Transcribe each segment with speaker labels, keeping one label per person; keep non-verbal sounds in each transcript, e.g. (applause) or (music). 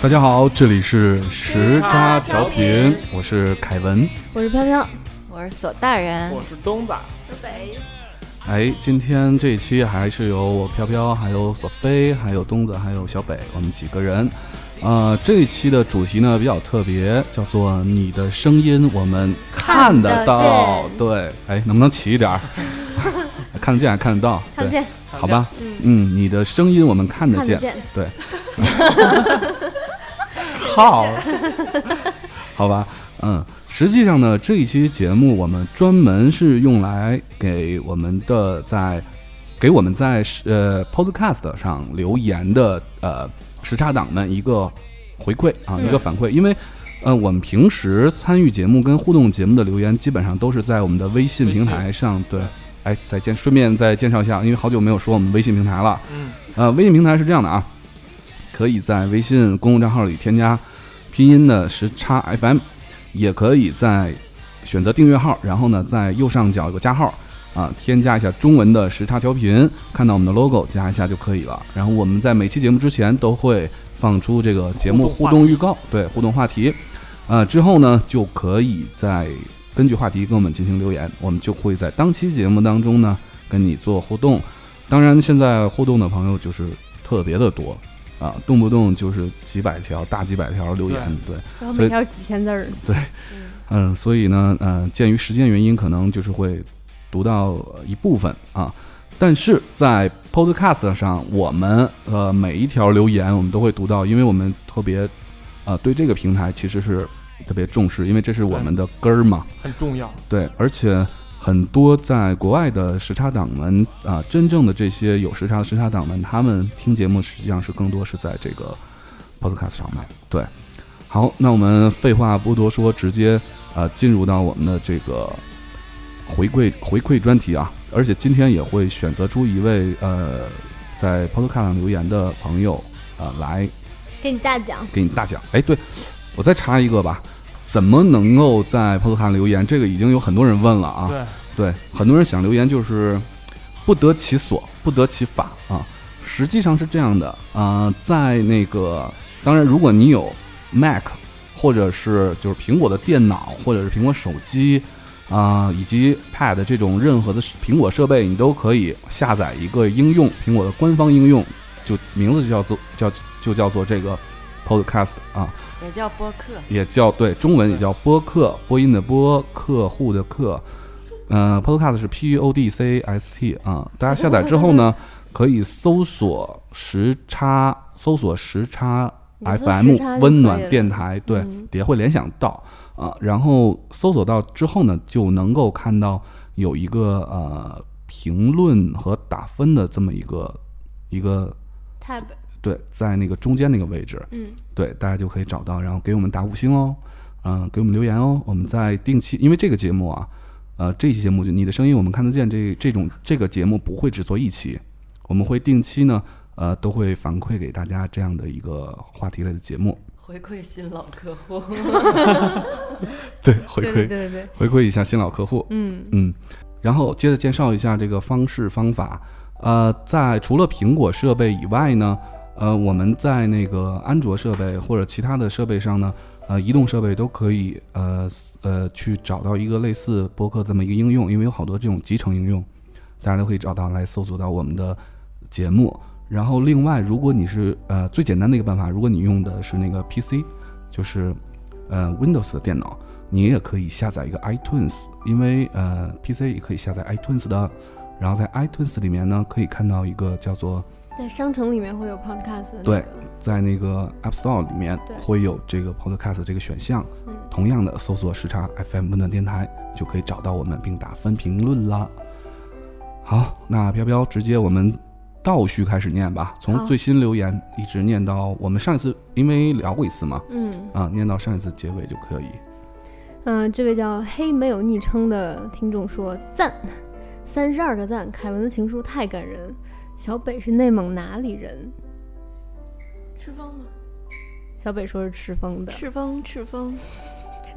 Speaker 1: 大家好，这里是时差调频，我是凯文。
Speaker 2: 我是飘飘，
Speaker 3: 我是索大人，
Speaker 4: 我是东子，
Speaker 1: 哎，今天这一期还是由我飘飘、还有索菲、还有东子、还有小北，我们几个人。呃，这一期的主题呢比较特别，叫做“你的声音我们看得到
Speaker 2: 看得”见
Speaker 1: 对，哎，能不能齐一点儿？ (laughs) 看得见，看得到，对
Speaker 2: 看不，见，
Speaker 1: 好吧。
Speaker 2: 嗯
Speaker 1: 嗯，你的声音我们看得
Speaker 2: 看得
Speaker 1: 见。
Speaker 2: 见，
Speaker 1: 对，
Speaker 4: (laughs)
Speaker 1: 靠，好吧，嗯，实际上呢，这一期节目我们专门是用来给我们的在给我们在呃 Podcast 上留言的呃时差党们一个回馈啊，
Speaker 2: 嗯
Speaker 1: 一个反馈，因为。呃，我们平时参与节目跟互动节目的留言，基本上都是在我们的微信
Speaker 4: 微
Speaker 1: 平
Speaker 4: 信
Speaker 1: 台上。对，哎，再见，顺便再介绍一下，因为好久没有说我们微信平台了。
Speaker 4: 嗯，
Speaker 1: 呃，微信平台是这样的啊，可以在微信公众账号里添加拼音的时差 FM，也可以在选择订阅号，然后呢，在右上角有个加号啊，添加一下中文的时差调频，看到我们的 logo 加一下就可以了。然后我们在每期节目之前都会放出这个节目互
Speaker 4: 互动话题
Speaker 1: 动预告，对，互动话题。呃，之后呢，就可以在根据话题跟我们进行留言，我们就会在当期节目当中呢跟你做互动。当然，现在互动的朋友就是特别的多啊，动不动就是几百条、大几百条留言，对，
Speaker 2: 然后
Speaker 1: 所以
Speaker 2: 每条几千字儿，
Speaker 1: 嗯，所以呢，呃，鉴于时间原因，可能就是会读到呃一部分啊。但是在 Podcast 上，我们呃每一条留言我们都会读到，因为我们特别呃对这个平台其实是特别重视，因为这是我们的根儿嘛。
Speaker 4: 很重要。
Speaker 1: 对，而且很多在国外的时差党们啊、真正的这些有时差的时差党们，他们听节目实际上是更多是在这个 podcast 上面。对，好，那我们废话不多说，直接呃进入到我们的这个回馈回馈专题啊，而且今天也会选择出一位呃在 podcast 上留言的朋友啊、呃、来
Speaker 2: 给你大奖，
Speaker 1: 给你大奖。哎，对，我再插一个吧，怎么能够在 Podcast 留言？这个已经有很多人问了啊。
Speaker 4: 对，
Speaker 1: 对，很多人想留言就是不得其所，不得其法啊。实际上是这样的啊、呃在那个，当然，如果你有 Mac 或者是就是苹果的电脑或者是苹果手机啊、以及 Pad 这种任何的苹果设备，你都可以下载一个应用，苹果的官方应用，就名字就叫做叫就叫做这个 Podcast 啊。
Speaker 3: 也叫播客。
Speaker 1: 也叫对中文也叫播客，播音的播，客户的客，呃，Podcast 是 P O D C S T 啊。大家下载之后
Speaker 2: 哦
Speaker 1: 呢，可以搜索时差，搜索时差
Speaker 2: 你搜时差
Speaker 1: FM
Speaker 2: 就可以
Speaker 1: 温暖
Speaker 2: 了
Speaker 1: 电台，对，
Speaker 2: 嗯
Speaker 1: 底下会联想到啊。然后搜索到之后呢，就能够看到有一个呃评论和打分的这么一个一个
Speaker 2: tab，
Speaker 1: 对，在那个中间那个位置，
Speaker 2: 嗯，
Speaker 1: 对，大家就可以找到，然后给我们打五星哦，嗯、给我们留言哦。我们在定期，因为这个节目啊，呃，这一期节目就你的声音我们看得见这这种这个节目不会只做一期，我们会定期呢，呃，都会反馈给大家这样的一个话题类的节目，
Speaker 3: 回馈新老客户，
Speaker 1: 对，回
Speaker 2: 对对对对，
Speaker 1: 回馈一下新老客户，
Speaker 2: 嗯，
Speaker 1: 嗯，然后接着介绍一下这个方式方法。呃，在除了苹果设备以外呢，呃，我们在那个安卓设备或者其他的设备上呢，呃，移动设备都可以呃呃去找到一个类似播客这么一个应用，因为有好多这种集成应用，大家都可以找到来搜索到我们的节目。然后另外，如果你是呃最简单的一个办法，如果你用的是那个 PC，就是呃 Windows 的电脑，你也可以下载一个 iTunes，因为呃 PC 也可以下载 iTunes 的，然后在 iTunes 里面呢可以看到一个叫做
Speaker 2: 在商城里面会有 podcast，的那
Speaker 1: 对
Speaker 2: 个，
Speaker 1: 在那个 App Store 里面
Speaker 2: 对
Speaker 1: 会有这个 Podcast 这个选项，
Speaker 2: 嗯，
Speaker 1: 同样的搜索时差 FM 温暖电台就可以找到我们并打分评论啦。好，那飘飘直接我们倒序开始念吧，从
Speaker 2: 好
Speaker 1: 最新留言一直念到我们上一次因为聊过一次嘛，
Speaker 2: 嗯
Speaker 1: 啊，念到上一次结尾就
Speaker 2: (laughs)
Speaker 1: 可以。
Speaker 2: 嗯、呃这位叫黑没有昵称的听众说赞，三十二个赞，凯文的情书太感人。小北是内蒙哪里人？
Speaker 3: 赤峰吗？
Speaker 2: 小北说是赤峰的，
Speaker 3: 赤峰，赤峰。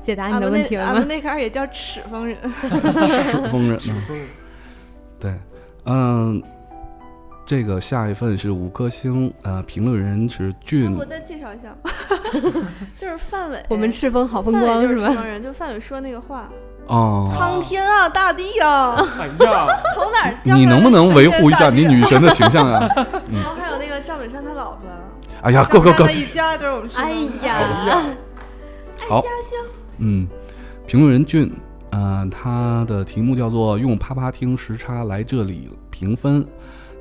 Speaker 2: 解答
Speaker 3: 俺
Speaker 2: 你的
Speaker 3: 们
Speaker 2: 问题
Speaker 3: 啊那
Speaker 2: 了
Speaker 3: 俺们？
Speaker 2: 吗
Speaker 3: 那旮也叫赤峰人。
Speaker 1: 赤峰人呢？
Speaker 4: 嗯
Speaker 1: 对，嗯，这个下一份是五颗星，呃，评论人是
Speaker 3: (laughs)
Speaker 1: 俊
Speaker 3: 我再介绍一下，就是范伟，
Speaker 2: 我们赤峰好风
Speaker 3: 范伟
Speaker 2: 光
Speaker 3: 就是是
Speaker 2: 吧？
Speaker 3: 方人，就范伟说那个话，
Speaker 1: 哦，
Speaker 3: 苍天啊，大地 (laughs) 啊，
Speaker 4: 哎呀，
Speaker 3: 从哪儿？
Speaker 1: 你能不能维护一下你？女神的形象啊？ (laughs)
Speaker 3: 然后还有那个赵本山他老婆，
Speaker 1: 哎
Speaker 3: (laughs)
Speaker 1: 呀，够
Speaker 3: 赵
Speaker 1: 够
Speaker 3: 本山
Speaker 1: 够
Speaker 3: 他！一家都是我们吃
Speaker 2: 哎
Speaker 3: 饭的。
Speaker 2: 呀，
Speaker 1: 好，嗯，评论人俊，呃，他的题目叫做“用啪啪听时差来这里评分”。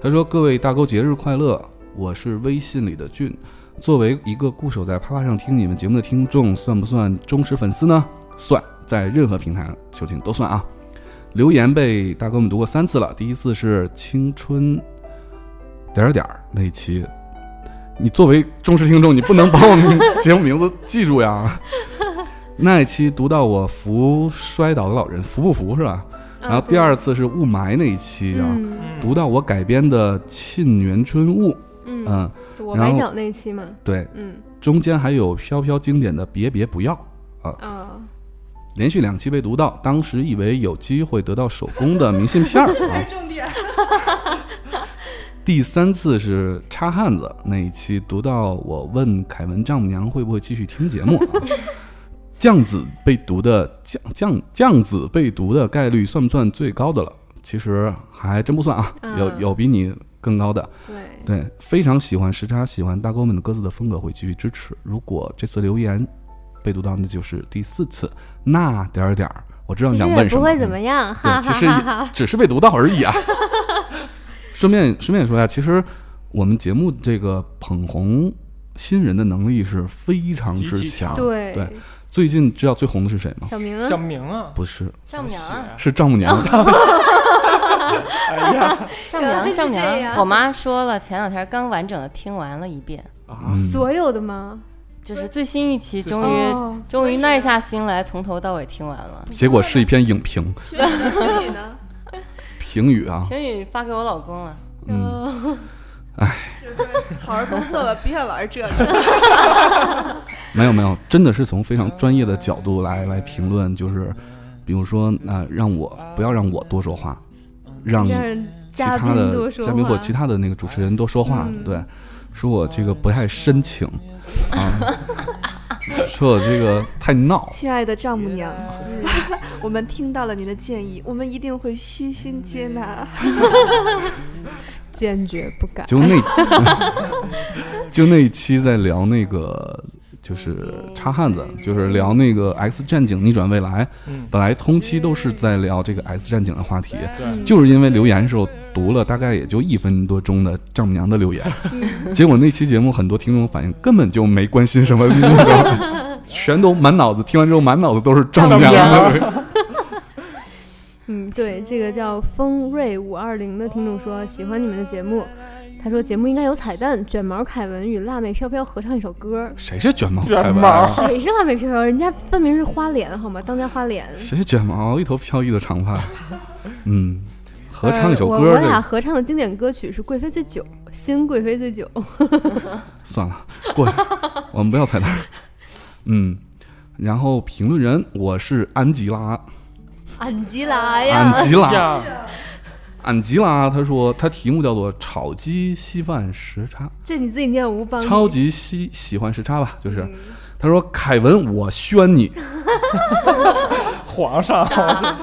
Speaker 1: 他说：“各位大沟节日快乐，我是微信里的俊。作为一个固守在啪啪上听你们节目的听众，算不算忠实粉丝呢？算，在任何平台收听都算啊。”留言被大哥们读过三次了，第一次是青春点儿点儿那一期。你作为忠实听众，你不能把我们 (laughs) 节目名字记住呀。那一期读到我扶摔倒的老人，服不服是吧？然后第二次是雾霾那一期啊，
Speaker 2: 啊嗯
Speaker 1: 读到我改编的《沁园春雾》，
Speaker 2: 嗯，
Speaker 1: 嗯，
Speaker 2: 我
Speaker 1: 然
Speaker 2: 崴
Speaker 1: 后
Speaker 2: 脚那期嘛，
Speaker 1: 对，
Speaker 2: 嗯
Speaker 1: 中间还有飘飘经典的《别别不要》，
Speaker 2: 啊，
Speaker 1: 连续两期被读到，当时以为有机会得到手工的明信片儿啊。
Speaker 3: 重点，
Speaker 1: 第三次是插汉子那一期，读到我问凯文丈母娘会不会继续听节目啊？ (laughs) 酱子被读的酱酱酱子被读的概率算不算最高的了？其实还真不算啊，有
Speaker 2: 嗯
Speaker 1: 有比你更高的。
Speaker 2: 对，
Speaker 1: 对，非常喜欢时差，喜欢大哥们的各自的风格，会继续支持。如果这次留言被读到，那就是第四次。那点儿点儿，我知道
Speaker 2: 其
Speaker 1: 你
Speaker 2: 实
Speaker 1: 想
Speaker 2: 也
Speaker 1: 问什
Speaker 2: 不
Speaker 1: 么。嗯
Speaker 2: 会怎么样，哈
Speaker 1: 对，
Speaker 2: 哈
Speaker 1: 其实
Speaker 2: 哈
Speaker 1: 也
Speaker 2: 哈。
Speaker 1: 只是被读到而
Speaker 2: (laughs)
Speaker 1: 已啊。顺便顺便说一下，其实我们节目这个捧红新人的能力是非常
Speaker 4: 极
Speaker 1: 之
Speaker 4: 其
Speaker 1: 强。
Speaker 4: 强
Speaker 2: 对
Speaker 1: 对最近知道最红的是谁吗？
Speaker 2: 小哦明
Speaker 4: 小明啊，
Speaker 1: 不是，
Speaker 5: 丈母娘啊，
Speaker 1: 是丈母娘。
Speaker 4: 哎呀，
Speaker 5: 丈母
Speaker 2: 原来
Speaker 5: 娘，
Speaker 2: 是
Speaker 5: 丈母
Speaker 2: 这
Speaker 5: 娘。
Speaker 2: 样
Speaker 5: 我妈说了，前两天刚完整的听完了一遍，
Speaker 4: 啊，
Speaker 1: 嗯
Speaker 2: 所有的吗？
Speaker 5: 就是最新一期，
Speaker 4: 最
Speaker 5: 终
Speaker 4: 新
Speaker 5: 于、
Speaker 2: 哦
Speaker 5: 终于耐下心来，从头到尾听完了。
Speaker 1: 结果是一篇影评
Speaker 3: 评语呢评语呢？
Speaker 1: 评语啊，
Speaker 5: 评语发给我老公了，
Speaker 1: 嗯，
Speaker 2: 嗯
Speaker 3: 就是好好工作吧，别玩这个。
Speaker 1: 没有没有，真的是从非常专业的角度来来评论，就是比如说，那、让我不要让我多说话，让
Speaker 2: 让
Speaker 1: 其
Speaker 2: 嘉
Speaker 1: 他
Speaker 2: 宾
Speaker 1: 的
Speaker 2: 多说
Speaker 1: 嘉宾或
Speaker 2: 话
Speaker 1: 其他的那个主持人多说话，
Speaker 2: 嗯
Speaker 1: 对，说我这个不太深情，
Speaker 2: (laughs)
Speaker 1: 啊，说我这个太闹，
Speaker 3: (laughs) 亲爱的丈母娘， (laughs) 我们听到了您的建议，我们一定会虚心接纳。
Speaker 2: 坚决不改。
Speaker 1: 就那， (laughs) 就那一期在聊那个就是插汉子，就是聊那个《X 战警：逆转未来》，
Speaker 4: 嗯，
Speaker 1: 本来通期都是在聊这个《X 战警》的话题，
Speaker 2: 嗯
Speaker 4: 对，
Speaker 1: 就是因为留言的时候读了大概也就一分多钟的丈母娘的留言，(laughs)
Speaker 2: 嗯
Speaker 1: 结果那期节目很多听众反映根本就没关心什么 (laughs) 那个，全都满脑子听完之后满脑子都是丈母娘
Speaker 5: 丈
Speaker 1: 的。
Speaker 2: 嗯，对，这个叫丰瑞五二零的听众说喜欢你们的节目，他说节目应该有彩蛋，卷毛凯文与辣妹飘飘合唱一首歌。
Speaker 1: (laughs) 谁是卷毛？
Speaker 4: 卷毛
Speaker 1: 凯文啊
Speaker 2: 谁是辣妹飘飘？人家分明是花脸好吗？当家花脸。
Speaker 1: 谁是卷毛？一头飘逸的长发，嗯，合唱一首
Speaker 2: 呃我
Speaker 1: 歌
Speaker 2: 我
Speaker 1: 儿
Speaker 2: 俩
Speaker 1: 的，
Speaker 2: 合唱的经典歌曲是《贵妃醉酒》，新《贵妃醉酒》。
Speaker 1: 算了，过去，我们不要彩蛋。嗯，然后评论人我是安吉拉，
Speaker 2: 安吉拉哎呀，
Speaker 1: 安吉拉，
Speaker 4: 哎呀，
Speaker 1: 安吉拉，他说他题目叫做“炒鸡稀饭时差
Speaker 2: 这你自己念无”，帮。
Speaker 1: 超级喜喜欢时差吧，就是
Speaker 2: 嗯。
Speaker 1: 他说：“凯文，我宣你，
Speaker 4: 皇上，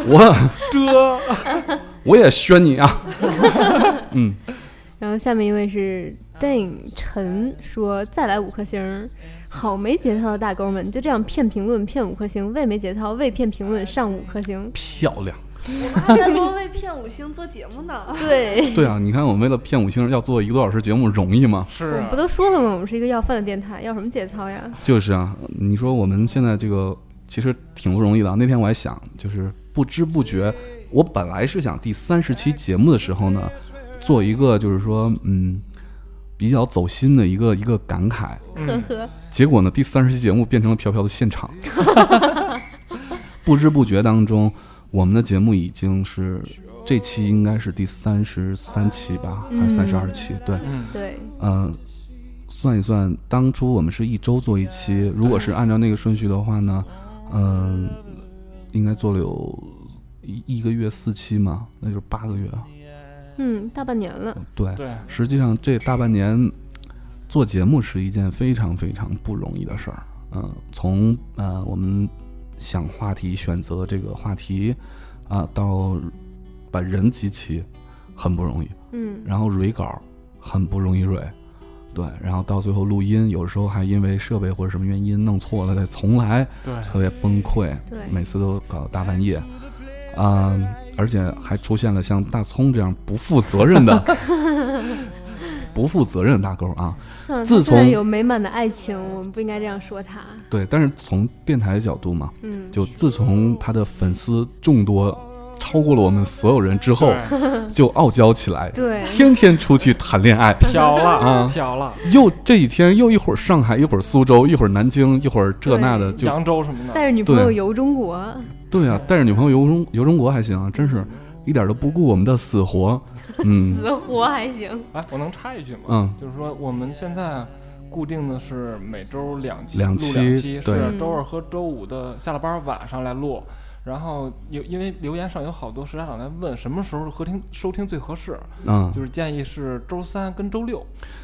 Speaker 1: 我
Speaker 4: 这
Speaker 1: 我也宣你啊！嗯，
Speaker 2: 然后下面一位是 Dane 陈说：“再来五颗星儿，好没节操的大哥们，就这样骗评论骗五颗星，为没节操为骗评论上五颗星。
Speaker 1: 漂亮。
Speaker 3: 还在多为骗五星做节目呢”。
Speaker 2: 对，
Speaker 1: 对啊，你看我们为了骗五星要做一个多小时节目容易吗？
Speaker 4: 是
Speaker 2: 我们
Speaker 4: 啊
Speaker 2: 不都说了吗？我们是一个要饭的电台，要什么节操
Speaker 1: (laughs)
Speaker 2: 呀？
Speaker 1: 就是啊，你说我们现在这个其实挺不容易的啊。那天我还想，就是不知不觉，我本来是想第三十期节目的时候呢，做一个就是说，嗯，比较走心的一个一个感慨。
Speaker 2: 呵
Speaker 4: 嗯，
Speaker 2: 呵，
Speaker 1: 结果呢，第三十期节目变成了飘飘的现场。不知不觉当中，我们的节目已经是这期应该是第三十三期吧，还是三十二期？对，
Speaker 4: 嗯，
Speaker 2: 对，
Speaker 1: 嗯、算一算，当初我们是一周做一期，如果是按照那个顺序的话呢，嗯、应该做了有一一个月四期嘛，那就是八个月啊，
Speaker 2: 嗯，大半年了，
Speaker 1: 对，
Speaker 4: 对，
Speaker 1: 实际上这大半年做节目是一件非常非常不容易的事儿。嗯、从呃我们想话题、选择这个话题啊、到把人集齐，很不容易。
Speaker 2: 嗯，
Speaker 1: 然后蕊稿很不容易蕊，对，然后到最后录音，有时候还因为设备或者什么原因弄错了再重来，
Speaker 4: 对，
Speaker 1: 特别崩溃，
Speaker 2: 对，
Speaker 1: 每次都搞大半夜，嗯、而且还出现了像大葱这样不负责任的、不负责任的大勾啊。
Speaker 2: 算了，他
Speaker 1: 自
Speaker 2: 虽然
Speaker 1: 从
Speaker 2: 有美满的爱情，我们不应该这样说他，
Speaker 1: 对，但是从电台的角度嘛，
Speaker 2: 嗯，
Speaker 1: 就自从他的粉丝众多超过了我们所有人之后，
Speaker 4: 对
Speaker 1: 就傲娇起来，
Speaker 2: 对，
Speaker 1: 天天出去谈恋爱。
Speaker 4: 飘了，
Speaker 1: 啊
Speaker 4: 飘了，
Speaker 1: 又这几天又一会儿上海，一会儿苏州，一会儿南京，一会儿这那的，就
Speaker 4: 扬州什么的，
Speaker 2: 带着女朋友
Speaker 1: 对
Speaker 2: 游中国，
Speaker 1: 对啊，带着女朋友游中游中国还行啊，真是一点都不顾我们的死
Speaker 4: (laughs)
Speaker 1: 活，嗯，
Speaker 2: 死活还行，
Speaker 4: 哎，我能插一句吗？
Speaker 1: 嗯，
Speaker 4: 就是说我们现在固定的是每周两期，
Speaker 1: 两
Speaker 4: 录
Speaker 1: 期
Speaker 4: 两期
Speaker 1: 对
Speaker 4: 是周二和周五的下了班晚上来录。然后有，因为留言上有好多时家长在问什么时候合听收听最合适，
Speaker 1: 啊，
Speaker 4: 就是建议是周三跟周六，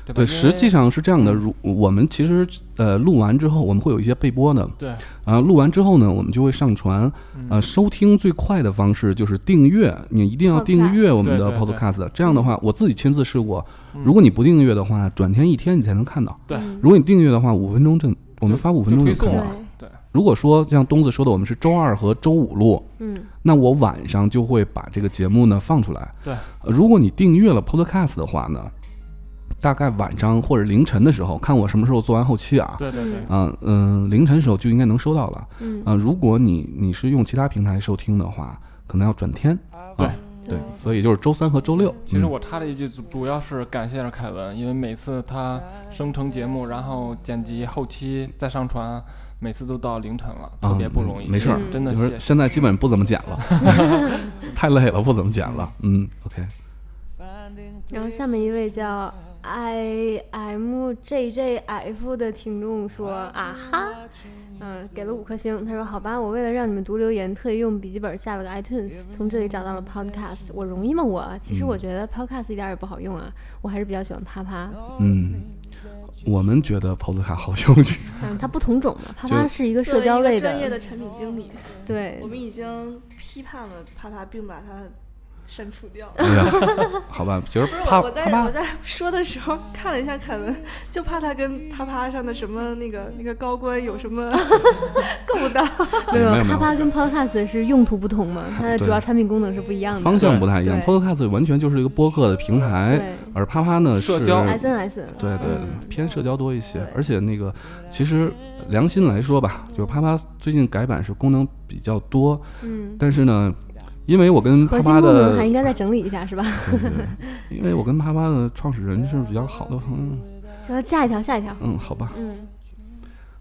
Speaker 4: 对
Speaker 1: 对，
Speaker 4: 吧？因为
Speaker 1: 实际上是这样的，如我们其实呃录完之后，我们会有一些备播的，
Speaker 4: 对，
Speaker 1: 啊，录完之后呢，我们就会上传，呃，
Speaker 4: 嗯
Speaker 1: 收听最快的方式就是订阅，你一定要订阅我们的
Speaker 4: 对对对
Speaker 1: Podcast，这样的话我自己亲自试过，
Speaker 4: 嗯
Speaker 1: 如果你不订阅的话，转天一天你才能看到，
Speaker 4: 对
Speaker 2: 嗯
Speaker 1: 如果你订阅的话，五分钟就我们发五分钟
Speaker 4: 就
Speaker 1: 就
Speaker 4: 推
Speaker 1: 看
Speaker 4: 送
Speaker 1: 到
Speaker 4: 了
Speaker 1: 了。
Speaker 4: 对，
Speaker 1: 如果说像东子说的，我们是周二和周五录，
Speaker 2: 嗯，
Speaker 1: 那我晚上就会把这个节目呢放出来。
Speaker 4: 对
Speaker 1: 呃，如果你订阅了 Podcast 的话呢，大概晚上或者凌晨的时候，看我什么时候做完后期啊。
Speaker 4: 对对对，
Speaker 1: 嗯嗯、凌晨的时候就应该能收到了。
Speaker 2: 嗯
Speaker 1: 啊、如果你你是用其他平台收听的话，可能要转天。
Speaker 4: 对
Speaker 1: 啊对，所以就是周三和周六。
Speaker 4: 其实
Speaker 1: 嗯
Speaker 4: 我插了一句，主主要是感谢着凯文，因为每次他生成节目，然后剪辑、后期再上传，每次都到凌晨了，特
Speaker 1: 啊
Speaker 4: 别不容易。
Speaker 1: 没事儿
Speaker 4: 是真的
Speaker 1: 就是
Speaker 4: 谢谢。
Speaker 1: 现在基本不怎么剪了， (laughs) 太累了，不怎么剪了。嗯，OK，
Speaker 2: 然后下面一位叫 I M J J F 的听众说啊哈，嗯、给了五颗星。他说好吧，我为了让你们读留言，特意用笔记本下了个 iTunes，从这里找到了 Podcast。我容易吗我？其实我
Speaker 1: 嗯
Speaker 2: 觉得 Podcast 一点儿也不好用啊，我还是比较喜欢啪啪。
Speaker 1: 嗯，我们觉得 Podcast 好用去。
Speaker 2: 嗯，它不同种嘛，啪
Speaker 1: 就
Speaker 2: 啪是一个
Speaker 3: 作为
Speaker 2: 社交
Speaker 3: 一个
Speaker 2: 类
Speaker 3: 专业
Speaker 2: 的，哦
Speaker 3: 的产品经理，
Speaker 2: 对
Speaker 3: 我，们已经批判了啪啪，并把它删除掉了。
Speaker 1: 哎呀， (laughs) 好吧，就是
Speaker 3: 不是
Speaker 1: 啪
Speaker 3: 我，我在
Speaker 1: 啪啪，
Speaker 3: 我在说的时候看了一下凯文，就怕他跟啪啪上的什么那个那个高官有什么勾当。
Speaker 1: 没
Speaker 2: 没
Speaker 1: 有没有
Speaker 2: 啪啪跟 Podcast 是用途不同嘛，它的主
Speaker 1: 对
Speaker 2: 要产品功能是不一样的。
Speaker 1: 方哎向不太一样。
Speaker 2: 对
Speaker 1: Podcast 完全就是一个播客的平台，
Speaker 2: 对
Speaker 1: 而啪啪呢
Speaker 4: 社
Speaker 1: 是
Speaker 4: 交
Speaker 1: 对
Speaker 2: S N S，
Speaker 1: 对
Speaker 2: 嗯
Speaker 1: 对偏社交多一些
Speaker 2: 对。
Speaker 1: 而且那个其实良心来说吧，就是啪啪最近改版是功能比较多，
Speaker 2: 嗯，
Speaker 1: 但是呢，因为我跟
Speaker 2: 核
Speaker 1: 啪
Speaker 2: 心
Speaker 1: 啪
Speaker 2: 功能还
Speaker 1: 的
Speaker 2: 应，该再整理一下是吧？
Speaker 1: 对对对
Speaker 2: (laughs)
Speaker 1: 因为我跟啪啪的创始人是比较好的，嗯
Speaker 2: 行了，下一条，下一条。
Speaker 1: 嗯，好吧。
Speaker 2: 嗯，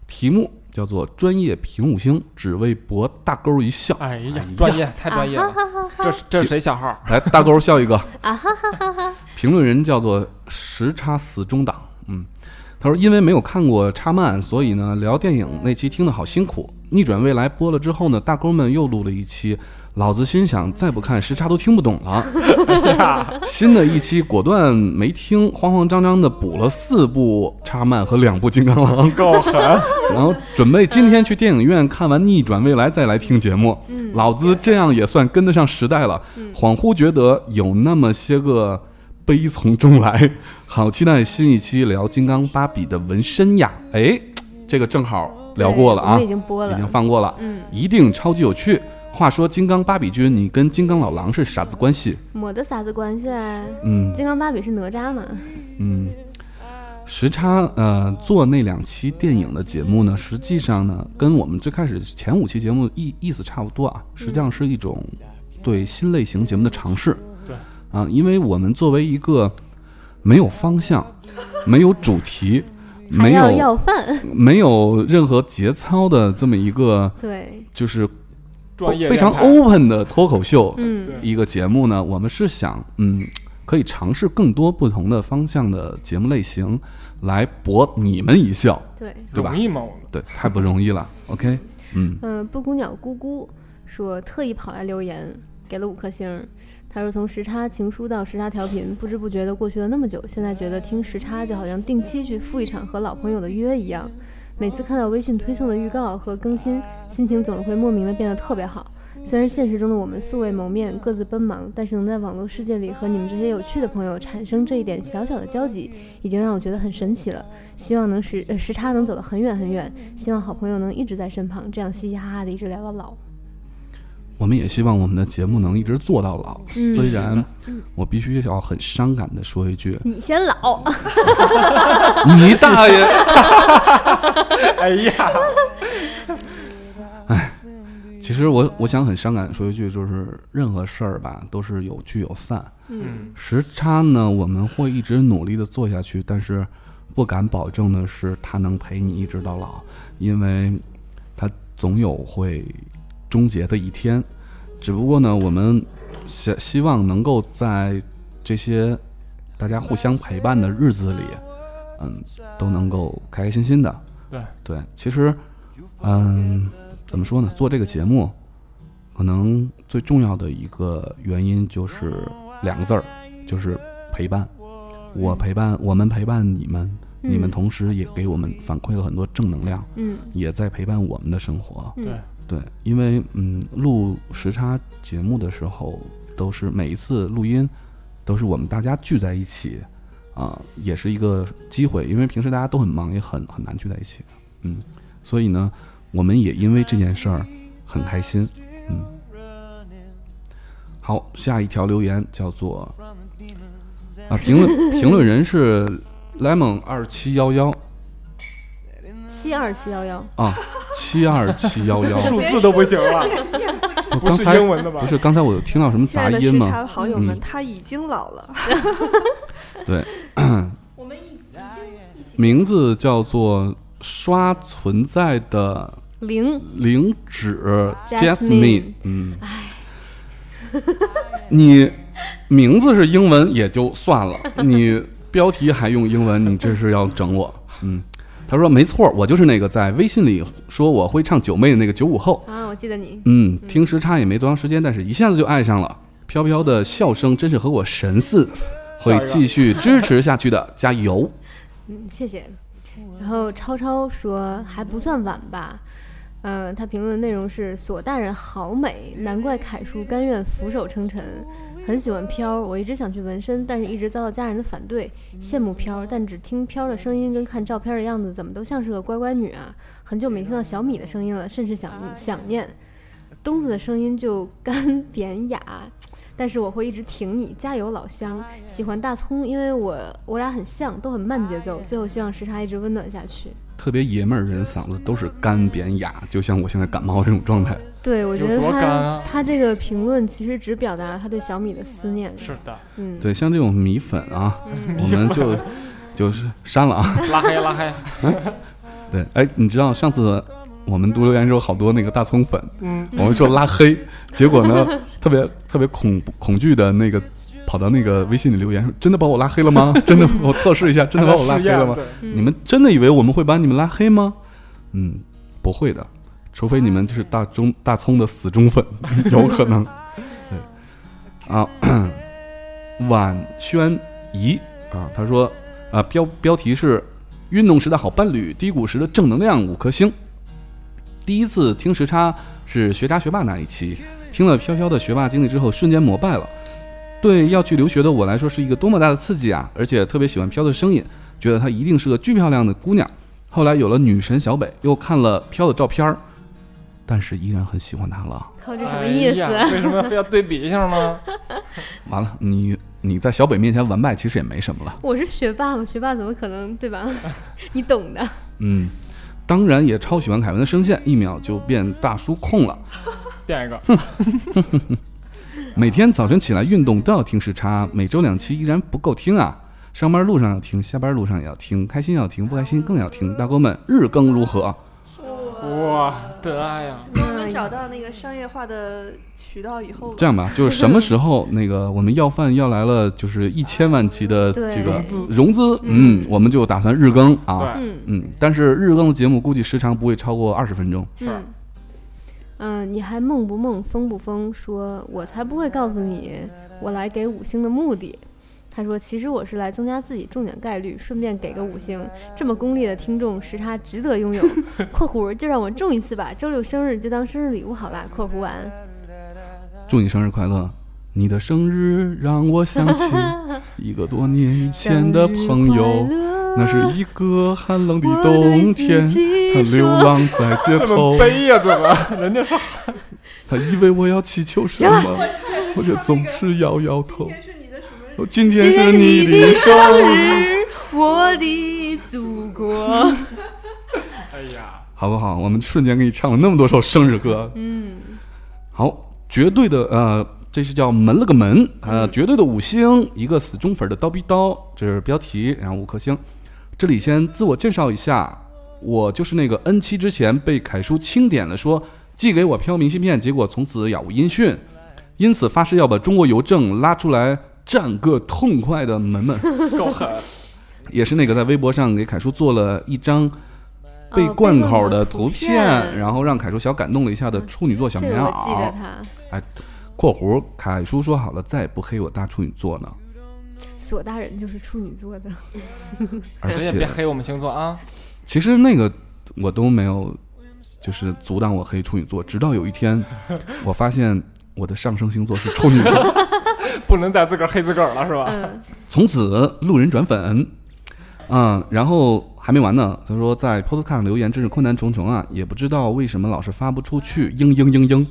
Speaker 1: 题目叫做“专业评五星，只为博大勾一笑
Speaker 4: 哎呀
Speaker 1: 哎呀，
Speaker 4: 专业太专业了，这是这是谁小号？”。
Speaker 1: 来，大勾笑一个。
Speaker 2: (laughs) 啊哈哈哈哈！
Speaker 1: 评论人叫做时差死忠党，嗯，他说因为没有看过插漫，所以呢聊电影那期听得好辛苦。逆转未来播了之后呢，大哥们又录了一期，老子心想再不看时差都听不懂
Speaker 4: (laughs)
Speaker 1: 了。新的一期果断没听，慌慌张张的补了四部插漫和两部金刚狼，
Speaker 4: 够狠！
Speaker 1: 然后准备今天去电影院看完《逆转未来》再来听节目。
Speaker 2: 嗯
Speaker 1: 老子这样也算跟得上时代了。恍惚觉得有那么些个悲从中来， (laughs) 好期待新一期聊金刚芭比的纹身呀！哎，这个正好聊过了
Speaker 2: 我
Speaker 1: 啊，
Speaker 2: 们已经播了，
Speaker 1: 已经放过了，
Speaker 2: 嗯，
Speaker 1: 一定超级有趣。话说金刚芭比君，你跟金刚老狼是啥子关系？
Speaker 2: 我的啥子关系啊？
Speaker 1: 嗯
Speaker 2: 金刚芭比是哪吒嘛？
Speaker 1: 嗯，时差呃做那两期电影的节目呢，实际上呢跟我们最开始前五期节目意意思差不多啊，实际上是一种对新类型节目的尝试。
Speaker 4: 对
Speaker 1: 啊、因为我们作为一个没有方向、没有主题、
Speaker 2: 还
Speaker 1: 没
Speaker 2: 要要
Speaker 1: 有
Speaker 2: 饭？
Speaker 1: 没有任何节操的这么一个
Speaker 2: 对，
Speaker 1: 就是
Speaker 4: 专业
Speaker 1: 非常
Speaker 4: 人才
Speaker 1: open 的脱口秀，
Speaker 2: 嗯
Speaker 4: 对
Speaker 1: 一个节目呢，我们是想，嗯，可以尝试更多不同的方向的节目类型，来博你们一笑。
Speaker 2: 对，
Speaker 1: 对吧
Speaker 4: 容易吗？我们
Speaker 1: 对，太不容易了。OK，嗯，
Speaker 4: (laughs)
Speaker 2: 嗯、布谷鸟咕咕说特意跑来留言，给了五颗星。他说从时差情书到时差调频，不知不觉的过去了那么久，现在觉得听时差就好像定期去赴一场和老朋友的约一样。每次看到微信推送的预告和更新，心情总是会莫名的变得特别好。虽然现实中的我们素未谋面，各自奔忙，但是能在网络世界里和你们这些有趣的朋友产生这一点小小的交集，已经让我觉得很神奇了。希望能时、呃、时差能走得很远很远，希望好朋友能一直在身旁，这样嘻嘻哈哈的一直聊到老。
Speaker 1: 我们也希望我们的节目能一直做到老。
Speaker 2: 嗯，
Speaker 1: 虽然我必须要很伤感的说一句
Speaker 4: (laughs)
Speaker 2: 你先老，
Speaker 1: 你大爷！
Speaker 4: 哎呀，
Speaker 1: 其实我我想很伤感的说一句，就是任何事儿吧，都是有聚有散。
Speaker 4: 嗯，
Speaker 1: 时差呢，我们会一直努力的做下去，但是不敢保证的是它能陪你一直到老，因为它总有会终结的一天。只不过呢，我们希希望能够在这些大家互相陪伴的日子里，嗯，都能够开开心心的。
Speaker 4: 对
Speaker 1: 对，其实，嗯，怎么说呢？做这个节目，可能最重要的一个原因就是两个字儿，就是陪伴。我陪伴，我们陪伴你们，你们
Speaker 2: 嗯
Speaker 1: 同时也给我们反馈了很多正能量，
Speaker 2: 嗯
Speaker 1: 也在陪伴我们的生活。
Speaker 2: 嗯，
Speaker 4: 对
Speaker 1: 对，因为嗯，录时差节目的时候，都是每一次录音，都是我们大家聚在一起，啊、也是一个机会，因为平时大家都很忙，也很很难聚在一起，嗯，所以呢，我们也因为这件事儿很开心，嗯。好，下一条留言叫做啊，评论评论人是 lemon 二七幺幺
Speaker 2: 嗯七二七幺幺，
Speaker 1: 啊，七二七幺幺，
Speaker 4: 数字都不行了，
Speaker 1: 我
Speaker 4: 不
Speaker 1: 刚
Speaker 4: 是
Speaker 1: 才
Speaker 4: 英文的吧
Speaker 1: 不？是，刚才我有听到什么
Speaker 3: 亲爱
Speaker 1: 杂
Speaker 3: 的
Speaker 1: 音
Speaker 3: 时
Speaker 1: 吗？
Speaker 3: 差好友们，
Speaker 1: 嗯
Speaker 3: 他已经老了。
Speaker 1: 对，
Speaker 3: 我们一
Speaker 1: 名字叫做刷存在的
Speaker 2: 零
Speaker 1: 灵指
Speaker 2: Jasmine
Speaker 1: 嗯，你名字是英文也就算了， (laughs) 你标题还用英文，你这是要整我，嗯。他说：“没错，我就是那个在微信里说我会唱九妹的那个九五后。
Speaker 2: 啊，我记得你，
Speaker 1: 嗯，听时差也没多长时间，但是一下子就爱上了。飘飘的笑声真是和我神似，
Speaker 4: 下
Speaker 1: 会
Speaker 4: 一个
Speaker 1: 继续支持下去的，加油！
Speaker 2: 嗯，谢谢。然后超超说还不算晚吧，嗯、他评论内容是索大人好美，难怪凯叔甘愿俯首称臣。很喜欢飘儿，我一直想去纹身，但是一直遭到家人的反对。羡慕飘儿，但只听飘儿的声音跟看照片的样子，怎么都像是个乖乖女啊！很久没听到小米的声音了，甚是想嗯想念。东子的声音就 (laughs) 干扁哑，但是我会一直挺你，加油老乡！喜欢大葱，因为我我俩很像，都很慢节奏。最后希望时差一直温暖下去。
Speaker 1: 特别爷们儿人嗓子都是干扁哑，就像我现在感冒这种状态。
Speaker 2: 对，我觉得
Speaker 4: 有多
Speaker 2: 他、
Speaker 4: 干啊
Speaker 2: 他这个评论其实只表达了他对小米的思念。
Speaker 4: 是的，
Speaker 2: 嗯，
Speaker 1: 对，像这种米粉啊，我们就 (laughs) 就是删了啊。
Speaker 4: 拉黑拉黑，
Speaker 1: 对，哎，你知道上次我们读留言的时候，好多那个大葱粉，
Speaker 4: 嗯，
Speaker 1: 我们说拉黑，结果呢，特别特别恐恐惧的那个。跑到那个微信里留言说：“真的把我拉黑了吗？真的， (laughs) 我测试一下，真的把我拉黑了吗？”
Speaker 4: 对
Speaker 2: 嗯
Speaker 1: 你们真的以为我们会把你们拉黑吗？嗯，不会的，除非你们就是大中大葱的死忠粉，有可能。对，啊， (clears throat) 婉轩怡啊，他说啊标标题是运动时的好伴侣，低谷时的正能量五颗星。第一次听时差是学渣学霸那一期，听了飘飘的学霸经历之后，瞬间膜拜了。对要去留学的我来说，是一个多么大的刺激啊！而且特别喜欢飘的声音，觉得她一定是个巨漂亮的姑娘。后来有了女神小北，又看了飘的照片儿，但是依然很喜欢她了。
Speaker 2: 靠，这什么意思？
Speaker 4: (laughs)
Speaker 2: 啊
Speaker 4: 哎呀为什么非要对比一下
Speaker 1: (laughs)
Speaker 4: 呢？
Speaker 1: 完了，你你在小北面前完败，其实也没什么了。
Speaker 2: (laughs) 我是学霸嘛，学霸怎么可能
Speaker 4: (laughs)
Speaker 2: 对吧？你懂的。
Speaker 1: 嗯，当然也超喜欢凯文的声线，一秒就变大叔控了。
Speaker 4: 变一个，
Speaker 1: 每天早晨起来运动都要听时差，每周两期依然不够听啊！上班路上要听，下班路上也要听，开心要听，不开心更要听。大哥们，日更如何？
Speaker 4: 哇，真爱啊呀！
Speaker 3: 我们找到那个商业化的渠道以后吧，
Speaker 1: 这样吧，就是什么时候那个我们要饭要来了，就是一千万级的
Speaker 2: 对
Speaker 1: 这个
Speaker 2: 融资
Speaker 1: 融资，
Speaker 2: 嗯
Speaker 1: 嗯，我们就打算日更啊。
Speaker 4: 对，
Speaker 2: 嗯
Speaker 1: 嗯，但是日更的节目估计时长不会超过二十分钟。
Speaker 4: 是
Speaker 2: 嗯，嗯、你还梦不梦，疯不疯？说我才不会告诉你，我来给五星的目的。他说：“其实我是来增加自己中奖概率，顺便给个五星。这么功利的听众时差值得
Speaker 1: (laughs)
Speaker 2: 拥有。”（括弧就让我中一次吧，周六生日就当生日礼物好啦。）（括弧完。
Speaker 1: 祝你生日快乐！你的生日让我想起一个多年以前的朋友，那是一个寒冷的冬天，他流浪在街
Speaker 4: 这
Speaker 1: 头
Speaker 4: 么，悲呀、怎么？ (laughs) 人家说
Speaker 1: 他以为我要祈求什
Speaker 2: 行
Speaker 1: 么，我却总是摇摇
Speaker 3: 今
Speaker 1: 头。哦今
Speaker 3: 天是你的什么日？
Speaker 1: 天
Speaker 2: 今天
Speaker 1: 是
Speaker 2: 是
Speaker 1: 你
Speaker 2: 你的
Speaker 1: 生日，
Speaker 2: 日，我的祖国。
Speaker 4: 哎呀，
Speaker 1: 好不好？我们瞬间给你唱了那么多首生日歌，
Speaker 2: 嗯，
Speaker 1: 好，绝对的呃，这是叫门了个门，呃，绝对的五星，一个死忠粉的刀逼刀，这是标题，然后五颗星。这里先自我介绍一下，我就是那个 N 七之前被凯叔清点了说，寄给我飘明信片，结果从此杳无音讯，因此发誓要把中国邮政拉出来战个痛快的门门， (laughs)
Speaker 4: 够狠！
Speaker 1: 也是那个在微博上给凯叔做了一张。被
Speaker 2: 哦
Speaker 1: 灌
Speaker 2: 罐
Speaker 1: 口
Speaker 2: 口
Speaker 1: 的
Speaker 2: 图
Speaker 1: 图
Speaker 2: 嗯
Speaker 1: 片，然后让凯叔小感动了一下的处女座小
Speaker 2: 这
Speaker 1: 棉袄，
Speaker 2: 个我记得他。
Speaker 1: 括弧凯叔说好了，再也不黑我大处女座呢。
Speaker 2: 索大人就是处女座的，
Speaker 1: 而
Speaker 4: 谁也
Speaker 1: 且
Speaker 4: 别黑我们星座啊！
Speaker 1: 其实那个我都没有，就是阻挡我黑处女座，直到有一天我发现我的上升星座是处女座，
Speaker 4: 不能再自个儿黑自个儿了，是吧？
Speaker 2: 嗯，
Speaker 1: 从此路人转粉。嗯，然后还没完呢。他说在 Podcast 留言真是困难重重啊，也不知道为什么老是发不出去。嘤嘤嘤嘤。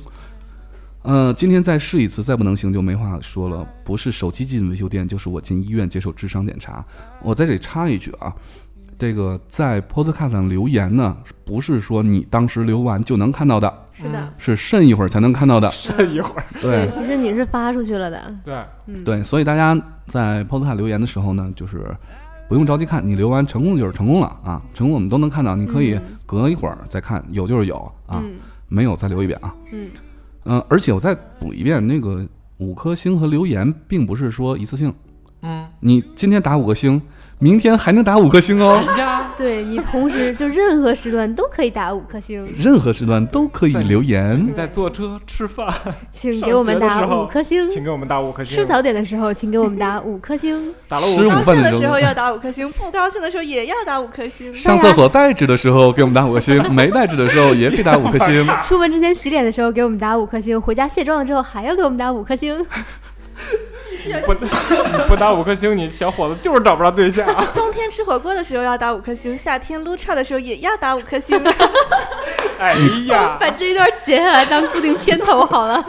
Speaker 1: 呃，今天再试一次，再不能行就没话说了。不是手机进维修店，就是我进医院接受智商检查。我在这里插一句啊，这个在 Podcast 上留言呢，不是说你当时留完就能看到的，
Speaker 2: 是的，
Speaker 1: 是慎一会儿才能看到的。
Speaker 4: 慎一会儿。
Speaker 1: 嗯对啊
Speaker 2: 其实你是发出去了的，
Speaker 4: 对，
Speaker 2: 嗯，
Speaker 1: 对，所以大家在 Podcast 留言的时候呢，就是不用着急看，你留完成功就是成功了啊，成功我们都能看到，你可以
Speaker 2: 嗯
Speaker 1: 隔一会儿再看，有就是有啊，
Speaker 2: 嗯
Speaker 1: 没有再留一遍啊。
Speaker 2: 嗯，
Speaker 1: 嗯，而且我再补一遍，那个五颗星和留言并不是说一次性，
Speaker 4: 嗯，
Speaker 1: 你今天打五颗星，明天还能打五颗星
Speaker 2: (laughs)
Speaker 1: 哦，
Speaker 4: 哎呀，
Speaker 2: 对你同时就任何时段都可以打五颗星，
Speaker 1: 任何时段都可以留言。
Speaker 4: 你在坐车、吃饭，
Speaker 2: 请给我们
Speaker 4: 上学的
Speaker 2: 打
Speaker 4: 时候
Speaker 2: 五颗星。
Speaker 4: 请给我们打五颗星
Speaker 2: 嗯吃。早点的时候，请给我们打五颗
Speaker 4: (laughs)
Speaker 2: 星。
Speaker 4: 打了
Speaker 1: 十五
Speaker 4: 五颗
Speaker 3: 高兴的时
Speaker 1: 午饭的时候
Speaker 3: 候要打五颗星，不高兴的时候也要打五颗星。
Speaker 1: 上厕所带纸的时候给我们打五颗星，没带纸的时候也可以打五颗星。
Speaker 2: 出门之前洗脸的时候给我们打五颗星，回家卸妆了之后还要给我们打五
Speaker 4: (laughs)
Speaker 2: 颗星。
Speaker 4: 不你不打五颗星，你小伙子就是找不着对象。
Speaker 3: 冬天吃火锅的时候要打五颗星，夏天撸串的时候也要打五
Speaker 1: (laughs)
Speaker 3: 颗星。
Speaker 4: 哎呀，
Speaker 2: 把这一段截下来当固定片头好
Speaker 4: (laughs)
Speaker 2: 了。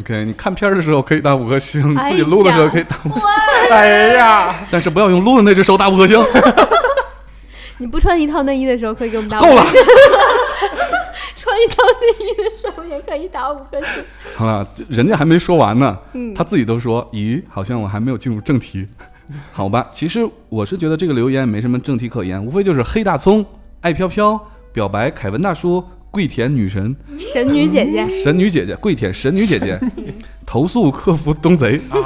Speaker 1: OK，你看片儿的时候可以打五颗星，
Speaker 2: 哎
Speaker 1: 自己录的时候
Speaker 2: 呀
Speaker 1: 可以打五颗星，
Speaker 4: 哎呀，
Speaker 1: 但是不要用录的那只手打五颗星，
Speaker 2: 你不穿一套内衣的时候可以给我们打五
Speaker 1: 够
Speaker 2: 颗
Speaker 1: 了
Speaker 2: 星，。穿一套内衣的时候也可以打五
Speaker 4: (laughs)
Speaker 2: 颗星。
Speaker 1: 好了，人家还没说完呢，
Speaker 2: 嗯
Speaker 1: 他自己都说，咦，好像我还没有进入正题，好吧？其实我是觉得这个留言没什么正题可言，无非就是黑大葱、爱飘飘、表白、凯文大叔、跪舔女神、
Speaker 2: 神女姐
Speaker 4: 嗯
Speaker 2: 姐，
Speaker 1: 神女姐姐、跪舔神女姐姐，投诉客服东贼，
Speaker 4: 啊，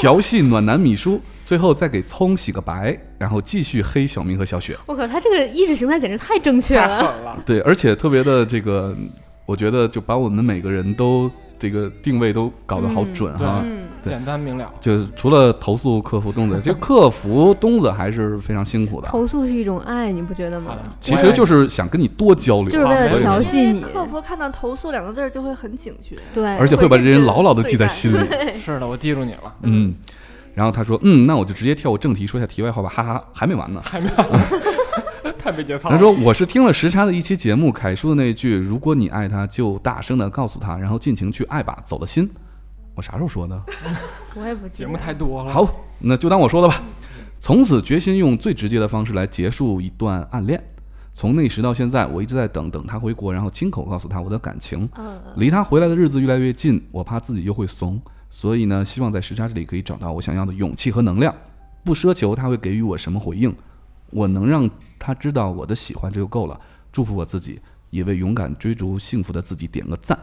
Speaker 1: 调戏暖男米叔，最后再给葱洗个白，然后继续黑小明和小雪。
Speaker 2: 我靠，他这个意识形态简直太正确
Speaker 4: 太
Speaker 2: 了。
Speaker 4: 狠了。
Speaker 1: 对，而且特别的这个，我觉得就把我们每个人都这个定位都搞得好
Speaker 2: 嗯
Speaker 1: 准哈、
Speaker 4: 对
Speaker 2: 嗯，
Speaker 1: 啊对
Speaker 4: 简单明了，
Speaker 1: 就是除了投诉客服东子，这个客服东子还是非常辛苦的。
Speaker 2: 投诉是一种爱，你不觉得
Speaker 4: 好
Speaker 2: 吗
Speaker 4: 的？，
Speaker 1: 其实就是想跟你多交流，啊
Speaker 2: 就是为了
Speaker 1: 所以
Speaker 2: 调戏
Speaker 3: 因为
Speaker 2: 你
Speaker 3: 客服看到“投诉”两个字儿就会很警觉。
Speaker 2: 对，
Speaker 1: 而且会把这人牢牢的记在心里。
Speaker 4: 我也是的，我记住你了。
Speaker 1: 嗯，然后他说，嗯，那我就直接跳过正题，说一下题外话吧，哈哈，还没完呢。
Speaker 4: 还没有，太没节操了。
Speaker 1: 他说：“我是听了时差的一期节目，凯叔的那句‘如果你爱他，就大声的告诉他，然后尽情去爱吧’，走了心。我啥时候说的？
Speaker 2: 我也不记
Speaker 4: 节
Speaker 2: 得
Speaker 4: 目太多了，，
Speaker 1: 好，那就当我说了吧。从此决心用最直接的方式来结束一段暗恋。从那时到现在，我一直在等等他回国，然后亲口告诉他我的感情。
Speaker 2: 嗯，
Speaker 1: 离他回来的日子越来越近，我怕自己又会怂，所以呢，希望在时差这里可以找到我想要的勇气和能量。不奢求他会给予我什么回应，我能让他知道我的喜欢这就够了。祝福我自己，也为勇敢追逐幸福的自己点个赞。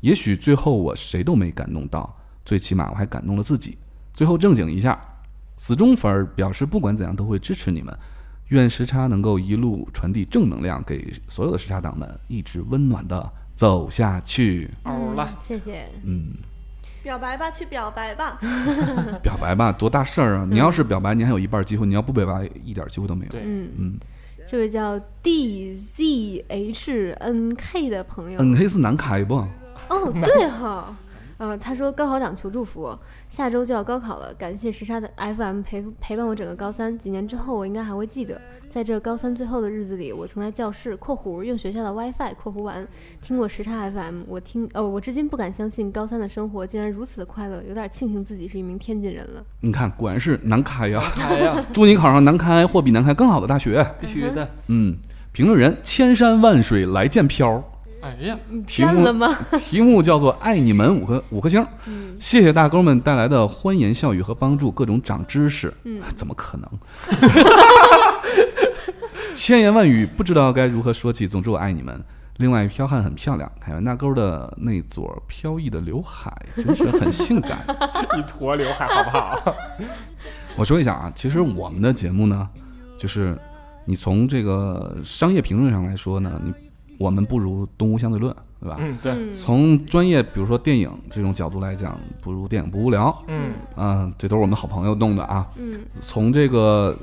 Speaker 1: 也许最后我谁都没感动到，最起码我还感动了自己。最后正经一下，死忠粉儿表示不管怎样都会支持你们。愿时差能够一路传递正能量给所有的时差党们，一直温暖的走下去。
Speaker 4: 嗷啦！
Speaker 2: 谢谢。
Speaker 1: 嗯，
Speaker 3: 表白吧，去表白吧。
Speaker 1: 表白吧，多大事儿啊！你要是表白，你还有一半机会；你要不表白，一点机会都没有。
Speaker 4: 对，
Speaker 2: 嗯，
Speaker 1: 嗯
Speaker 2: 这位叫 D Z H N K 的朋友，
Speaker 1: ，N K 是难开不？
Speaker 2: 哦，对哈，呃，他说高考党求祝福，下周就要高考了，感谢时差的 FM 陪陪伴我整个高三，几年之后我应该还会记得，在这高三最后的日子里，我曾在教室（括弧用学校的 WiFi 括弧完）听过时差 FM，我听呃，我至今不敢相信高三的生活竟然如此的快乐，有点庆幸自己是一名天津人了。
Speaker 1: 你看，果然是南开呀！
Speaker 4: (laughs) 哎呀，
Speaker 1: 祝你考上南开或比南开更好的大学。
Speaker 4: 必须的。
Speaker 1: 嗯，评论人千山万水来见飘，
Speaker 4: 哎呀，
Speaker 2: 你
Speaker 1: 题
Speaker 2: 占
Speaker 1: 目
Speaker 2: 了吗？
Speaker 1: (laughs) 题目叫做《爱你们五颗五颗星》。
Speaker 2: 嗯
Speaker 1: 谢谢大哥们带来的欢言笑语和帮助，各种长知识。啊
Speaker 2: 嗯，
Speaker 1: 怎么可能？ (laughs) 千言万语不知道该如何说起，总之我爱你们。另外，飘汉很漂亮，海湾大沟的那撮飘逸的刘海真是很性感。 (laughs)
Speaker 4: 一坨刘海好不好？
Speaker 1: 我说一下啊，其实我们的节目呢，就是你从这个商业评论上来说呢，你我们不如《东吴相对论》，对吧？
Speaker 4: 嗯，对，
Speaker 2: 嗯，
Speaker 1: 从专业，比如说电影这种角度来讲，不如电影不无聊。
Speaker 4: 嗯，
Speaker 1: 嗯，这都是我们好朋友弄的啊。
Speaker 2: 嗯，
Speaker 1: 从这个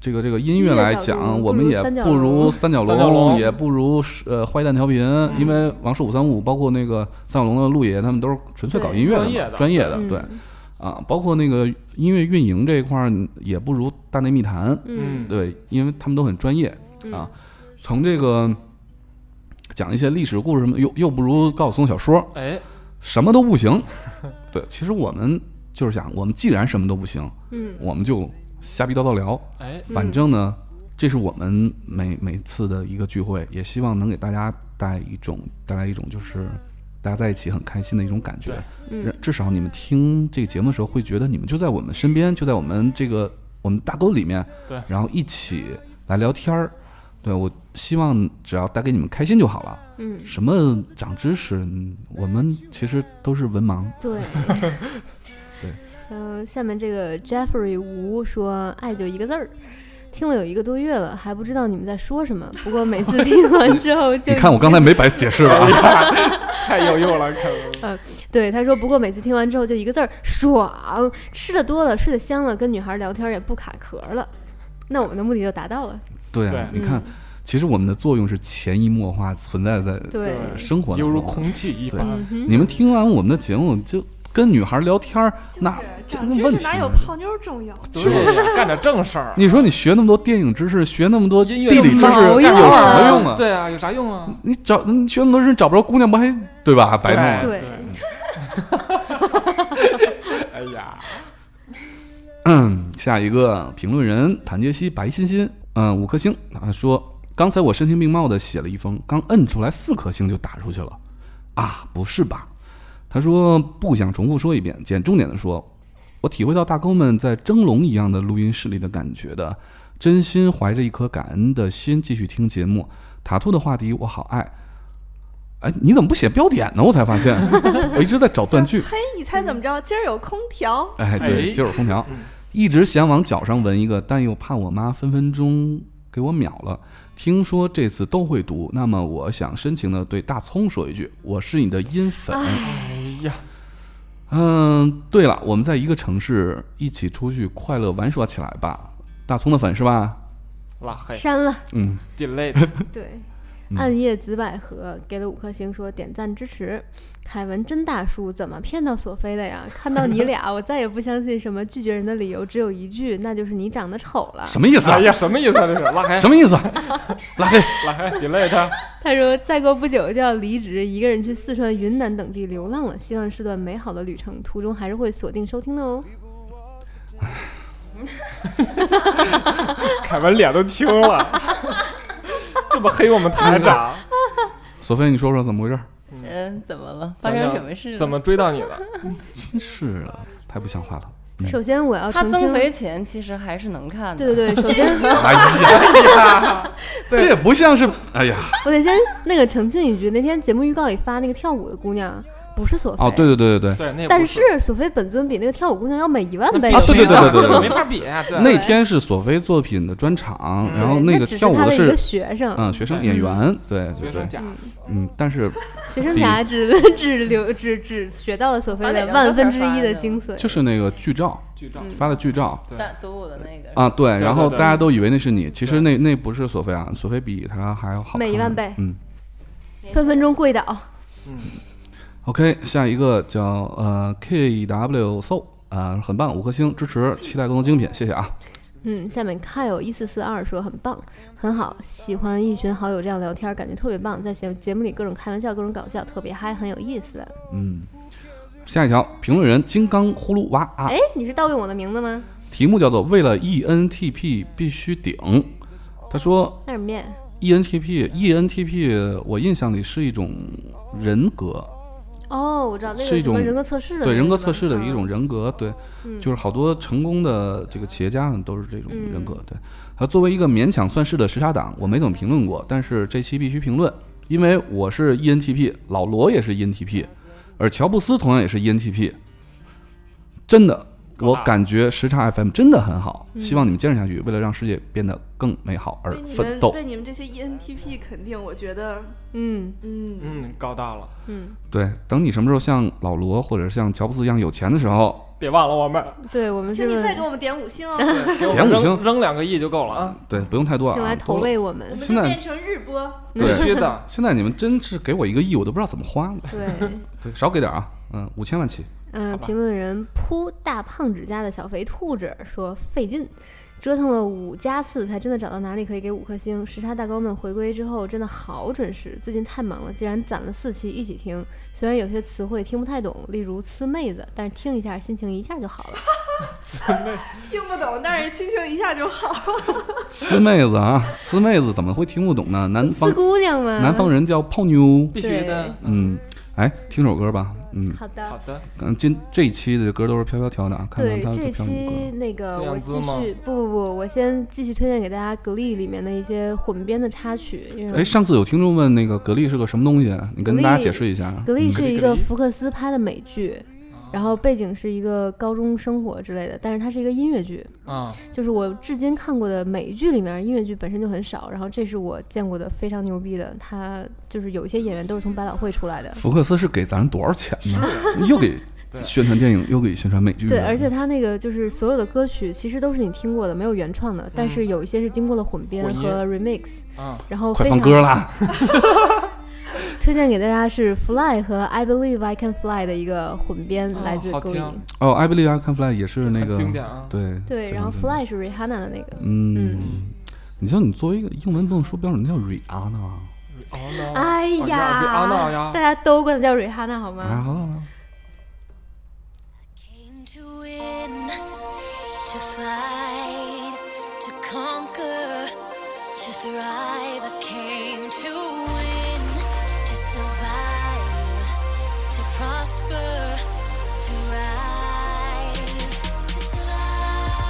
Speaker 1: 这个这个音
Speaker 2: 音乐
Speaker 1: 乐来
Speaker 2: 角度
Speaker 1: 讲，
Speaker 2: 不
Speaker 1: 我们
Speaker 2: 如
Speaker 1: 也
Speaker 2: 三角
Speaker 1: 不如
Speaker 2: 龙嗯
Speaker 1: 三角
Speaker 4: 三角
Speaker 1: 龙，
Speaker 4: 龙
Speaker 1: 也不如是呃坏蛋调频，因为王氏五三五，包括那个三角龙的陆爷，他们都是纯粹搞
Speaker 2: 对
Speaker 1: 音乐
Speaker 4: 专业
Speaker 1: 嘛
Speaker 4: 的
Speaker 1: 专业的，
Speaker 2: 嗯
Speaker 1: 对啊，包括那个音乐运营这一块儿也不如大内密谈，
Speaker 2: 嗯
Speaker 1: 对，因为他们都很专业啊。从这个讲一些历史故事什么，又又不如高晓松小说，
Speaker 4: 哎，
Speaker 1: 什么都不行。 (laughs) 对，其实我们就是想，我们既然什么都不行，
Speaker 2: 嗯
Speaker 1: 我们就瞎逼叨叨聊。
Speaker 4: 哎，
Speaker 1: 反正呢，这是我们每每次的一个聚会，也希望能给大家带一种带来一种就是大家在一起很开心的一种感觉
Speaker 4: 对。
Speaker 1: 让
Speaker 2: 嗯
Speaker 1: 至少你们听这个节目的时候，会觉得你们就在我们身边，就在我们这个我们大沟里面，
Speaker 4: 对
Speaker 1: 然后一起来聊天儿。对我希望只要带给你们开心就好了。
Speaker 2: 嗯，
Speaker 1: 什么长知识，嗯我们其实都是文盲。，
Speaker 2: 对
Speaker 1: 对。
Speaker 2: 嗯，下面这个 Jeffrey 吴说：“爱就一个字儿。”听了有一个多月了，还不知道你们在说什么。不过每次听完之后
Speaker 1: (laughs)
Speaker 2: 就
Speaker 1: 你看我刚才没白解释吧？
Speaker 4: (laughs)
Speaker 1: 啊
Speaker 4: 太悠悠 (laughs) 了，凯文。
Speaker 2: 对他说，不过每次听完之后就一个字儿爽，吃的多了，睡得香了，跟女孩聊天也不卡壳了。那我们的目的就达到了。
Speaker 1: 对啊，
Speaker 4: 对
Speaker 1: 你
Speaker 3: 嗯
Speaker 1: 看，其实我们的作用是潜移默化存在在
Speaker 2: 对，嗯
Speaker 4: 对
Speaker 1: 生活当
Speaker 4: 犹如
Speaker 1: 中。
Speaker 4: 空气一
Speaker 1: 对
Speaker 4: 般。
Speaker 3: 嗯
Speaker 1: 你们听完我们的节目，就跟女孩聊天儿，那这个
Speaker 3: 就是长
Speaker 1: 问
Speaker 3: 知
Speaker 1: 题
Speaker 3: 识哪有
Speaker 1: 呢
Speaker 3: 泡妞重要？哎
Speaker 4: 就是干点正事儿。
Speaker 1: 你说你学那么多电影知识，学那么多地
Speaker 4: 音乐
Speaker 1: 理知识，
Speaker 2: 有
Speaker 3: 哦
Speaker 2: 毛
Speaker 1: 有
Speaker 2: 用啊
Speaker 1: 什么用啊？
Speaker 4: 对啊，有啥用啊？
Speaker 1: 你找你学那么多知识，找不着姑娘，不还对吧？白弄啊了。
Speaker 2: 对
Speaker 4: (laughs) 哎呀，
Speaker 1: 嗯，下一个评论人谭杰希白欣欣，嗯，五颗星。他说：“刚才我声情并茂的写了一封，刚摁出来四颗星就打出去了，啊，不是吧？”他说：“不想重复说一遍，简重点的说，我体会到大哥们在蒸笼一样的录音室里的感觉的，真心怀着一颗感恩的心继续听节目。塔兔的话题我好爱。”哎，你怎么不写标点呢？我才发现， (laughs) 我一直在找断句。
Speaker 3: 嘿，你猜怎么着？今儿有空调，
Speaker 1: 哎，对，
Speaker 4: 哎
Speaker 1: 接着空调
Speaker 4: 嗯，
Speaker 1: 一直想往脚上纹一个，但又怕我妈分分钟给我秒了。听说这次都会读，那么我想深情的对大葱说一句，我是你的阴粉。
Speaker 4: 哎呀，
Speaker 1: 嗯，对了，我们在一个城市一起出去快乐玩耍起来吧。大葱的粉是吧？
Speaker 4: 拉黑
Speaker 2: 删了。
Speaker 1: 嗯， (laughs)
Speaker 4: ，delete，
Speaker 2: 对，
Speaker 1: 嗯
Speaker 2: 暗夜紫百合给了五颗星，说点赞支持。凯文真大叔，怎么骗到索菲的呀？看到你俩，我再也不相信什么拒绝人的理由只有一句，那就是你长得丑了。
Speaker 1: 什么意思啊
Speaker 4: 哎？呀，什么意思啊？这
Speaker 1: (laughs)
Speaker 4: 是拉黑，
Speaker 1: 什么意思啊？拉黑。
Speaker 4: 拉黑，delete，
Speaker 2: 他说，再过不久就要离职，一个人去四川、云南等地流浪了，希望是段美好的旅程，途中还是会锁定收听的哦。
Speaker 4: 凯文脸都青了， (laughs) 这么黑我们台长，
Speaker 1: 嗯索菲，你说说怎么回事？
Speaker 5: (laughs) 嗯，怎么了？发
Speaker 4: 讲
Speaker 5: 生
Speaker 4: 讲
Speaker 5: 什么事了？
Speaker 4: 怎么追到你了？
Speaker 1: 真是的，太不像话了。嗯
Speaker 2: 首先，我要
Speaker 5: 他
Speaker 2: 澄清
Speaker 5: 增肥前其实还是能看的。
Speaker 2: 对对对，首先
Speaker 1: 哎呀，这也不像是，哎呀，
Speaker 2: 我得先那个澄清一句，那天节目预告里发那个跳舞的姑娘，不是索菲。
Speaker 1: 哦，对对对对对。
Speaker 4: 对，那也
Speaker 2: 但
Speaker 4: 不
Speaker 2: 是索菲本尊比那个跳舞姑娘要美一万倍
Speaker 4: 那
Speaker 1: 啊
Speaker 2: 有
Speaker 1: 对
Speaker 4: 比
Speaker 2: 没
Speaker 1: 对
Speaker 2: 有
Speaker 1: 对
Speaker 4: 没
Speaker 1: 对对
Speaker 4: 法没法比啊，对
Speaker 1: 那天是索菲作品的专场，
Speaker 4: 嗯
Speaker 1: 然后
Speaker 2: 对那
Speaker 1: 个
Speaker 2: 只
Speaker 1: 跳舞
Speaker 2: 是他
Speaker 1: 是
Speaker 2: 一个学生，
Speaker 1: 嗯学生
Speaker 4: 对
Speaker 1: 演员，对
Speaker 4: 学
Speaker 1: 对
Speaker 4: 生
Speaker 1: 对，
Speaker 4: 甲，
Speaker 1: 嗯，但是
Speaker 2: 学生甲只
Speaker 1: (laughs)
Speaker 2: 只留只只学到了索菲
Speaker 5: 把哪
Speaker 2: 的
Speaker 5: 张
Speaker 2: 万
Speaker 5: 照
Speaker 2: 分
Speaker 5: 片
Speaker 2: 之
Speaker 5: 发
Speaker 2: 一的
Speaker 5: 的
Speaker 2: 精髓，
Speaker 1: 就是那个剧照
Speaker 4: 剧照
Speaker 5: 嗯
Speaker 1: 发的剧照，
Speaker 4: 对
Speaker 5: 但独舞的那个，
Speaker 1: 啊，对，
Speaker 4: 对
Speaker 1: 然
Speaker 4: 对
Speaker 1: 后
Speaker 4: 对
Speaker 1: 大家都以为那是你，其实
Speaker 4: 对
Speaker 1: 那那不是索菲啊，索菲比她还要好看
Speaker 2: 美一万倍
Speaker 1: 嗯
Speaker 2: 分分钟跪倒。
Speaker 4: 嗯，
Speaker 1: ，OK，下一个叫呃 K W Soul 啊、很棒，五颗星支持，期待更多精品，谢谢啊。
Speaker 2: 嗯，下面 Kyle 一四四二说很棒，很好，喜欢一群好友这样聊天，感觉特别棒，在节节目里各种开玩笑，各种搞笑，特别嗨，很有意思。
Speaker 1: 嗯，下一条评论人金刚呼噜娃啊，
Speaker 2: 哎，你是盗用我的名字吗？
Speaker 1: 题目叫做为了 E ENTP 必须顶，他说
Speaker 2: 那是面，
Speaker 1: E ENTP ENTP 我印象里是一种人格，
Speaker 2: 哦，我知道那个
Speaker 1: 是一
Speaker 2: 什么
Speaker 1: 种
Speaker 2: 人格测试的那个
Speaker 1: 对
Speaker 2: 是吧，
Speaker 1: 人格测试的一种
Speaker 2: 嗯，
Speaker 1: 人格，对，
Speaker 2: 嗯
Speaker 1: 就是好多成功的这个企业家都是这种人格
Speaker 2: 嗯，
Speaker 1: 对。啊，作为一个勉强算是的时差党，我没怎么评论过，但是这期必须评论，因为我是 E ENTP，老罗也是 E ENTP，而乔布斯同样也是 E ENTP，真的。
Speaker 4: 搞
Speaker 1: 我
Speaker 4: 大
Speaker 1: 感觉时差 FM 真的很好，
Speaker 2: 嗯
Speaker 1: 希望你们坚持下去，为了让世界变得更美好而
Speaker 3: 被你
Speaker 1: 奋
Speaker 3: 们
Speaker 1: 斗。
Speaker 3: 被你们这些 E ENTP 肯定，我觉得，
Speaker 2: 嗯
Speaker 3: 嗯，
Speaker 4: 嗯，高大了，
Speaker 2: 嗯，
Speaker 1: 对，等你什么时候像老罗或者像乔布斯一样有钱的时候，
Speaker 4: 别忘了我们，
Speaker 2: 对
Speaker 1: 嗯
Speaker 2: 我们
Speaker 3: 请
Speaker 2: 是
Speaker 3: 你再给我们点五星哦，
Speaker 1: (laughs)
Speaker 4: 给我
Speaker 1: 点
Speaker 4: 们
Speaker 1: 五
Speaker 4: 扔
Speaker 1: 星
Speaker 4: 扔两个亿就够了啊，
Speaker 1: 对，不用太多啊，
Speaker 2: 请来投
Speaker 1: 都
Speaker 2: 喂我
Speaker 3: 我
Speaker 2: 们，
Speaker 3: 们
Speaker 1: 现
Speaker 3: 就
Speaker 1: 在
Speaker 3: 变成日播。
Speaker 1: 对
Speaker 4: 必须 (laughs) 的，
Speaker 1: 现在你们真是给我一个亿，我都不知道怎么花了。
Speaker 2: 对。
Speaker 1: 对，少给点啊，嗯，五千万
Speaker 2: (laughs)
Speaker 1: 起。
Speaker 2: 嗯、
Speaker 4: 好吧
Speaker 2: 评论人扑大胖指甲的小肥兔子说费劲，折腾了五加四才真的找到哪里可以给五颗星。时差大哥们回归之后真的好准时，最近太忙了，竟然攒了四期一起听。虽然有些词汇听不太懂，例如“呲妹子”，但是听一下心情一下就好了。
Speaker 3: 听不懂，但是心情一下就好。
Speaker 1: 呲妹子啊，呲妹子怎么会听不懂呢？南方
Speaker 2: 呲姑娘嘛，
Speaker 1: 南方人叫泡妞。
Speaker 4: 必须的，
Speaker 1: 嗯，哎，听首歌吧。嗯，
Speaker 2: 好
Speaker 4: 好
Speaker 2: 的。
Speaker 4: 的，
Speaker 1: 嗯，今这一期的歌都是飘飘挑的啊，看看
Speaker 2: 对
Speaker 1: 他
Speaker 2: 这
Speaker 1: 挑什么
Speaker 2: 期
Speaker 1: 歌。
Speaker 2: 那个
Speaker 4: 孙
Speaker 2: 我
Speaker 4: 杨
Speaker 2: 继
Speaker 4: 姿吗
Speaker 2: 续不不不，我先继续推荐给大家《Glee》里面的一些混编的插曲。因为
Speaker 1: 哎，上次有听众问那个格力是个什么东西，啊你跟
Speaker 2: 格力
Speaker 1: 大家解释一下。
Speaker 2: 格力
Speaker 1: 嗯
Speaker 2: 是一个福克斯拍的美剧，然后背景是一个高中生活之类的，但是它是一个音乐剧，
Speaker 4: 啊，
Speaker 2: 就是我至今看过的美剧里面音乐剧本身就很少，然后这是我见过的非常牛逼的，它就是有一些演员都是从百老汇出来的。
Speaker 1: 福克斯是给咱多少钱
Speaker 2: (laughs)
Speaker 1: 呢？又给
Speaker 4: 对
Speaker 1: 宣传电影，又给宣传美剧。啊
Speaker 2: 对，而且它那个就是所有的歌曲其实都是你听过的，没有原创的，但是有一些是经过了混编
Speaker 4: 混音
Speaker 2: 和 remix，
Speaker 4: 啊，
Speaker 2: 然后
Speaker 1: 快
Speaker 2: 非
Speaker 1: 放
Speaker 2: 常
Speaker 1: 歌啦！
Speaker 2: 推荐给大家是 Fly 和 I Believe I Can Fly 的一个混编，
Speaker 4: 哦
Speaker 2: 来自
Speaker 4: 好
Speaker 2: Glee。
Speaker 4: 听
Speaker 1: 哦，I believe I can fly 也是那
Speaker 4: 很
Speaker 1: 个
Speaker 4: 经典啊，
Speaker 1: 对
Speaker 2: 对，
Speaker 1: 非
Speaker 2: 然后
Speaker 1: 常经典
Speaker 2: Fly 是 Rihanna 的那个。
Speaker 1: 嗯，你像你作为一个英文不能说标准，你叫 Rihanna。啊
Speaker 2: 啊
Speaker 4: 哦呢
Speaker 2: 哎
Speaker 4: 哦呀，这阿娜
Speaker 2: 呀，
Speaker 4: 呀
Speaker 2: 大，家都管她叫瑞哈娜好
Speaker 1: 啊，
Speaker 2: 吗？
Speaker 1: 好了好了，
Speaker 6: Came to win, to fight, to conquer, to thrive. I came to win, to survive, to prosper, to rise, to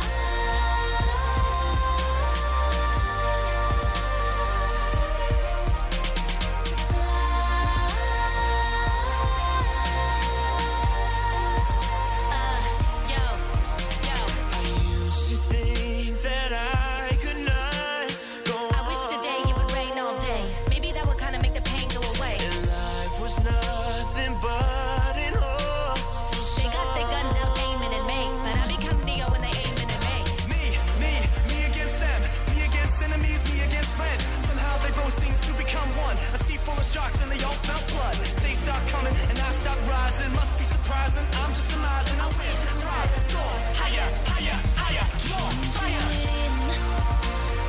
Speaker 6: fly. Yo.
Speaker 7: I used to think that I could not go
Speaker 6: I wish today it would rain all day. Maybe that would kind of make the pain go away.
Speaker 7: on. Life was nothing but an awful
Speaker 6: They got their guns out aiming at me, but I become Neo when they aiming at me.
Speaker 7: Me, me, me against them, me against enemies, me against friends. Somehow they both seem to become one. A sea full of sharks and they all smell blood. They stop coming and I stop rising. Must be surprising, I'm just surmising. I win, thrive, soar, higher, higher, higher, more fire.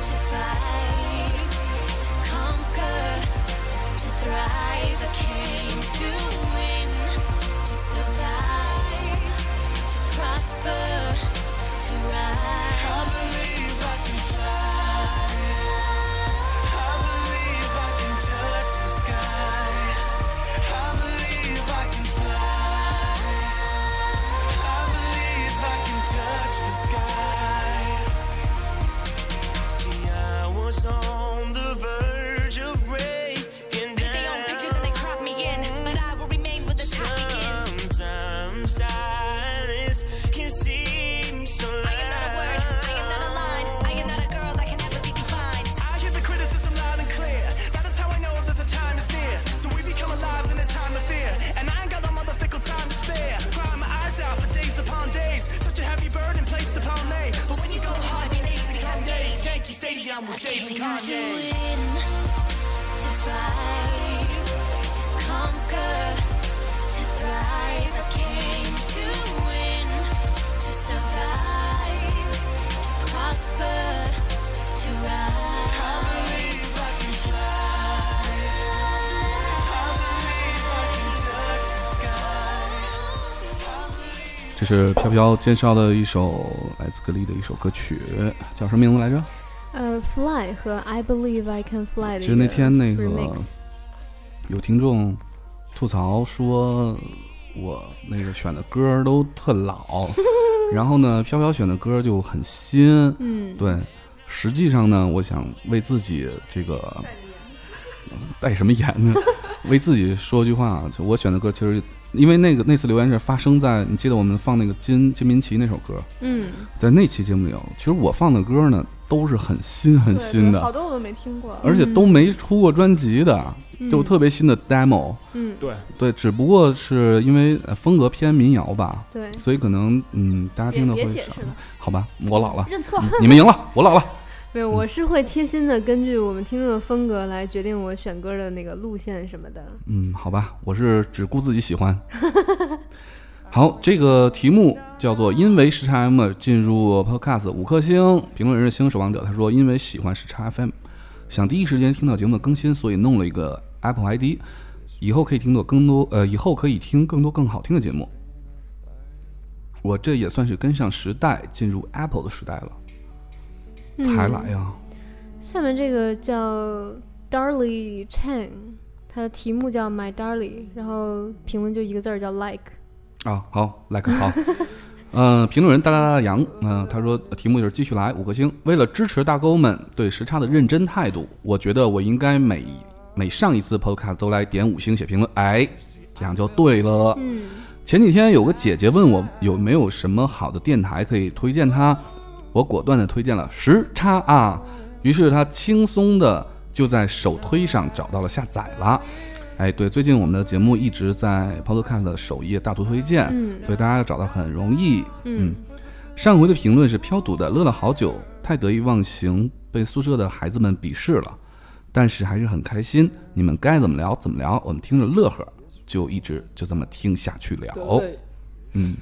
Speaker 6: To fight, to conquer, to thrive. I came to win, to survive, to prosper, to rise.
Speaker 7: believe I can fly. I believe I can touch the sky. I believe I can fly. I believe I can touch the sky. See, I was stadium with Jay and Kanye.
Speaker 1: 这是飘飘介绍的一首来自格力的一首歌曲，叫什么名字来着？
Speaker 2: 呃，Fly 和 I Believe I Can Fly 的一
Speaker 1: 就那天那个
Speaker 2: remix
Speaker 1: 有听众吐槽说，我那个选的歌儿都特
Speaker 2: (laughs)
Speaker 1: 老，然后呢，飘飘选的歌儿就很新。
Speaker 2: 嗯，
Speaker 1: 对，实际上呢，我想为自己这个带什么言
Speaker 3: (laughs)
Speaker 1: 呢？为自己说句话，啊就我选的歌其实。因为那个那次留言是发生在你记得我们放那个金金民奇那首歌，
Speaker 2: 嗯，
Speaker 1: 在那期节目里有。其实我放的歌呢都是很新很
Speaker 3: 对
Speaker 1: 新
Speaker 3: 对好嗯
Speaker 1: 的，
Speaker 3: 多我都没听过。
Speaker 1: 而且都没出过专辑的，
Speaker 3: 嗯
Speaker 1: 就特别新的 demo。
Speaker 2: 嗯，
Speaker 4: 对，
Speaker 1: 对，只不过是因为呃风格偏民谣吧，
Speaker 2: 对，
Speaker 1: 所以可能嗯大家
Speaker 3: 别
Speaker 1: 听的
Speaker 3: 别
Speaker 1: 会
Speaker 3: 解
Speaker 1: 少
Speaker 3: 释。了，
Speaker 1: 好吧，我老了，
Speaker 3: 认错。
Speaker 1: 嗯你们赢了，我老了。
Speaker 2: 没有，我是会贴心的根据我们听众的风格来决定我选歌的那个路线什么的。
Speaker 1: 嗯，好吧，我是只顾自己喜欢。 (laughs) 好，这个题目叫做“因为时差 M 进入 Podcast 五颗星”，评论人是星守望者，他说因为喜欢时差 FM，想第一时间听到节目的更新，所以弄了一个 Apple ID，以后可以听到更多，呃，以后可以听更多更好听的节目。我这也算是跟上时代，进入 Apple 的时代了，才来啊呀、
Speaker 2: 嗯下面这个叫 Darly Chang，它的题目叫 My Darly，然后评论就一个字儿叫 Like。
Speaker 1: 啊，好，like 好， (laughs) 嗯，评论人大大大杨，嗯、他说题目就是继续来五颗星。为了支持大哥们对时差的认真态度，我觉得我应该每每上一次 podcast 都来点五星写评论，哎，这样就对了。
Speaker 2: 嗯，
Speaker 1: 前几天有个姐姐问我有没有什么好的电台可以推荐她，我果断的推荐了时差啊，于是她轻松的就在首推上找到了下载了。哎，对，最近我们的节目一直在 Podcast 的首页大图推荐，
Speaker 2: 嗯
Speaker 1: 所以大家要找到很容易。
Speaker 2: 嗯
Speaker 1: 上回的评论是飘赌的，乐了好久，太得意忘形，被宿舍的孩子们鄙视了，但是还是很开心。你们该怎么聊怎么聊，我们听着乐呵，就一直就这么听下去了。嗯，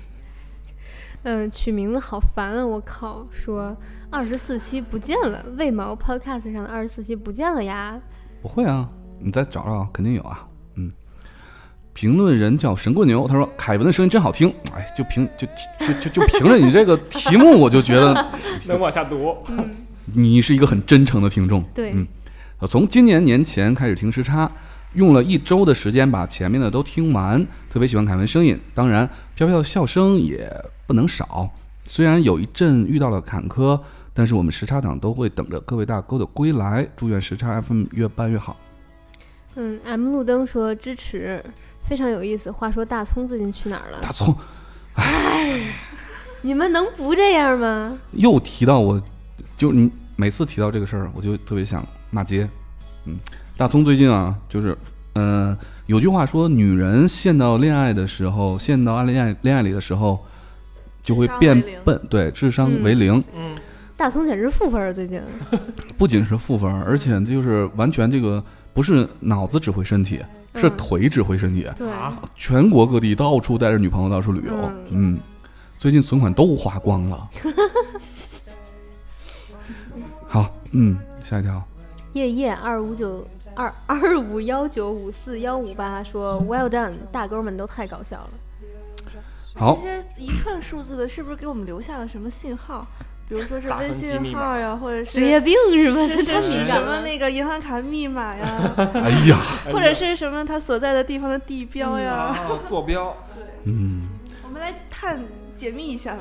Speaker 2: 嗯、取名字好烦啊！我靠，说二十四期不见了，为毛 Podcast 上的二十四期不见了呀？
Speaker 1: 不会啊，你再找找，肯定有啊。嗯，评论人叫神棍牛，他说凯文的声音真好听。哎，就凭就就就就凭着你这个题目，我就觉得
Speaker 4: 能往下读。
Speaker 1: 你是一个很真诚的听众。
Speaker 2: 对，
Speaker 1: 嗯呃，从今年年前开始听时差，用了一周的时间把前面的都听完，特别喜欢凯文声音，当然飘飘的笑声也不能少。虽然有一阵遇到了坎坷，但是我们时差党都会等着各位大哥的归来。祝愿时差 FM 越办越好。
Speaker 2: 嗯，M 路灯说支持，非常有意思。话说大葱最近去哪儿了
Speaker 1: 大？葱
Speaker 2: 你们能不这样吗？
Speaker 1: 又提到我，就你每次提到这个事儿，我就特别想骂街。嗯，大葱最近啊，就是嗯、呃有句话说，女人陷到恋爱的时候，陷到恋爱恋爱里的时候，就会
Speaker 3: 智商
Speaker 1: 变
Speaker 3: 为零
Speaker 1: 笨，对，智商为零，
Speaker 4: 嗯，
Speaker 2: 大葱简直负分儿，最 (laughs) 近。
Speaker 1: 不仅是负分，而且就是完全这个不是脑子指挥身体，是
Speaker 2: 嗯
Speaker 1: 腿指挥身体。
Speaker 2: 对，
Speaker 1: 全国各地到处带着女朋友到处旅游，嗯
Speaker 2: 嗯
Speaker 1: 最近存款都花光了。
Speaker 2: (laughs)
Speaker 1: 好，嗯，下一条，
Speaker 2: 夜夜二五九二二五幺九五四幺五八说 Well done，大哥们都太搞笑了。哦
Speaker 1: 好
Speaker 3: 这，些一串数字的，是不是给我们留下了什么信号？比如说是
Speaker 4: 打
Speaker 3: 微
Speaker 4: 分机密
Speaker 3: 信
Speaker 4: 码
Speaker 3: 号呀，或者是
Speaker 2: 职业病是吗？
Speaker 3: 是
Speaker 2: 太
Speaker 3: 是
Speaker 2: 敏
Speaker 3: 是
Speaker 2: 感
Speaker 3: 什么
Speaker 2: 了。
Speaker 3: 那个银行卡密码 (laughs) 呀，嗯
Speaker 1: 哎呀，
Speaker 4: 哎呀
Speaker 3: 或者是什么他所在的地方的地标呀？
Speaker 4: 啊，坐标。
Speaker 1: 嗯，
Speaker 3: 我们来探解密一下吧。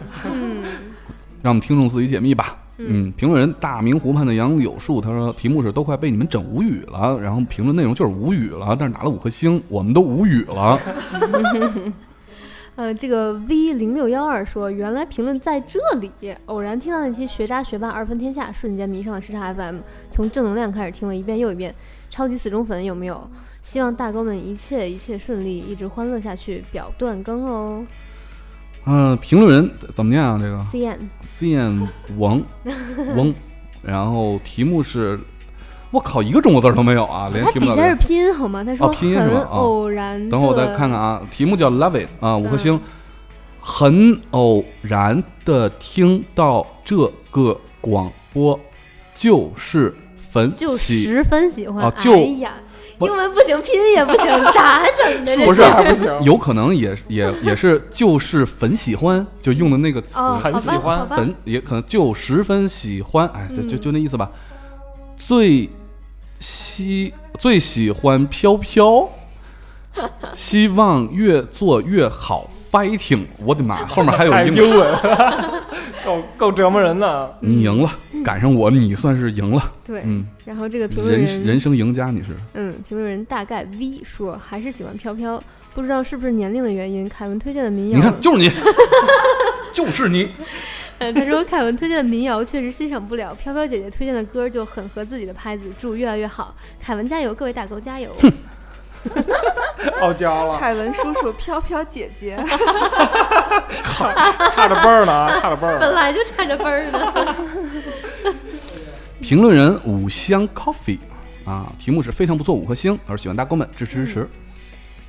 Speaker 1: 让我们听众自己解密吧。
Speaker 2: 嗯
Speaker 1: 嗯，评论人大明湖畔的杨柳树，他说题目是都快被你们整无语了，然后评论内容就是无语了，但是打了五颗星，我们都无语了。
Speaker 2: (laughs) 呃，这个 V 零六幺二说，原来评论在这里，偶然听到那期学渣学霸二分天下，瞬间迷上了时差 FM，从正能量开始听了一遍又一遍，超级死忠粉有没有？希望大哥们一切一切顺利，一直欢乐下去，表断更哦。
Speaker 1: 啊嗯、评论人怎么念啊？这个
Speaker 2: (laughs) C N，
Speaker 1: C N 王王然后题目是，我靠，一个中国字儿都没有啊，连
Speaker 2: 它
Speaker 1: 题目
Speaker 2: 底
Speaker 1: 都
Speaker 2: 下
Speaker 1: 没
Speaker 2: 是
Speaker 1: 有。
Speaker 2: 拼音好吗？他
Speaker 1: 哦
Speaker 2: 说
Speaker 1: 拼音是吧
Speaker 2: 很
Speaker 1: 啊
Speaker 2: 偶然的。
Speaker 1: 等会儿我再看看啊，题目叫 Love It 啊，五颗星。
Speaker 2: 嗯
Speaker 1: 很偶然的听到这个广播，就是粉
Speaker 2: 就
Speaker 1: 起
Speaker 2: 十分喜欢。
Speaker 1: 啊就
Speaker 2: 哎呀，
Speaker 1: 不
Speaker 2: 英文不行，拼音
Speaker 1: (laughs)
Speaker 2: 也不行，咋整的？这
Speaker 1: 不是
Speaker 4: 还不行，
Speaker 1: 有可能也
Speaker 2: (laughs)
Speaker 1: 也也是就是粉喜欢就用的那个词，
Speaker 2: 哦，
Speaker 4: 很
Speaker 2: 好
Speaker 4: 喜
Speaker 2: 吧
Speaker 4: 欢
Speaker 2: 好吧嗯
Speaker 1: 粉也可能就十分喜欢，哎，就就就那意思吧。最希最喜欢飘飘，
Speaker 2: (laughs)
Speaker 1: 希望越做越好，fighting！我的妈，后面还有
Speaker 4: 太
Speaker 1: 英
Speaker 4: 英
Speaker 1: 文，
Speaker 4: 文， (laughs) 够够折磨人的。
Speaker 1: 你赢了，赶上我，你算是赢了，
Speaker 2: 对
Speaker 1: 嗯，
Speaker 2: 然后这个评论
Speaker 1: 人
Speaker 2: 人
Speaker 1: 人生赢家，你是。
Speaker 2: 嗯，评论人大概 V 说还是喜欢飘飘，不知道是不是年龄的原因，凯文推荐的民谣，
Speaker 1: 你看，就是你，就是你，
Speaker 2: 嗯他说凯文推荐的民谣确实欣赏不了，飘飘姐姐推荐的歌就很合自己的拍子，祝越来越好，凯文加油，各位打勾加油，
Speaker 4: 傲娇了，
Speaker 3: 凯文叔叔、飘飘姐姐， (laughs)
Speaker 4: 差着辈儿呢
Speaker 2: (laughs)
Speaker 4: 啊，差着辈儿
Speaker 2: 本
Speaker 4: 了。
Speaker 2: 来就差着分儿呢，
Speaker 1: 评论人五香 coffee 啊，题目是非常不错，五颗星，而喜欢大哥们支持支持。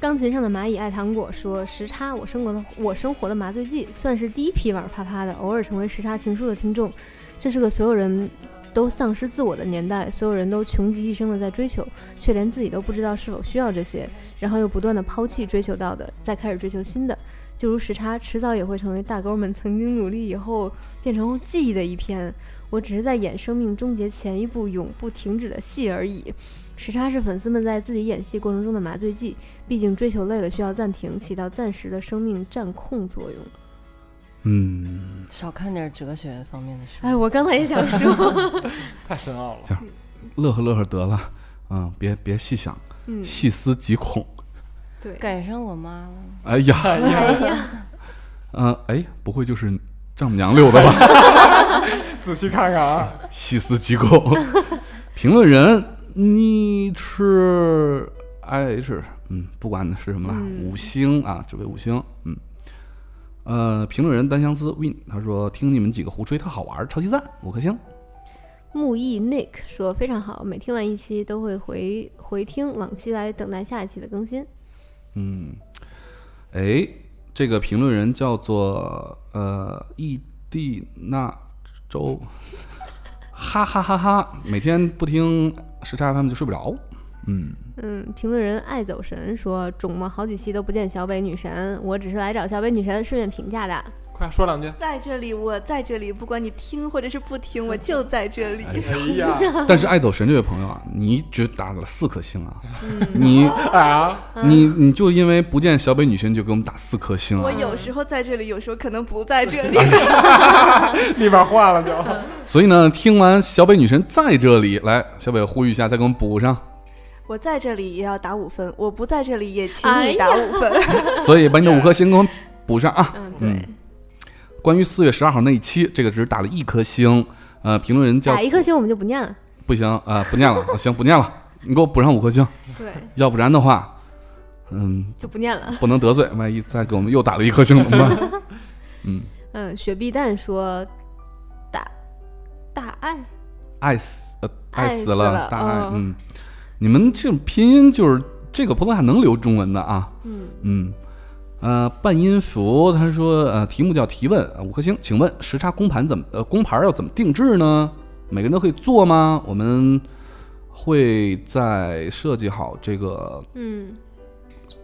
Speaker 2: 钢琴上的蚂蚁爱糖果说时差我生活的我生活的麻醉剂，算是第一批玩啪啪的，偶尔成为时差情书的听众，这是个所有人。都丧失自我的年代，所有人都穷极一生的在追求，却连自己都不知道是否需要这些，然后又不断的抛弃追求到的，再开始追求新的，就如时差，迟早也会成为大哥们曾经努力以后变成记忆的一篇。我只是在演生命终结前一部永不停止的戏而已。时差是粉丝们在自己演戏过程中的麻醉剂，毕竟追求累了需要暂停，起到暂时的生命占控作用。
Speaker 1: 嗯，
Speaker 5: 少看点哲学方面的书。
Speaker 2: 哎，我刚才也想说，
Speaker 4: 太深奥了。
Speaker 1: 乐呵乐呵得了，嗯，别别细想，
Speaker 2: (laughs) 嗯，
Speaker 1: 细思极恐。
Speaker 2: 对，
Speaker 5: 赶上我妈了，
Speaker 1: 哎呀，
Speaker 4: 哎呀，
Speaker 2: 哎
Speaker 1: (laughs)
Speaker 2: 呀，
Speaker 1: 嗯、哎，不会就是丈母娘溜的吧？
Speaker 4: 仔细看看啊，
Speaker 1: 细思极恐。 (laughs) 评论人你吃 i h，嗯，不管是什么啦，
Speaker 2: 嗯
Speaker 1: 五星啊，只为五星，嗯。呃，评论人单相思 win，他说听你们几个胡吹特好玩儿，超级赞，五颗星。
Speaker 2: 木易 Nick 说非常好，每听完一期都会回回听往期来等待下一期的更新。
Speaker 1: 嗯，哎，这个评论人叫做呃异地那周， (laughs) 哈哈哈哈！每天不听时差 FM 就睡不着。嗯，
Speaker 2: 嗯，评论人爱走神说肿么好几期都不见小北女神，我只是来找小北女神顺便评价的。
Speaker 4: 快说两句。
Speaker 3: 在这里，我在这里，不管你听或者是不听，我就在这里。
Speaker 4: 哎呀， (laughs)
Speaker 3: (laughs)
Speaker 1: 但是爱走神这位朋友啊，你只打了四颗星啊，
Speaker 3: 嗯
Speaker 1: 你
Speaker 4: 啊，
Speaker 1: 你你就因为不见小北女神就给我们打四颗星啊
Speaker 3: 我，有时候在这里，有时候可能不在这里。
Speaker 4: 立马换了
Speaker 2: 嗯
Speaker 4: 就。
Speaker 1: 所以呢，听完小北女神在这里，来小北呼吁一下，再给我们补
Speaker 3: (laughs)
Speaker 1: 上。
Speaker 3: (laughs) 我在这里也要打五分，我不在这里也请
Speaker 2: 哎
Speaker 3: 你
Speaker 2: 呀
Speaker 3: 打五分。
Speaker 1: 所以把你的五颗星给我们补上啊。
Speaker 2: 嗯，对，
Speaker 1: 嗯，关于四月十二号那一期，这个只打了一颗星，呃，评论人叫
Speaker 2: 打一颗星我们就不念了。
Speaker 1: 不行啊、呃不念了，啊 (laughs) 行不念了，你给我补上五颗星，
Speaker 2: (laughs) 对，
Speaker 1: 要不然的话，嗯，
Speaker 2: 就不念了。
Speaker 1: 不能得罪，万一再给我们又打了一颗星怎么办？嗯，
Speaker 2: 嗯，雪碧蛋说，大大爱，
Speaker 1: 爱死呃
Speaker 2: 爱
Speaker 1: 死
Speaker 2: 死
Speaker 1: 了，
Speaker 2: 了
Speaker 1: 大爱、
Speaker 2: 哦
Speaker 1: 嗯，你们这拼音就是这个朋友还能留中文的啊？
Speaker 2: 嗯，
Speaker 1: 嗯，呃，半音符他说，呃，题目叫提问，呃五颗星，请问时差工盘怎么呃工盘要怎么定制呢？每个人都可以做吗？我们会在设计好这个
Speaker 2: 嗯，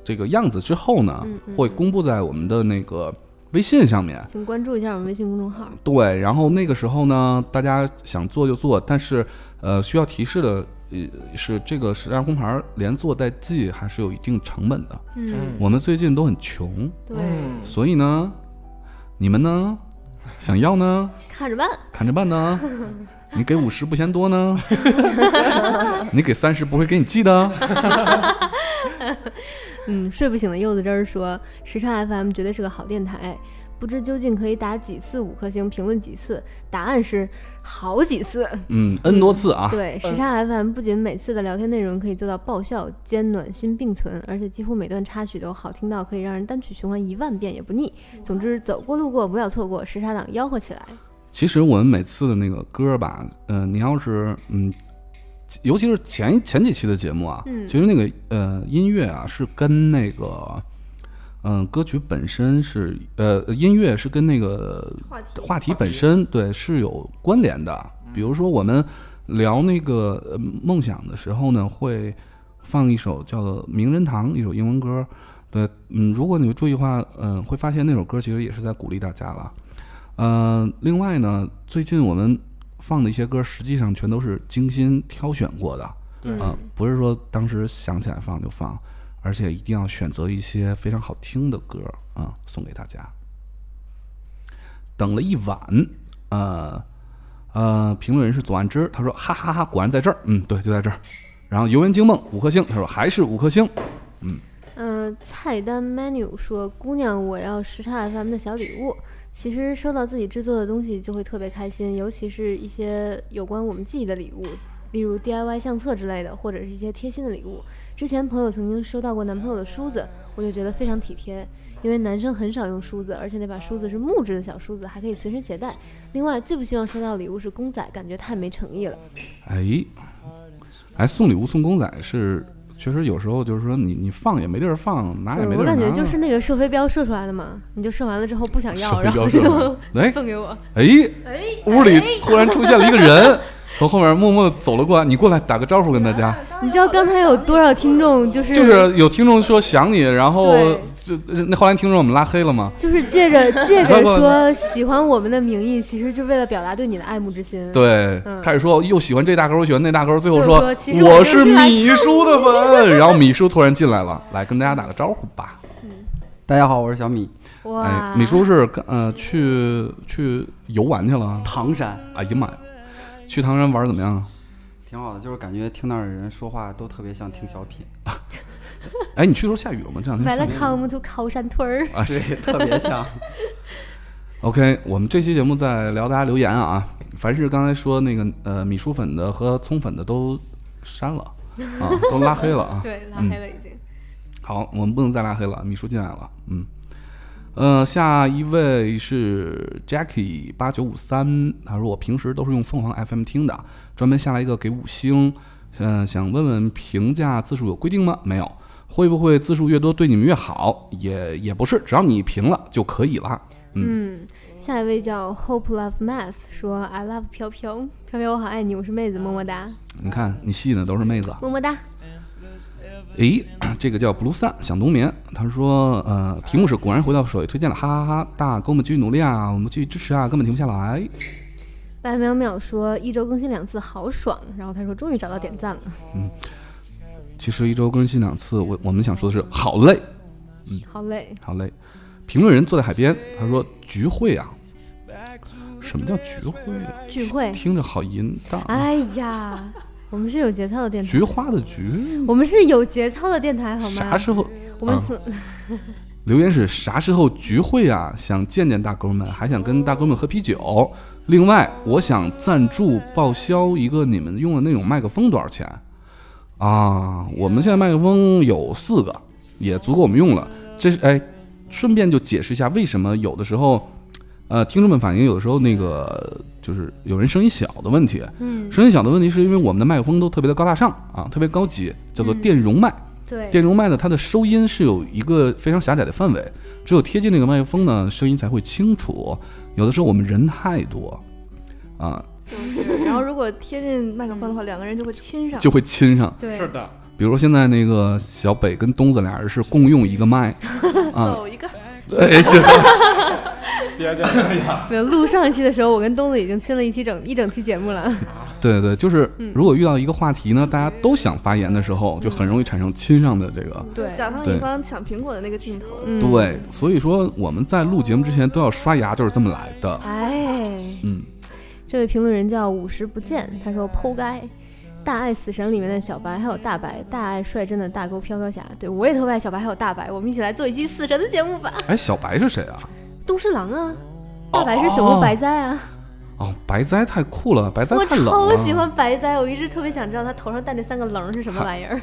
Speaker 1: 这个样子之后呢，
Speaker 2: 嗯嗯
Speaker 1: 会公布在我们的那个微信上面。
Speaker 2: 请关注一下我们微信公众号。
Speaker 1: 对，然后那个时候呢，大家想做就做，但是呃，需要提示的呃是这个时差工盘连做带记还是有一定成本的。
Speaker 2: 嗯，
Speaker 1: 我们最近都很穷，
Speaker 2: 对，
Speaker 4: 嗯，
Speaker 1: 所以呢，你们呢，想要呢，
Speaker 2: 看着办。
Speaker 1: 看着办呢。你给五十不嫌多呢， (laughs) 你给三十不会给你记的。
Speaker 2: 嗯，睡不醒的柚子汁儿说，时差 FM 绝对是个好电台，不知究竟可以打几次五颗星，评论几次？答案是好几次。
Speaker 1: 嗯，n 多次啊。
Speaker 2: 对，时差 FM 不仅每次的聊天内容可以做到爆笑兼暖心并存，而且几乎每段插曲都好听到可以让人单曲循环一万遍也不腻。总之，走过路过不要错过，时差党吆喝起来。
Speaker 1: 其实我们每次的那个歌吧，嗯、你要是嗯，尤其是前前几期的节目啊，
Speaker 2: 嗯
Speaker 1: 其实那个呃音乐啊是跟那个嗯、歌曲本身是呃音乐是跟那个
Speaker 3: (laughs) 话题
Speaker 1: 话题嗯本身对是有关联的。比如说我们聊那个呃梦想的时候呢，会放一首叫做《名人堂》一首英文歌。对，嗯，如果你注意的话，嗯、会发现那首歌其实也是在鼓励大家了。呃，另外呢，最近我们放的一些歌，实际上全都是精心挑选过的啊、
Speaker 4: 对
Speaker 2: 嗯
Speaker 1: 不是说当时想起来放就放，而且一定要选择一些非常好听的歌啊、送给大家。等了一晚，呃呃，评论人是左岸之，他说哈哈哈果然在这儿，嗯，对，就在这儿。然后游园惊梦五颗星，他说还是五颗星，
Speaker 2: 嗯、菜单 menu 说：“姑娘，我要时差 FM 的小礼物。”其实收到自己制作的东西就会特别开心，尤其是一些有关我们记忆的礼物，例如 DIY 相册之类的，或者是一些贴心的礼物。之前朋友曾经收到过男朋友的梳子，我就觉得非常体贴，因为男生很少用梳子，而且那把梳子是木质的小梳子，还可以随身携带。另外，最不希望收到的礼物是公仔，感觉太没诚意了。
Speaker 1: 哎，哎，送礼物送公仔是，确实有时候就是说你你放也没地儿放，拿也没地
Speaker 2: 嗯我
Speaker 1: 儿拿。
Speaker 2: 感觉 (laughs) 就是那个射飞镖射出来的嘛，你就射完了之后不想
Speaker 1: 射
Speaker 2: 要，
Speaker 1: 飞
Speaker 2: 然后
Speaker 1: 镖射出来
Speaker 2: 就
Speaker 1: 哎
Speaker 2: (laughs) 送给我。
Speaker 1: 哎屋里
Speaker 2: 哎
Speaker 1: 突然出现了一个人，从后面默默地走了过来，你过来打个招呼跟大家。
Speaker 2: 你知道刚才有多少听众就是
Speaker 1: 就是有听众说想你，然后
Speaker 2: 对
Speaker 1: 就那后来听众我们拉黑了嘛。
Speaker 2: 就是
Speaker 1: (laughs)
Speaker 2: 借着借着
Speaker 1: 包括
Speaker 2: 说喜欢我们的名义，其实就为了表达对你的爱慕之心。，
Speaker 1: 对，
Speaker 2: 嗯
Speaker 1: 开始说又喜欢这大勾，又喜欢那大勾，最后
Speaker 2: 就是说其实我
Speaker 1: 我
Speaker 2: 就是
Speaker 1: 是
Speaker 2: 来
Speaker 1: 米叔的粉，然后米叔突然进来了，来跟大家打个招呼吧。
Speaker 8: 大家好，我是小米。
Speaker 2: 哇
Speaker 1: 哎，，米叔是跟呃去去游玩去了，
Speaker 8: 唐山
Speaker 1: 哎呀妈呀，去唐山玩儿怎么样？啊
Speaker 8: 挺好的，就是感觉听那儿的人说话都特别像听小品，
Speaker 1: 哎，你去的时候下雨了吗？这两天下雨吗
Speaker 2: ，Welcome to 靠山屯儿。。
Speaker 1: 啊，是
Speaker 8: 对，特别像。
Speaker 1: OK，我们这期节目在聊大家留言啊，凡是刚才说那个呃米叔粉的和葱粉的都删了啊，都拉黑了啊
Speaker 2: (laughs) (laughs) 对，拉
Speaker 1: 嗯
Speaker 2: 黑了已经。
Speaker 1: 好，我们不能再拉黑了，米叔进来了，嗯。呃，下一位是 Jackie 八九五三，他说我平时都是用凤凰 FM 听的，专门下来一个给五星。嗯、想问问评价字数有规定吗？没有，会不会字数越多对你们越好？也也不是，只要你评了就可以了。
Speaker 2: 嗯，下一位叫 Hope Love Math 说 I love 飘飘，飘飘我好爱你，我是妹子，么么哒，
Speaker 1: 你看你吸引的都是妹子。
Speaker 2: 么么哒。
Speaker 1: 诶， (clears throat) 这个叫布鲁萨想冬眠，他说，呃，题目是果然回到首页推荐了，哈哈哈！大哥们继续努力啊，我们继续支持啊，根本停不下来。
Speaker 2: 白淼淼说一周更新两次，好爽。然后他说终于找到点赞了，
Speaker 1: 其实一周更新两次，我我们想说的是，好累，
Speaker 2: 好累。
Speaker 1: 好累。评论人坐在海边，他说聚会啊，什么叫聚会？
Speaker 2: 聚会，
Speaker 1: 听着好淫荡啊，
Speaker 2: 哎呀，我们是有节操的电台，
Speaker 1: 菊花的菊，
Speaker 2: 我们是有节操的电台，好吗？
Speaker 1: 啥时候？
Speaker 2: 我们
Speaker 1: 嗯
Speaker 2: 是、
Speaker 1: 留言是啥时候聚会啊？想见见大哥们，还想跟大哥们喝啤酒。另外，我想赞助报销一个你们用的那种麦克风，多少钱？啊，我们现在麦克风有四个，也足够我们用了。这是哎，顺便就解释一下为什么有的时候，呃，听众们反映有的时候那个就是有人声音小的问题。
Speaker 2: 嗯，
Speaker 1: 声音小的问题是因为我们的麦克风都特别的高大上啊，特别高级，叫做
Speaker 2: 嗯
Speaker 1: 电容麦。
Speaker 2: 对，
Speaker 1: 电容麦呢，它的收音是有一个非常狭窄的范围，只有贴近那个麦克风呢，声音才会清楚。有的时候我们人太多，啊，
Speaker 3: 就是，然后如果贴近麦克风的话，两个人就会亲上。
Speaker 1: 就会亲上。
Speaker 2: 对，
Speaker 4: 是的，
Speaker 1: 比如现在那个小北跟东子俩人是共用一个麦，
Speaker 2: (laughs)
Speaker 1: 啊，
Speaker 3: 走一个，
Speaker 1: 哎，这
Speaker 4: 别介，哎呀，
Speaker 2: 没有录上一期的时候，我跟东子已经亲了一期整一整期节目了。
Speaker 1: 对对，就是
Speaker 2: 嗯
Speaker 1: 如果遇到一个话题呢，大家都想发言的时候，就很容易产生亲上的这个。
Speaker 2: 对
Speaker 3: 甲方
Speaker 1: 对
Speaker 3: 乙方抢苹果的那个镜头。
Speaker 2: 嗯，
Speaker 1: 对，，所以说我们在录节目之前都要刷牙，就是这么来的。
Speaker 2: 哎，
Speaker 1: 嗯，
Speaker 2: 这位评论人叫五十不见，他说剖该。大爱死神里面的小白，还有大白，大爱率真的大沟飘飘侠，对我也特爱小白，还有大白，我们一起来做一期死神的节目吧。
Speaker 1: 哎，小白是谁啊？
Speaker 2: 东侍郎啊，大白是朽木白哉啊，
Speaker 1: 哦，白哉太酷了，白哉
Speaker 2: 我
Speaker 1: 太冷了。
Speaker 2: 超喜欢白哉，我一直特别想知道他头上戴那三个棱是什么玩意儿，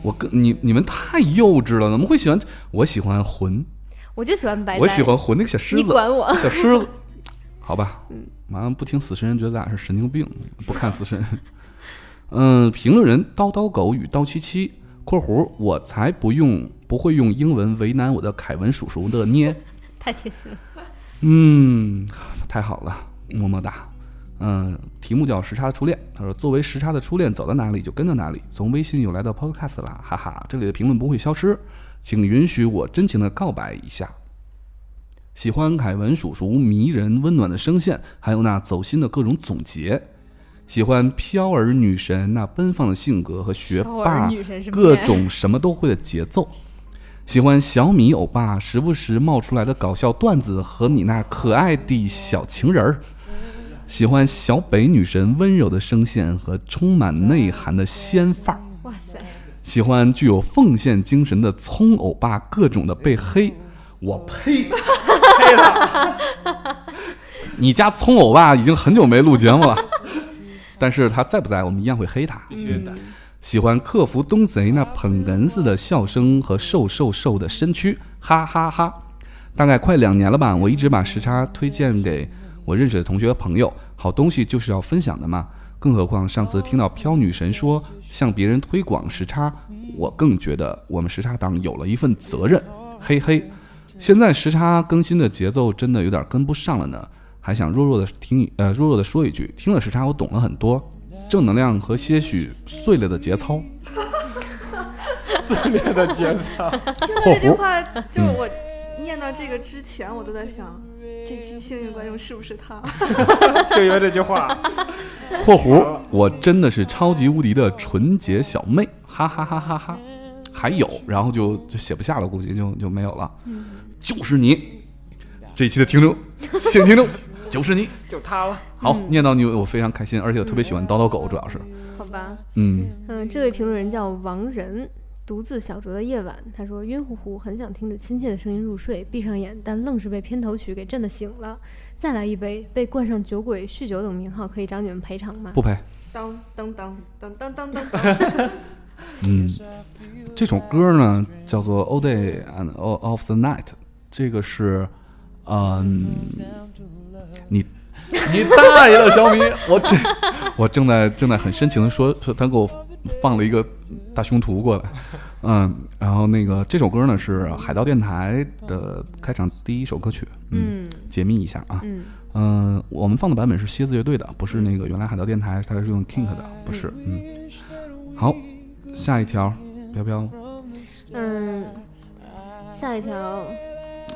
Speaker 1: 我跟你你们太幼稚了，怎么会喜欢？我喜欢魂，
Speaker 2: 我就喜欢白哉，
Speaker 1: 我喜欢魂那个小狮
Speaker 2: 你
Speaker 1: 子，
Speaker 2: (laughs) 管我，
Speaker 1: 小狮子，好吧，
Speaker 2: 嗯，
Speaker 1: 完了不听死神人觉得咱俩是神经病，不看死神人。 (laughs) 嗯，评论人叨叨狗与叨七七（括弧我才不用不会用英文为难我的凯文叔叔的
Speaker 2: (laughs)
Speaker 1: 捏
Speaker 2: (laughs) 太贴心了。）。
Speaker 1: 嗯，太好了，么么哒。嗯，题目叫《时差的初恋》。他说：“作为时差的初恋，走到哪里就跟到哪里。从微信又来到 Podcast 啦，哈哈！这里的评论不会消失，请允许我真情的告白一下。喜欢凯文叔叔迷人温暖的声线，还有那走心的各种总结。喜欢飘儿女神那奔放的性格和学
Speaker 2: 飘儿
Speaker 1: 霸
Speaker 2: 女神是
Speaker 1: 各
Speaker 2: 咩
Speaker 1: 种什么都会的节奏。喜欢小米欧巴时不时冒出来的搞笑段子和你那可爱的小情人儿。喜欢小北女神温柔的声线和充满内涵的仙范儿。
Speaker 2: 哇塞，
Speaker 1: 喜欢具有奉献精神的葱欧巴，各种的被黑，我呸，黑了。你家葱欧巴已经很久没录节目了，但是他在不在，我们一样会黑他。
Speaker 4: 必须 (laughs) 的。
Speaker 1: 喜欢克服东贼那捧哏似的笑声和瘦瘦瘦的身躯，哈哈哈大概快两年了吧，我一直把时差推荐给我认识的同学和朋友，好东西就是要分享的嘛。更何况上次听到飘女神说向别人推广时差，我更觉得我们时差党有了一份责任，嘿嘿。现在时差更新的节奏真的有点跟不上了呢，还想弱弱的听呃弱弱的说一句，听了时差我懂了很多，正能量和些许碎了的节操。
Speaker 4: 撕裂的节操，
Speaker 1: 括
Speaker 3: 听到这句
Speaker 1: 弧
Speaker 3: 话，就是我念到这个之前，我都在想，这期幸运观众是不是他？
Speaker 4: (laughs) 就因为这句话，
Speaker 1: 括弧，我真的是超级无敌的纯洁小妹，哈哈哈哈哈。还有，然后就就写不下了，估计就就没有了。
Speaker 3: 嗯
Speaker 1: 就是你，这一期的听
Speaker 3: (laughs)
Speaker 1: 众，新听众，就是你。
Speaker 4: 就他了。
Speaker 1: 好，
Speaker 3: 嗯
Speaker 1: 念到你，我非常开心，而且我特别喜欢叨叨狗，主要是，
Speaker 2: 好吧，
Speaker 1: 嗯，
Speaker 2: 嗯，这位评论人叫王仁，独自小酌的夜晚，他说晕乎乎，很想听着亲切的声音入睡，闭上眼，但愣是被片头曲给震得醒了。再来一杯，被冠上酒鬼、酗酒等名号，可以找你们赔偿吗？
Speaker 1: 不赔。
Speaker 3: 当当当当当当当当，
Speaker 1: 嗯，这首歌呢叫做《All Day and All of the Night》，这个是，嗯，你你大爷的小米， (laughs) 我这我正在正在很深情的说说，他给我放了一个大胸图过来，嗯，然后那个这首歌呢是海盗电台的开场第一首歌曲，嗯，
Speaker 2: 嗯
Speaker 1: 解密一下啊，
Speaker 2: 嗯，
Speaker 1: 嗯，我们放的版本是蝎子乐队的，不是那个原来海盗电台，它是用 Kink 的，不是。嗯，好，下一条，飘飘，
Speaker 2: 嗯，下一条，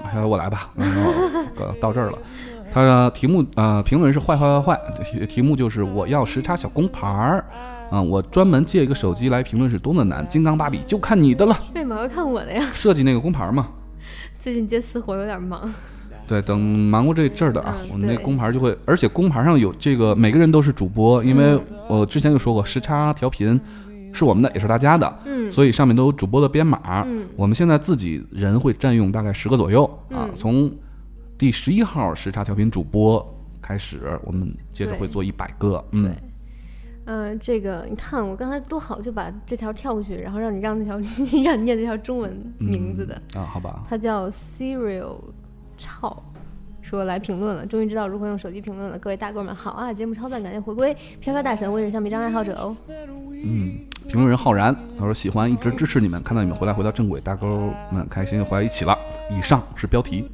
Speaker 1: 还有我来吧， (laughs) 然后呃到这儿了。它的题目呃，评论是坏坏坏坏，题题目就是我要时差小工牌儿。啊、我专门借一个手机来评论是多么难，金刚芭比就看你的了，
Speaker 2: 为毛要看我的呀？ (laughs)
Speaker 1: 设计那个工牌儿嘛。
Speaker 2: 最近接私活有点忙。
Speaker 1: 对，等忙过这阵儿的啊，
Speaker 2: 嗯
Speaker 1: 我们那
Speaker 2: 对
Speaker 1: 工牌就会，而且工牌上有这个，每个人都是主播，因
Speaker 2: 嗯
Speaker 1: 为我之前就说过，时差调频是我们的，也是大家的，
Speaker 2: 嗯，
Speaker 1: 所以上面都有主播的编码。
Speaker 2: 嗯
Speaker 1: 我们现在自己人会占用大概十个左右啊
Speaker 2: 嗯，
Speaker 1: 从第十一号时差调频主播开始，我们接着
Speaker 2: 对
Speaker 1: 会做一百个。嗯
Speaker 2: 对，嗯、这个你看我刚才多好，就把这条跳过去，然后让你让那条 (laughs) 让你念那条中文名字的。
Speaker 1: 嗯啊，好吧，
Speaker 2: 他叫 Serial 超，说来评论了，终于知道如何用手机评论了。各位大哥们好啊！节目超赞，感谢回归，飘飘大神，我也是橡皮章爱好者哦。
Speaker 1: 嗯，评论人浩然他说喜欢，一直支持你们，看到你们回来回到正轨，大哥们开心回来一起了。以上是标
Speaker 2: (laughs)
Speaker 1: 题。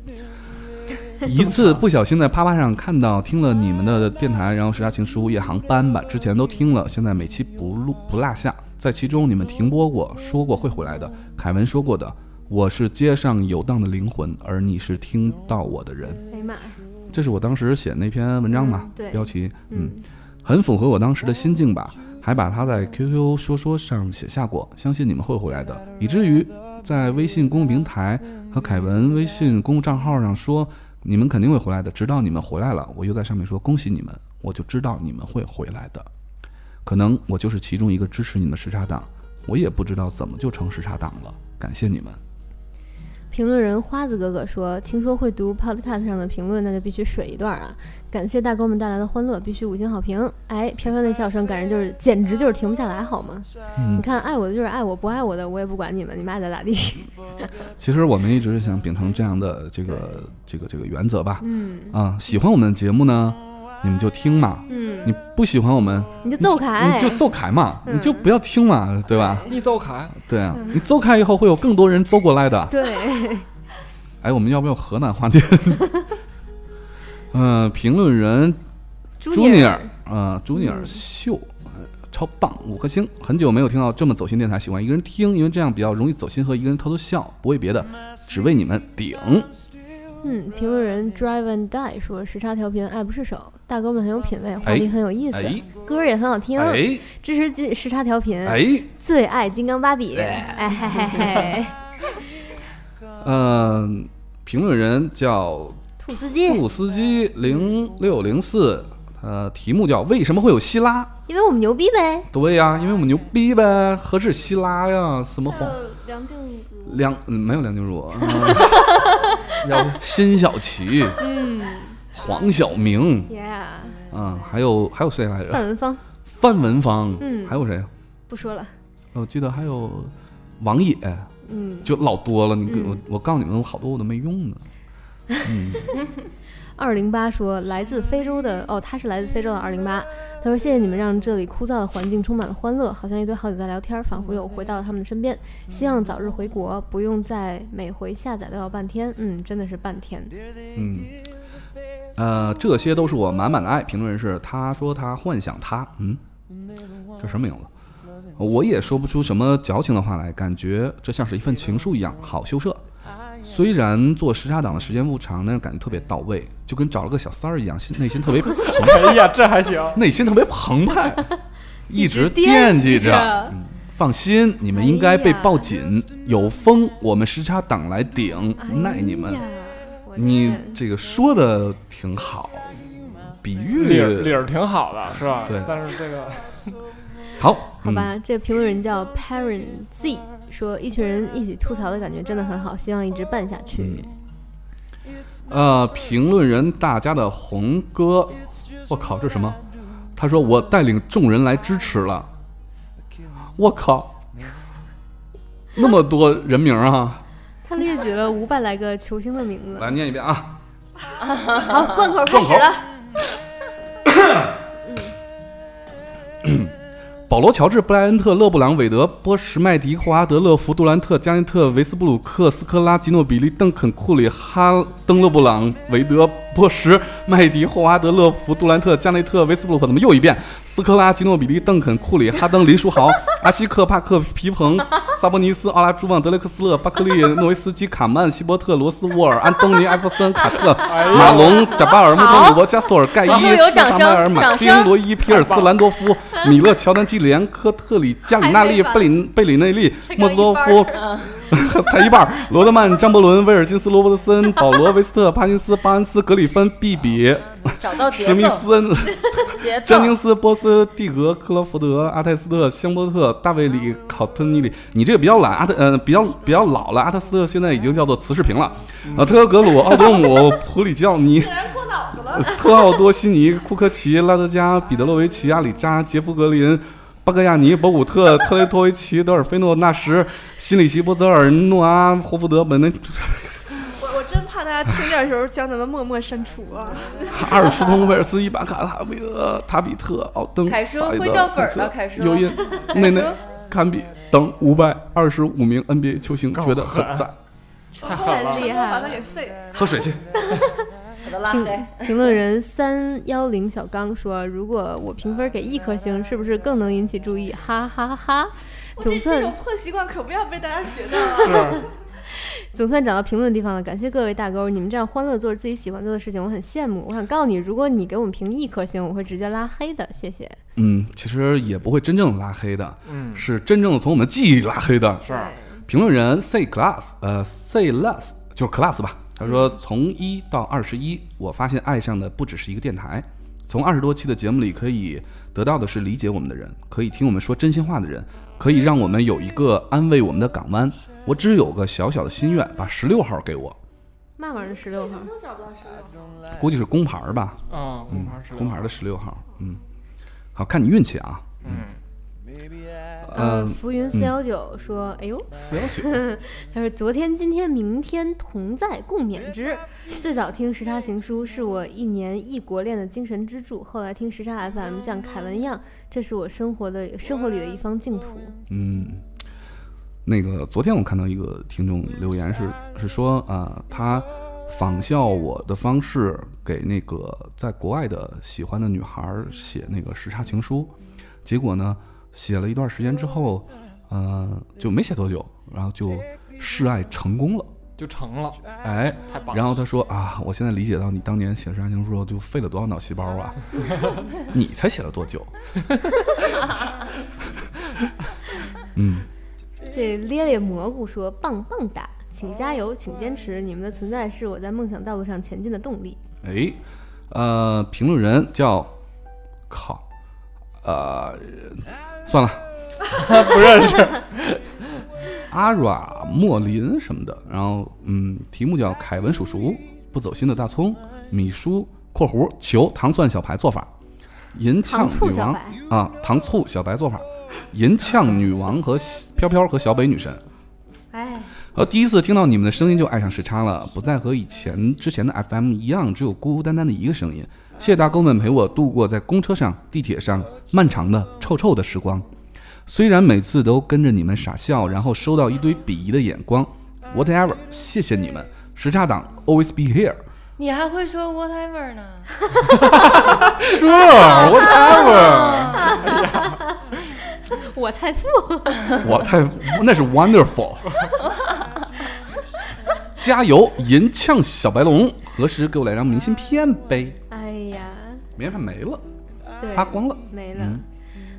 Speaker 1: 一次不小心在啪啪上看到听了你们的电台，然后时差情书、夜航班吧，之前都听了，现在每期不录不落下。在其中你们停播过，说过会回来的，凯文说过的，我是街上游荡的灵魂，而你是听到我的人。
Speaker 2: 哎呀妈呀，
Speaker 1: 这是我当时写那篇文章嘛
Speaker 2: 嗯，对
Speaker 1: 标题，嗯
Speaker 2: 嗯，
Speaker 1: 很符合我当时的心境吧，还把它在 QQ 说说上写下过，相信你们会回来的，以至于在微信公众平台和凯文微信公众账号上说你们肯定会回来的，直到你们回来了，我又在上面说恭喜你们，我就知道你们会回来的，可能我就是其中一个支持你们的时差党，我也不知道怎么就成时差党了，感谢你们，
Speaker 2: 评论人花子哥哥说：“听说会读 Podcast 上的评论，那就必须水一段啊！感谢大哥们带来的欢乐，必须五星好评。”哎，飘飘那笑声，感人就是简直就是停不下来，好吗？
Speaker 1: 嗯
Speaker 2: 你，看，爱我的就是爱我，不爱我的我也不管你们，你们爱咋咋地。
Speaker 1: 其实我们一直是想秉承这样的这个这个这个原则吧。
Speaker 2: 嗯
Speaker 1: 啊，喜欢我们的节目呢，你们就听嘛；
Speaker 2: 嗯，
Speaker 1: 你不喜欢我们，
Speaker 2: 你就揍开，
Speaker 1: 你就揍嗯开嘛，
Speaker 2: 嗯
Speaker 1: 你就不要听嘛，对吧？
Speaker 4: 你走开，
Speaker 1: 对啊，你揍开以后会有更多人揍过来的。
Speaker 2: 对，
Speaker 1: (laughs) 哎，我们要不要河南话 (laughs) 点？嗯、评论人朱尼尔，啊，朱尼尔秀，呃超棒，五颗星。很久没有听到这么走心电台，喜欢一个人听，因为这样比较容易走心和一个人偷偷笑，不为别的，只为你们顶。
Speaker 2: 嗯，评论人 Drive and Die 说时差调频爱不释手，大哥们很有品位，话题很有意思，
Speaker 1: 哎
Speaker 2: 歌儿也很好听，
Speaker 1: 哎
Speaker 2: 支持金时差调频，
Speaker 1: 哎，
Speaker 2: 最爱金刚芭比，哎嘿
Speaker 1: (laughs)
Speaker 2: 嘿嘿，
Speaker 1: 呃，评论人叫
Speaker 2: 兔司机，
Speaker 1: 布斯基零六零四，呃，题目叫为什么会有希拉？
Speaker 2: 因为我们牛逼呗，
Speaker 1: 对呀、因为我们牛逼呗，何止希拉呀，什么黄
Speaker 3: 还有梁静茹，
Speaker 1: 梁、嗯没有梁静茹，啊
Speaker 2: (laughs)
Speaker 1: 然后辛晓琪，
Speaker 2: 嗯
Speaker 1: 黄晓明， (laughs)
Speaker 2: ，Yeah，
Speaker 1: 啊，还有还有谁来着？
Speaker 2: 范文芳
Speaker 1: 范文芳，
Speaker 2: 嗯
Speaker 1: 还有谁？
Speaker 2: 不说了，
Speaker 1: 我记得还有王野，
Speaker 2: 嗯，
Speaker 1: 就老多了。你给
Speaker 2: 嗯
Speaker 1: 我我告诉你们，我好多我都没用呢。
Speaker 2: 二零八说来自非洲的哦，他是来自非洲的二零八。他说：“谢谢你们让这里枯燥的环境充满了欢乐，好像一堆好友在聊天，仿佛又回到了他们的身边。希望早日回国，不用再每回下载都要半天。嗯，真的是半天。
Speaker 1: 嗯，呃，这些都是我满满的爱。评论人是他说他幻想他，嗯，这什么名字？我也说不出什么矫情的话来，感觉这像是一份情书一样，好羞涩。虽然做时差党的时间不长，但是感觉特别到位，就跟找了个小三儿一样，心内心特别 (laughs) 澎湃，
Speaker 4: 哎呀，这还行，
Speaker 1: 内心特别澎湃，
Speaker 2: (laughs)
Speaker 1: 一直惦
Speaker 2: 惦
Speaker 1: 记
Speaker 2: 记
Speaker 1: 着。
Speaker 2: 着
Speaker 1: 嗯放心，你们应该被抱紧，有风我们时差党来顶，
Speaker 2: 哎
Speaker 1: 奈你们
Speaker 2: 呀。我
Speaker 1: 你
Speaker 2: 天
Speaker 1: 这个说的挺好，比
Speaker 4: 理儿理
Speaker 1: 喻
Speaker 4: 儿挺好的，是吧？
Speaker 1: 对
Speaker 4: 但是这个
Speaker 1: 好，
Speaker 2: 好吧，这评论人叫 Parent Z，说一群人一起吐槽的感觉真的很好，希望一直办下去。
Speaker 1: 嗯。呃，评论人大家的红哥，我靠，这什么？他说我带领众人来支持了，我靠，那么多人名啊！
Speaker 2: 他列举了五百来个球星的名字。
Speaker 1: 来念一遍啊！
Speaker 2: 好，贯口开始了。
Speaker 1: 保罗·乔治、布莱恩特、勒布朗、韦德、波什、麦迪、霍华德、勒福、杜兰特、加内特、维斯布鲁克、斯科拉、吉诺比利、邓肯、库里、哈登、勒布朗、韦德、波什、麦迪、霍华德、勒福、杜兰特、加内特、维斯布鲁克，怎么又一遍？斯科拉、吉诺比利、邓肯、库里、哈登、林书豪、阿西克、帕克、皮蓬、萨博尼斯、奥拉朱旺、德雷克斯勒、巴克利、诺维斯基、卡曼、希伯特、罗斯沃尔、安东尼、艾弗森、卡特、
Speaker 4: 哎
Speaker 1: 马龙、贾巴尔、穆特鲁伯、加索尔、盖伊、
Speaker 5: 好有
Speaker 1: 斯
Speaker 5: 掌
Speaker 1: 塔
Speaker 5: 声
Speaker 1: 迈尔、马
Speaker 5: 掌
Speaker 1: 丁、
Speaker 5: 声
Speaker 1: 罗伊、皮尔斯、兰多夫、米勒、乔丹、基里安、科特里、加里纳利、贝里贝里内利、莫斯多夫。
Speaker 5: 嗯
Speaker 1: (laughs) 才一半儿，罗德曼、张伯伦、威尔金斯、罗伯特森、保罗、维斯特、帕金斯、巴恩斯、格里芬、毕比、
Speaker 5: 找到节
Speaker 1: 史密
Speaker 5: 奏，
Speaker 1: 斯、
Speaker 5: 节奏
Speaker 1: 詹，金斯、波斯蒂格、克罗福德、阿泰斯特、香波特、大卫里、考特尼里，你这个比较懒，阿特呃比较比较老了，阿特斯特现在已经叫做慈世平了，啊，特格鲁、奥多姆、普里教尼。
Speaker 5: (laughs)
Speaker 1: 特奥多西尼、库科奇、拉德加、彼得洛维奇、阿里扎、杰夫格林、巴格亚尼、博古特、特雷托维奇、德尔菲诺、纳什、辛里奇、波泽尔、诺阿、霍福德、本内、
Speaker 3: 我我真怕大家听这儿的时候将咱们默默删除啊！
Speaker 1: (laughs) 阿尔斯通、威尔斯、伊巴卡、塔比德、塔比特、奥登、
Speaker 5: 凯叔
Speaker 1: 法伊德
Speaker 5: 会掉粉儿了
Speaker 1: 穆斯
Speaker 5: 凯叔
Speaker 1: 尤因、
Speaker 5: 凯
Speaker 1: 内
Speaker 5: 叔
Speaker 1: 内、坎比等五百二十五名 NBA 球星，觉得很赞。
Speaker 4: 太狠了
Speaker 2: 太。厉
Speaker 3: 我
Speaker 2: 害
Speaker 3: 把它
Speaker 2: 了
Speaker 3: 给废了。
Speaker 1: 喝水去。
Speaker 5: 把他拉
Speaker 2: 评
Speaker 5: 黑。
Speaker 1: 嗯
Speaker 2: 评论人三幺零小刚说：“如果我评分给一颗星，是不是更能引起注意？哈哈哈
Speaker 3: 我
Speaker 2: 总
Speaker 3: 这这
Speaker 2: 算
Speaker 3: 种破习惯可不要被大家学到啊！
Speaker 2: 总算找到评论地方了，感谢各位大哥，你们这样欢乐做着自己喜欢做的事情，我很羡慕。我想告诉你，如果你给我们评一颗星，我会直接拉黑的，谢谢。
Speaker 1: 嗯，其实也不会真正拉黑的，
Speaker 4: 嗯，
Speaker 1: 是真正从我们记忆拉黑的。
Speaker 4: 是
Speaker 1: 评论人 C class，呃，C less 就是 class 吧。他说从一到二十一，我发现爱上的不只是一个电台，从二十多期的节目里可以得到的是理解我们的人，可以听我们说真心话的人，可以让我们有一个安慰我们的港湾，我只有个小小的心愿，把十六号给我，
Speaker 2: 嘛玩意儿十六号？
Speaker 3: 都找不到十六号。
Speaker 1: 估计是工牌儿吧，
Speaker 4: 啊，工牌是
Speaker 1: 工嗯牌儿的，十六号，嗯，好看你运气啊，
Speaker 4: 嗯，
Speaker 2: 呃，
Speaker 1: 呃，
Speaker 2: 浮云四幺九说：“哎呦，
Speaker 1: 四幺九，
Speaker 2: 他说昨天、今天、明天同在共勉之。最早听时差情书是我一年异国恋的精神支柱，后来听时差 FM 像凯文一样，这是我生活的生活里的一方净土。
Speaker 1: 嗯，那个昨天我看到一个听众留言是是说啊、他仿效我的方式给那个在国外的喜欢的女孩儿写那个时差情书，结果呢写了一段时间之后，呃就没写多久，然后就示爱成功了，
Speaker 4: 就成了，
Speaker 1: 哎，
Speaker 4: 太棒了。
Speaker 1: 然后他说啊，我现在理解到你当年写《时差情书》就费了多少脑细胞啊！ (laughs) 你才写了多久？嗯，
Speaker 2: 这咧咧蘑菇说：“棒棒哒，请加油，请坚持，你们的存在是我在梦想道路上前进的动力。
Speaker 1: 哎，呃，评论人叫靠，呃，算了，
Speaker 4: (laughs) 不认识，
Speaker 1: (laughs) 阿软、莫林什么的。然后，嗯，题目叫《凯文叔叔不走心的大葱》，米叔（括弧求糖蒜小白做法），银呛
Speaker 2: 糖醋
Speaker 1: 女
Speaker 2: 小
Speaker 1: 王
Speaker 2: 白
Speaker 1: 啊，糖醋小白做法，银呛女王和西飘飘和小北女神。”
Speaker 2: 哎，
Speaker 1: 呃，第一次听到你们的声音就爱上时差了，不再和以前之前的 FM 一样，只有孤孤单单的一个声音。谢谢大哥们陪我度过在公车上、地铁上漫长的臭臭的时光。虽然每次都跟着你们傻笑，然后收到一堆鄙夷的眼光，whatever，谢谢你们，时差党 always be here。
Speaker 9: 你还会说 whatever 呢？
Speaker 5: (laughs)
Speaker 4: 是 whatever，
Speaker 2: 我太富，
Speaker 1: 我太那是 wonderful。加油，银呛小白龙，何时给我来张明信片呗？
Speaker 2: (laughs) 哎呀，
Speaker 1: 明信片没了，
Speaker 2: 对，
Speaker 1: 发光了。
Speaker 2: 没了。
Speaker 1: 嗯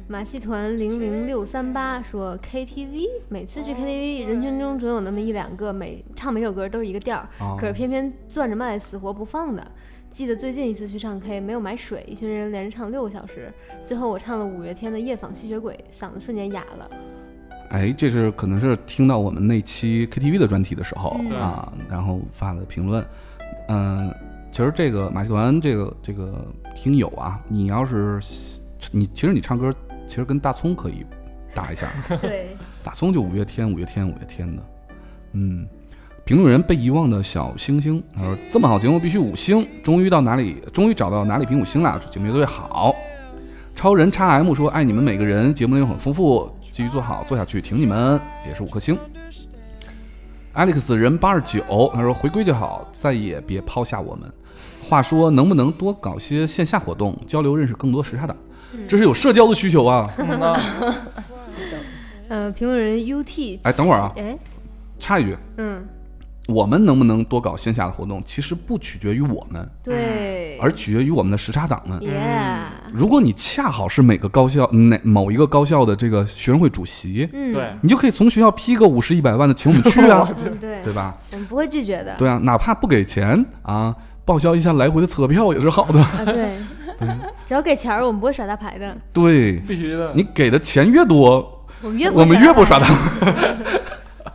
Speaker 2: 马戏团零零六三八说 KTV，每次去 KTV 人群中总有那么一两个每唱每首歌都是一个调儿，
Speaker 1: 哦
Speaker 2: 可是偏偏攥着麦死活不放的。记得最近一次去唱 K，没有买水，一群人连着唱六个小时，最后我唱了五月天的《夜访吸血鬼》，嗓子瞬间哑了。
Speaker 1: 哎，这是可能是听到我们那期 KTV 的专题的时候、
Speaker 4: 对
Speaker 1: 啊，然后发的评论。嗯，其实这个马戏团这个这个听友啊，你要是你其实你唱歌，其实跟大葱可以搭一下，
Speaker 2: 对，
Speaker 1: 大葱就五月天，五月天，五月天的。嗯，评论人被遗忘的小星星，他说这么好节目必须五星，终于到哪里，终于找到哪里评五星啦，祝节目越做越好。超人 x M 说爱你们每个人，节目内容很丰富，继续做好做下去，挺你们也是五颗星。Alex 人八十九，他说回归就好，再也别抛下我们。话说能不能多搞些线下活动，交流认识更多时差党？这是有社交的需求啊！
Speaker 4: 嗯呐
Speaker 2: (laughs) 呃，评论人 UT，
Speaker 1: 哎等会儿啊
Speaker 2: 哎，
Speaker 1: 插一句，
Speaker 2: 嗯，
Speaker 1: 我们能不能多搞线下的活动，其实不取决于我们，
Speaker 2: 对，
Speaker 1: 而取决于我们的时差党们。
Speaker 2: 耶，
Speaker 1: 如果你恰好是每个高校哪某一个高校的这个学生会主席，(laughs)
Speaker 2: 嗯，
Speaker 4: 对，，
Speaker 1: 你就可以从学校批个五十一百万的，请我们去啊
Speaker 2: 嗯
Speaker 1: (laughs)
Speaker 2: 对，
Speaker 1: 对吧？
Speaker 2: (laughs) 我们不会拒绝的。
Speaker 1: 对啊，哪怕不给钱啊，报销一下来回的车票也是好
Speaker 2: (laughs)
Speaker 1: 的。
Speaker 2: 啊，对，只要给钱儿，我们不会耍大牌的。
Speaker 1: 对
Speaker 4: 必须的。
Speaker 1: 你给的钱越多，
Speaker 2: 我们越
Speaker 1: 我们越不
Speaker 2: 啊
Speaker 1: 耍大。牌。
Speaker 2: (laughs)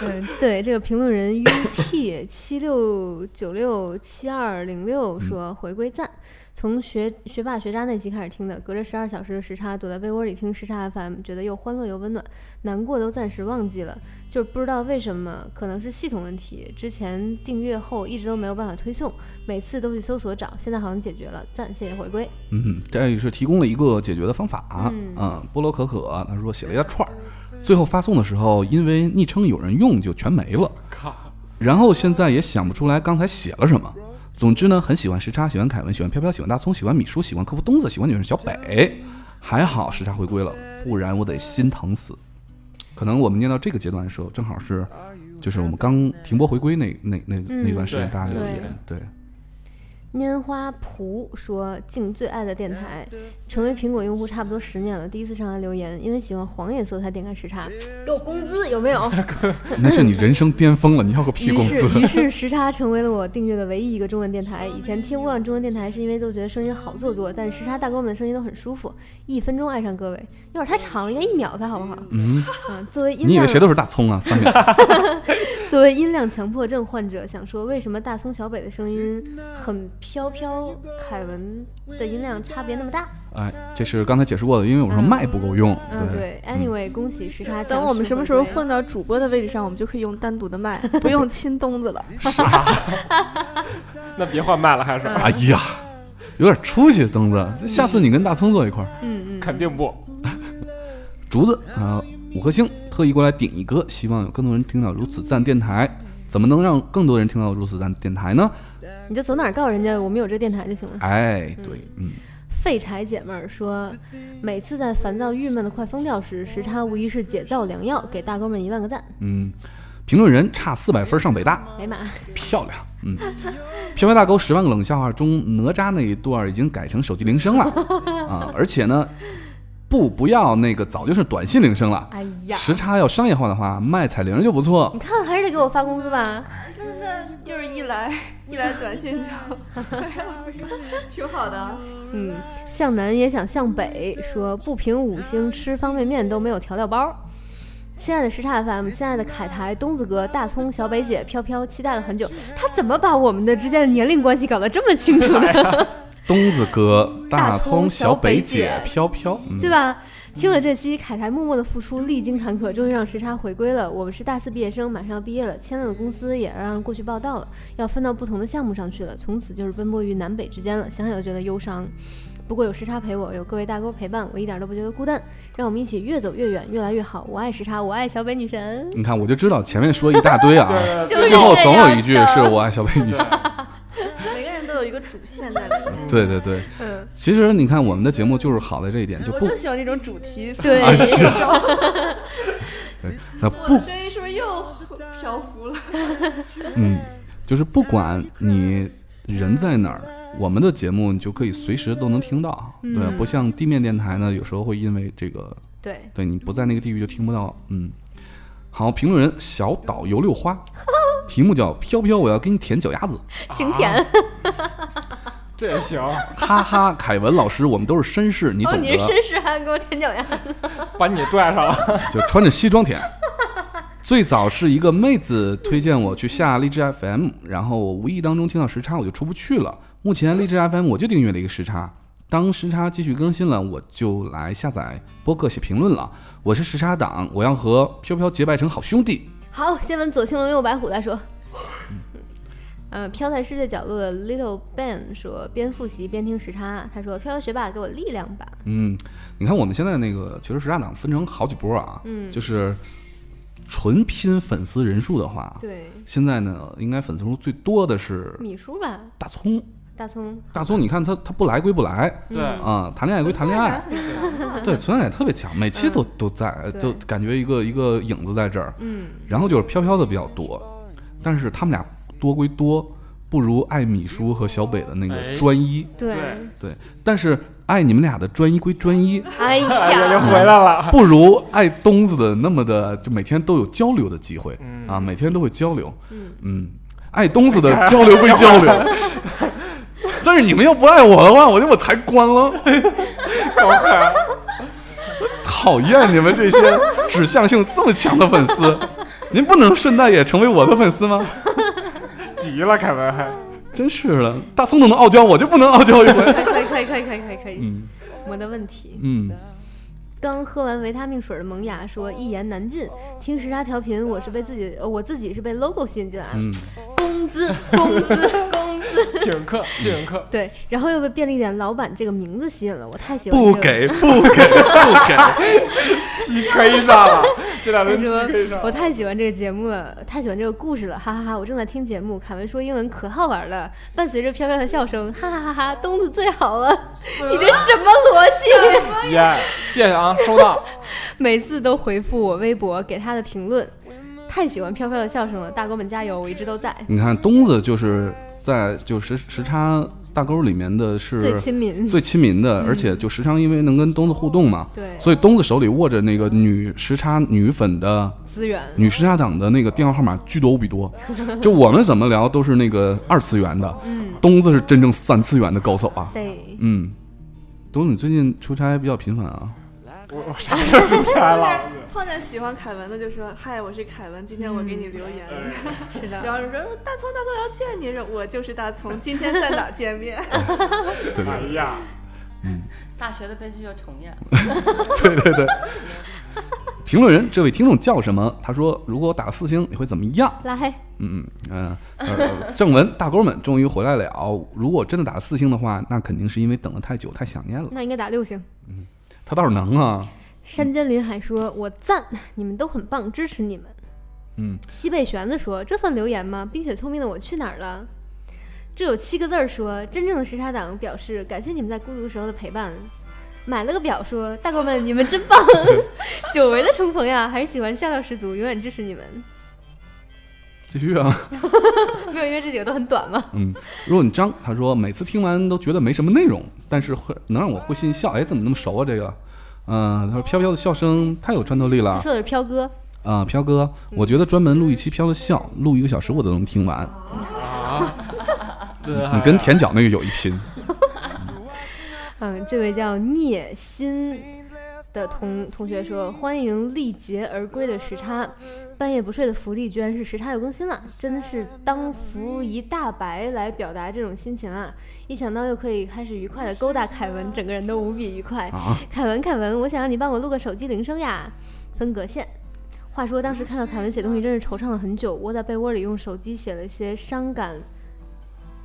Speaker 2: 嗯，对，这个评论人 UT (coughs) 七六九六七二零
Speaker 1: 嗯
Speaker 2: 六说回归赞，从学学霸学渣那期开始听的，隔着十二小时的时差，躲在被窝里听时差 FM，觉得又欢乐又温暖，难过都暂时忘记了，就是不知道为什么，可能是系统问题，之前订阅后一直都没有办法推送，每次都去搜索找，现在好像解决了，赞，谢谢回归。
Speaker 1: 嗯，这也是提供了一个解决的方法。
Speaker 2: 嗯
Speaker 1: 嗯，菠萝可可他说写了一大串儿，最后发送的时候，因为昵称有人用就全没了。
Speaker 4: 靠，
Speaker 1: 然后现在也想不出来刚才写了什么。总之呢，很喜欢时差，喜欢凯文，喜欢飘飘，喜欢大葱，喜欢米叔，喜欢客服东子，喜欢女人小北。还好时差回归了，不然我得心疼死。可能我们念到这个阶段的时候，正好是就是我们刚停播回归那那那那段时间，
Speaker 4: 对
Speaker 1: 大家留
Speaker 2: 对
Speaker 1: 言对。
Speaker 2: 拈花蒲说敬最爱的电台，成为苹果用户差不多十年了，第一次上来留言，因为喜欢黄颜色才点开时差，给我工资有没有？
Speaker 1: 那是你人生巅峰了，你要个 (laughs) 屁
Speaker 2: 于
Speaker 1: 工
Speaker 2: 是，
Speaker 1: 资！
Speaker 2: 于是时差成为了我订阅的唯一一个中文电 (laughs) 台。以前听不上中文电台，是因为都觉得声音好做作，但时差大哥们的声音都很舒服，一分钟爱上各位，要是太长了，应该一秒才好不好？
Speaker 1: 嗯，
Speaker 2: 嗯，作为音
Speaker 1: 你以
Speaker 2: 量
Speaker 1: 为谁都是大葱啊？三秒，
Speaker 2: 作为音量强迫症患者，想说为什么大葱小北的声音很飘飘，凯文的音量差别那么大？
Speaker 1: 哎，这是刚才解释过的，因为我说麦不够用。
Speaker 2: 嗯，
Speaker 1: 对，
Speaker 2: 对，anyway，恭喜时差。
Speaker 3: 等我们什么时候？混到主播的位置上，我们就可以用单独的麦，不用亲东子了。
Speaker 4: 那别换麦了，还是、
Speaker 1: 哎呀，有点出息，曾子，这下次你跟大葱坐一块儿。
Speaker 2: 嗯嗯，
Speaker 4: 肯定不。
Speaker 1: 竹子啊、五颗星，特意过来顶一个，希望有更多人听到如此赞电台。怎么能让更多人听到如此赞电台呢？
Speaker 2: 你就走哪儿告诉人家我们有这电台就行了。
Speaker 1: 哎，对，嗯，
Speaker 2: 废柴姐妹儿说，每次在烦躁郁闷的快疯掉时，时差无疑是解燥良药，给大哥们一万个赞。
Speaker 1: 嗯，评论人差四百分上北大，
Speaker 2: 哎呀妈， (laughs)
Speaker 1: 漂亮。嗯，飘飘大狗十万个冷笑话中哪吒那一段已经改成手机铃声了啊，而且呢，不不要那个早就是短信铃声了。
Speaker 2: 哎呀，
Speaker 1: 时差要商业化的话，卖彩铃就不错
Speaker 2: 你。看还是得给我发工资吧。
Speaker 3: 真的就是一来一来短信就，挺好的。
Speaker 2: 嗯，向南也想向北，说不评五星吃方便面都没有调料包。亲爱的时差 FM，亲爱的凯台、东子哥、大葱、小北姐、飘飘，期待了很久。他怎么把我们的之间的年龄关系搞得这么清楚呢？ (laughs)
Speaker 1: 东子哥、
Speaker 2: 大
Speaker 1: 大
Speaker 2: 葱
Speaker 1: 葱、
Speaker 2: 小
Speaker 1: 小北
Speaker 2: 北
Speaker 1: 姐
Speaker 2: 姐、
Speaker 1: 飘飘，嗯
Speaker 2: 对吧？听了这期，凯台默默的付出，历经坎坷，终于让时差回归了。我们是大四毕业生，马上要毕业了，签了的公司也让人过去报道了，要分到不同的项目上去了，从此就是奔波于南北之间了。想想就觉得忧伤。不过有时差陪我，有各位大哥陪伴，我一点都不觉得孤单。让我们一起越走越远，越来越好。我爱时差，我爱小北女神。
Speaker 1: 你看，我就知道前面说一大堆啊，
Speaker 4: 对对
Speaker 2: 就
Speaker 4: 对
Speaker 2: 是
Speaker 1: 最后总有一句
Speaker 2: 这样的
Speaker 1: 是我爱小北女神。
Speaker 3: 每个人都有一个主线在里面。
Speaker 1: (laughs) 对对对，
Speaker 2: 嗯，
Speaker 1: 其实你看我们的节目就是好在这一点，就
Speaker 3: 我
Speaker 1: 不
Speaker 3: 就喜欢这种主题。
Speaker 2: 对，
Speaker 1: (laughs) 呃
Speaker 3: 我的
Speaker 1: 不
Speaker 3: 声音是不是又飘忽了？
Speaker 1: 嗯，就是不管你人在哪儿，我们的节目你就可以随时都能听到。对，
Speaker 2: 嗯
Speaker 1: 不像地面电台呢，有时候会因为这个，
Speaker 2: 对，
Speaker 1: 对你不在那个地域就听不到。嗯，好，评论人小岛油榴花，题目叫“飘飘，我要给你舔脚丫子”。
Speaker 2: 请舔。
Speaker 4: 这也行，
Speaker 1: 哈哈，凯文老师，我们都是绅士，你
Speaker 2: 哦，
Speaker 1: 懂
Speaker 2: 你是
Speaker 1: 得，
Speaker 2: 绅士，还给我舔脚丫。
Speaker 4: 把你拽上了。
Speaker 1: 就穿着西装舔。 (laughs) 最早是一个妹子推荐我去下荔枝 FM，然后我无意当中听到时差，我就出不去了。目前荔枝 FM 我就订阅了一个时差，当时差继续更新了，我就来下载播客写评论了。我是时差党，我要和飘飘结拜成好兄弟。
Speaker 2: 好，先问左青龙右白虎再说。
Speaker 1: 嗯
Speaker 2: (laughs) 呃，飘在世界角落的 Little Ben 说，边复习边听时差。他说：“飘飘学霸，给我力量吧。
Speaker 1: 嗯，你看我们现在那个，其实时差党分成好几波啊，
Speaker 2: 嗯
Speaker 1: 就是纯拼粉丝人数的话”，
Speaker 2: 对，
Speaker 1: 现在呢，应该粉丝数最多的是
Speaker 2: 米叔吧，
Speaker 1: 大葱，
Speaker 2: 大葱，
Speaker 1: 大葱，你看他他不来归不来
Speaker 4: 对，
Speaker 1: 啊、谈恋爱归谈恋爱，对，存在感特别强，每期都、都在，
Speaker 2: 嗯对
Speaker 1: 就感觉一个一个影子在这儿。
Speaker 2: 嗯，
Speaker 1: 然后就是飘飘的比较多，但是他们俩多归多，不如爱米叔和小北的那个
Speaker 4: 哎
Speaker 1: 专一。
Speaker 2: 对，
Speaker 4: 对
Speaker 1: 对，但是爱你们俩的专一归专一， (laughs)
Speaker 2: 哎
Speaker 4: 又
Speaker 2: 呀，
Speaker 4: 回来了。
Speaker 1: 不如爱东子的那么的，就每天都有交流的机会、
Speaker 4: 嗯
Speaker 1: 啊，每天都会交流。
Speaker 2: 嗯
Speaker 1: 爱东子的交流归交流， (laughs) 但是你们要不爱我的话，我就把台关了。讨厌你们这些指向性这么强的粉丝，您不能顺带也成为我的粉丝吗？
Speaker 4: 急了，凯文还
Speaker 1: 真是的，大宋都能傲娇，我就不能傲娇一
Speaker 2: (laughs)
Speaker 1: 回。
Speaker 2: 可以可以可以可以可以可以，
Speaker 1: 嗯
Speaker 2: 我的问题。
Speaker 1: 嗯，
Speaker 2: 刚喝完维他命水的萌芽说：“一言难尽，听时差调频，我是被自己，呃我自己是被 logo 吸引进来了。
Speaker 1: 嗯 (laughs)
Speaker 2: 工资，工资，工资。”
Speaker 4: 请客，请客。
Speaker 2: 对，然后又被便利店老板这个名字吸引了，我太喜欢、这
Speaker 1: 不
Speaker 2: 个。
Speaker 1: 给不给不给，
Speaker 4: PK 上了，这两
Speaker 2: 他
Speaker 4: 轮
Speaker 2: 说
Speaker 4: PK 上：“
Speaker 2: (laughs) 我
Speaker 4: 了。
Speaker 2: 太喜欢这个节目了，太喜欢这个故事了，哈哈哈！我正在听节目，凯文说英文可好玩了，伴随着飘飘的笑声，哈哈哈哈！东子最好了，你这是什么逻辑？ (laughs)
Speaker 4: 耶、谢谢啊，收到。
Speaker 2: 每次都回复我微博给他的评论，太喜欢飘飘的笑声了，大哥们加油，我一直都在。
Speaker 1: 你看东子就是在就时时差大沟里面的是
Speaker 2: 最亲民，嗯
Speaker 1: 最亲民的，而且就时常因为能跟东子互动嘛，
Speaker 2: 对
Speaker 1: 所以东子手里握着那个女时差女粉的
Speaker 2: 资源，
Speaker 1: 女时差党的那个电话号码巨多无比多，就我们怎么聊都是那个二次元的，
Speaker 2: 嗯，
Speaker 1: 东子是真正三次元的高手啊，
Speaker 2: 对，
Speaker 1: 嗯，东子你最近出差比较频繁啊，
Speaker 4: 我我啥时候出差了？
Speaker 3: 碰见喜欢凯文的就说：“嗨，我是凯文，今天我给你留言。 (laughs)
Speaker 2: 是
Speaker 3: 然
Speaker 2: 的，
Speaker 3: 后人说：“大葱，大葱要见你。”说：“我就是大葱，今天在哪见面
Speaker 1: 对对
Speaker 4: 哎呀，
Speaker 9: 大学的悲剧又重演。
Speaker 1: 对对对。评论人，这位听众叫什么？他说：“如果我打四星，你会怎么样？”
Speaker 2: 拉黑，
Speaker 1: 嗯嗯嗯呃， (laughs) 正文大哥们终于回来了。啊如果真的打四星的话，那肯定是因为等了太久，太想念了。
Speaker 2: 那应该打六星。
Speaker 1: 他倒是能啊，
Speaker 2: 山间林海说：“我赞，你们都很棒，支持你们。”
Speaker 1: 嗯，
Speaker 2: 西北玄子说：“这算留言吗？冰雪聪明的我去哪儿了？”这有七个字儿说：“真正的时差党表示感谢你们在孤独时候的陪伴。”买了个表说：“大哥们，你们真 (laughs) 棒，久违的重逢呀！还是喜欢笑料十足，永远支持你们。
Speaker 1: 继续啊。”
Speaker 2: (laughs) 没有，因为这几个都很短嘛。
Speaker 1: 嗯，如果你张，他说每次听完都觉得没什么内容，但是会能让我会心一笑。哎，怎么那么熟啊？这个，嗯、他说飘飘的笑声太有穿透力
Speaker 2: 他
Speaker 1: 了。
Speaker 2: 说的是飘哥，
Speaker 1: 啊、飘哥，我觉得专门录一期飘的笑，录一个小时我都能听完。 (laughs)
Speaker 4: 啊，真
Speaker 1: 你
Speaker 4: 爱
Speaker 1: 跟
Speaker 4: 啊
Speaker 1: 田角那个有一拼。
Speaker 2: 嗯，这位叫聂心的同同学说，欢迎历劫而归的时差，半夜不睡的福利居然是时差又更新了，真是当福一大白来表达这种心情啊！一想到又可以开始愉快的勾搭凯文，整个人都无比愉快。
Speaker 1: 啊
Speaker 2: 凯文，凯文，我想让你帮我录个手机铃声呀，分隔线。话说当时看到凯文写东西，真是惆怅了很久，窝在被窝里用手机写了一些伤感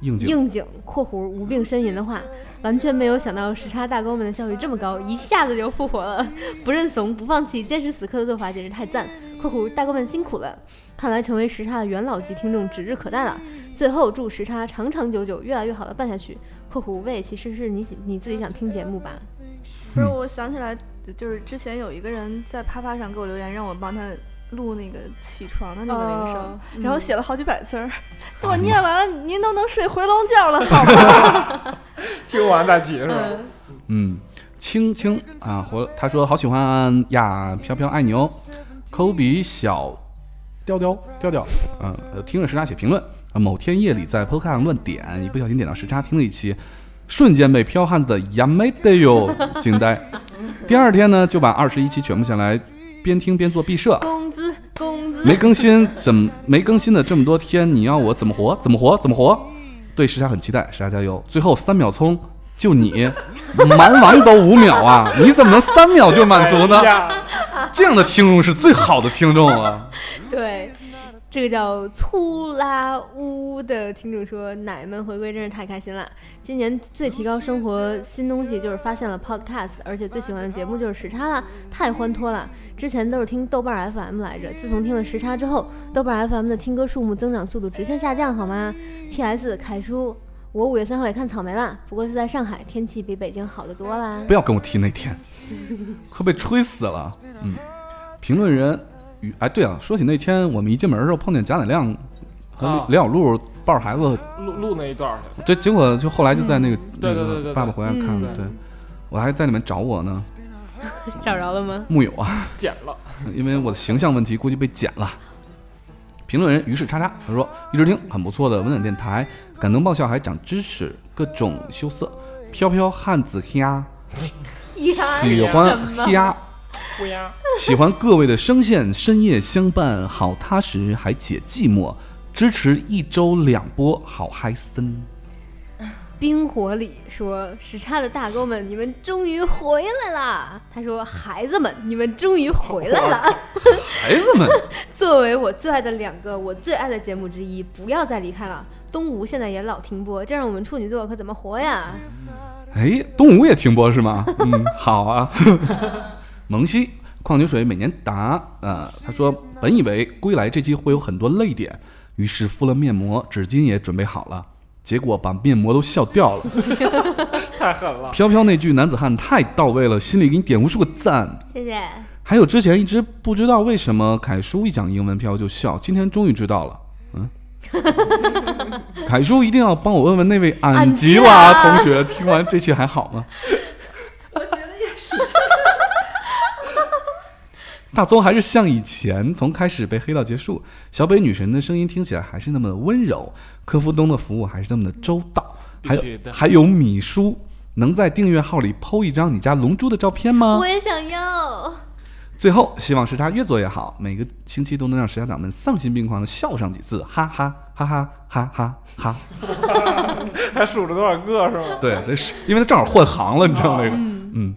Speaker 1: 应景。
Speaker 2: 应景（括弧无病呻吟）的话，完全没有想到时差大哥们的效率这么高，一下子就复活了， (laughs) 不认怂，不放弃，坚持此刻的做法简直太赞（括弧大哥们辛苦了）。看来成为时差的元老级听众指日可待了。最后祝时差长长久久，越来越好的办下去（括弧喂，其实是你喜你自己想听节目吧？）。
Speaker 3: 不是，我想起来，就是之前有一个人在啪啪上给我留言，让我帮他录那个起床的那个铃声，
Speaker 2: 哦
Speaker 3: 然后写了好几百字儿，就我念完了，您都能睡回笼觉了，好吗？ (laughs)
Speaker 4: 听完再起是吧？
Speaker 1: 嗯，青青啊，活他说好喜欢呀，飘飘爱你哦，科比小调调调调，嗯、呃听着时差写评论啊，某天夜里在 p o d c a s t 乱点，一不小心点到时差听了一期，瞬间被飘汉子呀没得哟惊呆，第二天呢就把二十一期全部下来，边听边做毕设。
Speaker 2: 工资工资
Speaker 1: 没更新怎么没更新的这么多天，你要我怎么活？怎么活？怎么活？对时差很期待，时差加油！最后三秒冲，就你蛮王都五秒
Speaker 4: (laughs)
Speaker 1: 啊，你怎么能三秒就满足呢
Speaker 4: 哎？呀
Speaker 1: 这样的听众是最好的听众啊！
Speaker 2: (laughs) 对，这个叫粗拉乌的听众说：“奶们回归真是太开心了！今年最提高生活新东西就是发现了 podcast，而且最喜欢的节目就是时差了，太欢脱了。之前都是听豆瓣儿 FM 来着，自从听了时差之后，豆瓣儿 FM 的听歌数目增长速度直线下降，好吗？P.S. 凯叔，我五月三号也看草莓啦，不过是在上海，天气比北京好得多啦。
Speaker 1: 不要跟我提那天，快被吹死了。嗯，评论人与哎对啊，说起那天我们一进门的时候碰见贾乃亮和
Speaker 4: 啊
Speaker 1: 刘小璐抱着孩子
Speaker 4: (laughs) 录录那一段儿去，
Speaker 1: 对，结果就后来就在那个、那
Speaker 4: 嗯对对对对
Speaker 1: 个
Speaker 4: 对
Speaker 1: 爸爸回来看了，
Speaker 4: 嗯
Speaker 1: 对我还在里面找我呢，
Speaker 2: 找着了吗？
Speaker 1: 木有啊，
Speaker 4: 剪了。
Speaker 1: 因为我的形象问题估计被剪了。评论人于是叉叉，他说一直听很不错的温暖电台，感动爆笑还长知识，各种羞涩，飘飘汉子呀，喜欢哎呀，
Speaker 4: 乌鸦，
Speaker 1: 喜欢各位的声线，深夜相伴，好踏实还解寂寞，支持一周两播，好嗨森。
Speaker 2: 冰火里说：“时差的大哥们，你们终于回来啦！”他说：“孩子们，你们终于回来了。
Speaker 1: 孩子们，
Speaker 2: 作为我最爱的两个我最爱的节目之一，不要再离开了。东吴现在也老停播，这让我们处女座可怎么活呀？
Speaker 1: 哎，东吴也停播是吗？嗯，好啊。 (laughs) 蒙西矿泉水每年达，呃，他说本以为归来这期会有很多泪点，于是敷了面膜，纸巾也准备好了，结果把面膜都笑掉了。
Speaker 4: 太狠了。
Speaker 1: 飘飘那句男子汉太到位了，心里给你点无数个赞。
Speaker 2: 谢谢。
Speaker 1: 还 (laughs) 有之前一直不知道为什么凯叔一讲英文飘就笑，今天终于知道了。嗯，凯叔一定要帮我问问那位
Speaker 2: 安
Speaker 1: 安
Speaker 2: 吉
Speaker 1: 吉
Speaker 2: 拉
Speaker 1: 拉同学，听完这期还好吗？我觉得也是。大宗还是像以前，从开始被黑到结束。小北女神的声音听起来还是那么的温柔，柯夫东的服务还是那么的周到，还有
Speaker 4: 必须的
Speaker 1: 还有米叔，能在订阅号里剖一张你家龙珠的照片吗？
Speaker 2: 我也想要。
Speaker 1: 最后，希望时差越做越好，每个星期都能让时差党们丧心病狂的笑上几次，哈哈哈哈哈哈哈。
Speaker 4: 还数了多少个是吗？
Speaker 1: 对，这是因为他正好换行了，你知道那个，嗯，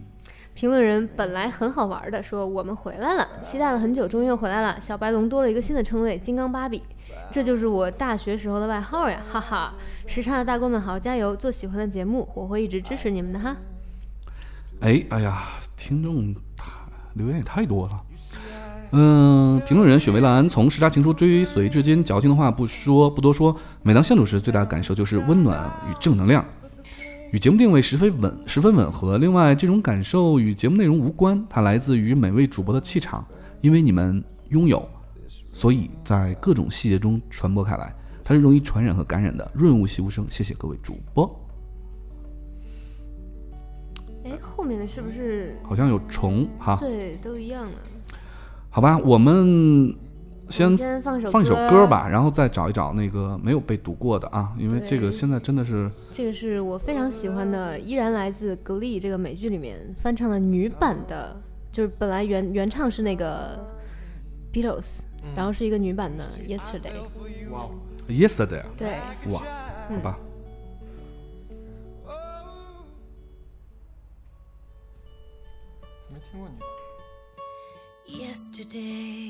Speaker 2: 评论人本来很好玩的说：“我们回来
Speaker 1: 啊
Speaker 2: 了，期待了很久，终于又回来了。小白龙多了一个新的称谓——金刚芭比，这就是我大学时候的外号
Speaker 1: 嗯
Speaker 2: 呀，哈哈！时差的大哥们，好好加油，做喜欢的节目，我会一直支持你们的哈。
Speaker 1: 哎，哎呀，听众太留言也太多了。嗯，评论人雪梅兰从时差情书追随至今，矫情的话不说，不多说。每当相处时，最大的感受就是温暖与正能量，与节目定位十分吻，十分吻合。另外，这种感受与节目内容无关，它来自于每位主播的气场，因为你们拥有，所以在各种细节中传播开来，它是容易传染和感染的，润物细无声。谢谢各位主播。”嗯
Speaker 2: 哎，后面的是不是
Speaker 1: 好像有虫哈，
Speaker 2: 对都一样了？
Speaker 1: 好吧，我们先
Speaker 2: 我们先放首
Speaker 1: 放一首
Speaker 2: 歌
Speaker 1: 歌吧，然后再找一找那个没有被读过的啊，因为这
Speaker 2: 对
Speaker 1: 个现在真的是
Speaker 2: 这个是我非常喜欢的，依然来自《Glee》这个美剧里面翻唱的女版的，就是本来原原唱是那个 Beatles，
Speaker 1: 嗯
Speaker 2: 然后是一个女版的《Yesterday》。
Speaker 4: 哇哦，
Speaker 1: yesterday，啊
Speaker 2: 对，
Speaker 1: 哇，
Speaker 2: 嗯
Speaker 1: 好吧。
Speaker 4: 没听过你。
Speaker 6: Yesterday,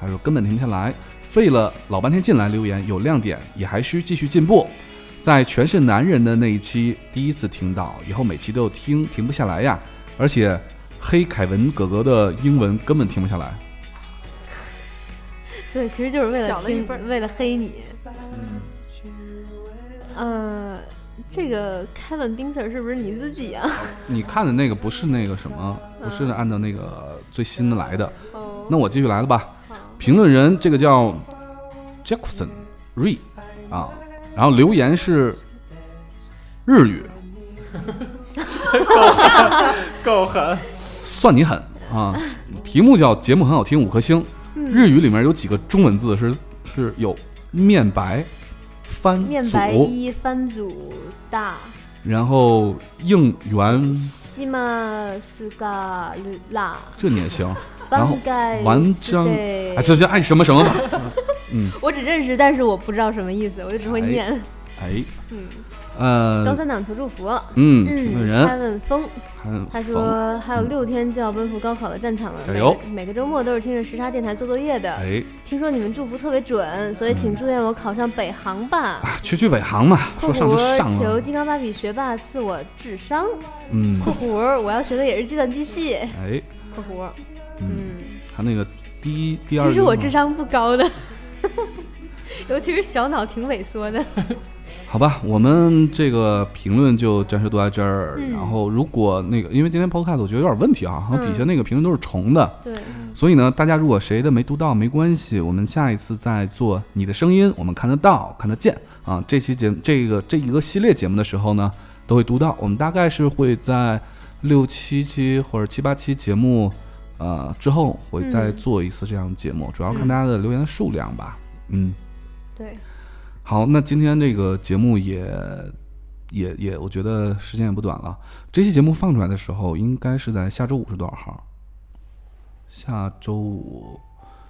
Speaker 1: 他说根本停不下来，费了老半天进来留言，有亮点，也还需继续进步。在全是男人的那一期，第一次听到，以后每期都有听，停不下来呀。而且黑凯文哥哥的英文根本停不下来。
Speaker 2: 所以其实就是为了
Speaker 3: 小了一辈儿
Speaker 1: 嗯
Speaker 2: 听，为了黑你。呃，这个 Kevin Binzer 是不是你自己啊？
Speaker 1: 你看的那个不是那个什么，不是按照那个最新的来的。
Speaker 2: 嗯哦
Speaker 1: 那我继续来了吧。评论人这个叫 Jackson Re 啊，然后留言是日语，
Speaker 4: 够狠，够狠。
Speaker 1: 算你狠
Speaker 2: (laughs)
Speaker 1: 啊！题目叫节目很好听，五颗星。
Speaker 2: 嗯
Speaker 1: 日语里面有几个中文字是是有面白、翻
Speaker 2: 面白
Speaker 1: 组，
Speaker 2: 一番组大
Speaker 1: 然后应援，
Speaker 2: 西马斯嘎鲁拉，
Speaker 1: 这你也行。然后
Speaker 2: 班盖
Speaker 1: 完
Speaker 2: 斯
Speaker 1: 章，
Speaker 2: 对
Speaker 1: 哎，这这爱什么什么吧。嗯，
Speaker 2: 我只认识，但是我不知道什么意思，我就只会
Speaker 1: 哎
Speaker 2: 念。
Speaker 1: 哎，
Speaker 2: 嗯，高
Speaker 1: 呃，
Speaker 2: 三党求祝福。
Speaker 1: 嗯评论人
Speaker 2: 嗯，潘问峰，
Speaker 1: 很
Speaker 2: 他
Speaker 1: 冯
Speaker 2: 说还有六天就要奔赴高考的战场了，
Speaker 1: 加
Speaker 2: 每
Speaker 1: 油
Speaker 2: 个每个周末都是听着时差电台做作业的。
Speaker 1: 哎，嗯
Speaker 2: 听说你们祝福特别准，所以请祝愿我考上北航吧。
Speaker 1: 去啊去北航嘛，
Speaker 2: 括
Speaker 1: 说上就
Speaker 2: 弧
Speaker 1: 上
Speaker 2: 求
Speaker 1: 了。
Speaker 2: 金刚芭比学霸赐我智商。
Speaker 1: 嗯，
Speaker 2: 括弧我要学的也是计算机系。
Speaker 1: 哎，
Speaker 2: 括弧，
Speaker 1: 嗯，
Speaker 2: 嗯，
Speaker 1: 他那个第一第二，
Speaker 2: 其实我智，商不高的， (laughs) 尤其是小脑挺萎
Speaker 1: (laughs)
Speaker 2: 缩的。
Speaker 1: 好吧，我们这个评论就暂时读到这儿。
Speaker 2: 嗯
Speaker 1: 然后，如果那个，因为今天 podcast 我觉得有点问题啊，好像底下
Speaker 2: 嗯
Speaker 1: 那个评论都是重的，
Speaker 2: 对，
Speaker 1: 所以呢，大家如果谁的没读到没关系，我们下一次再做你的声音，我们看得到看得见啊。这期节目这个这一个系列节目的时候呢，都会读到。我们大概是会在六七期或者七八期节目呃之后会再
Speaker 2: 嗯
Speaker 1: 做一次这样的节目，主要看大家的留言的数量吧。嗯，
Speaker 2: 对，
Speaker 1: 好，那今天这个节目也也也，我觉得时间也不短了。这期节目放出来的时候，应该是在下周五是多少号？下周五，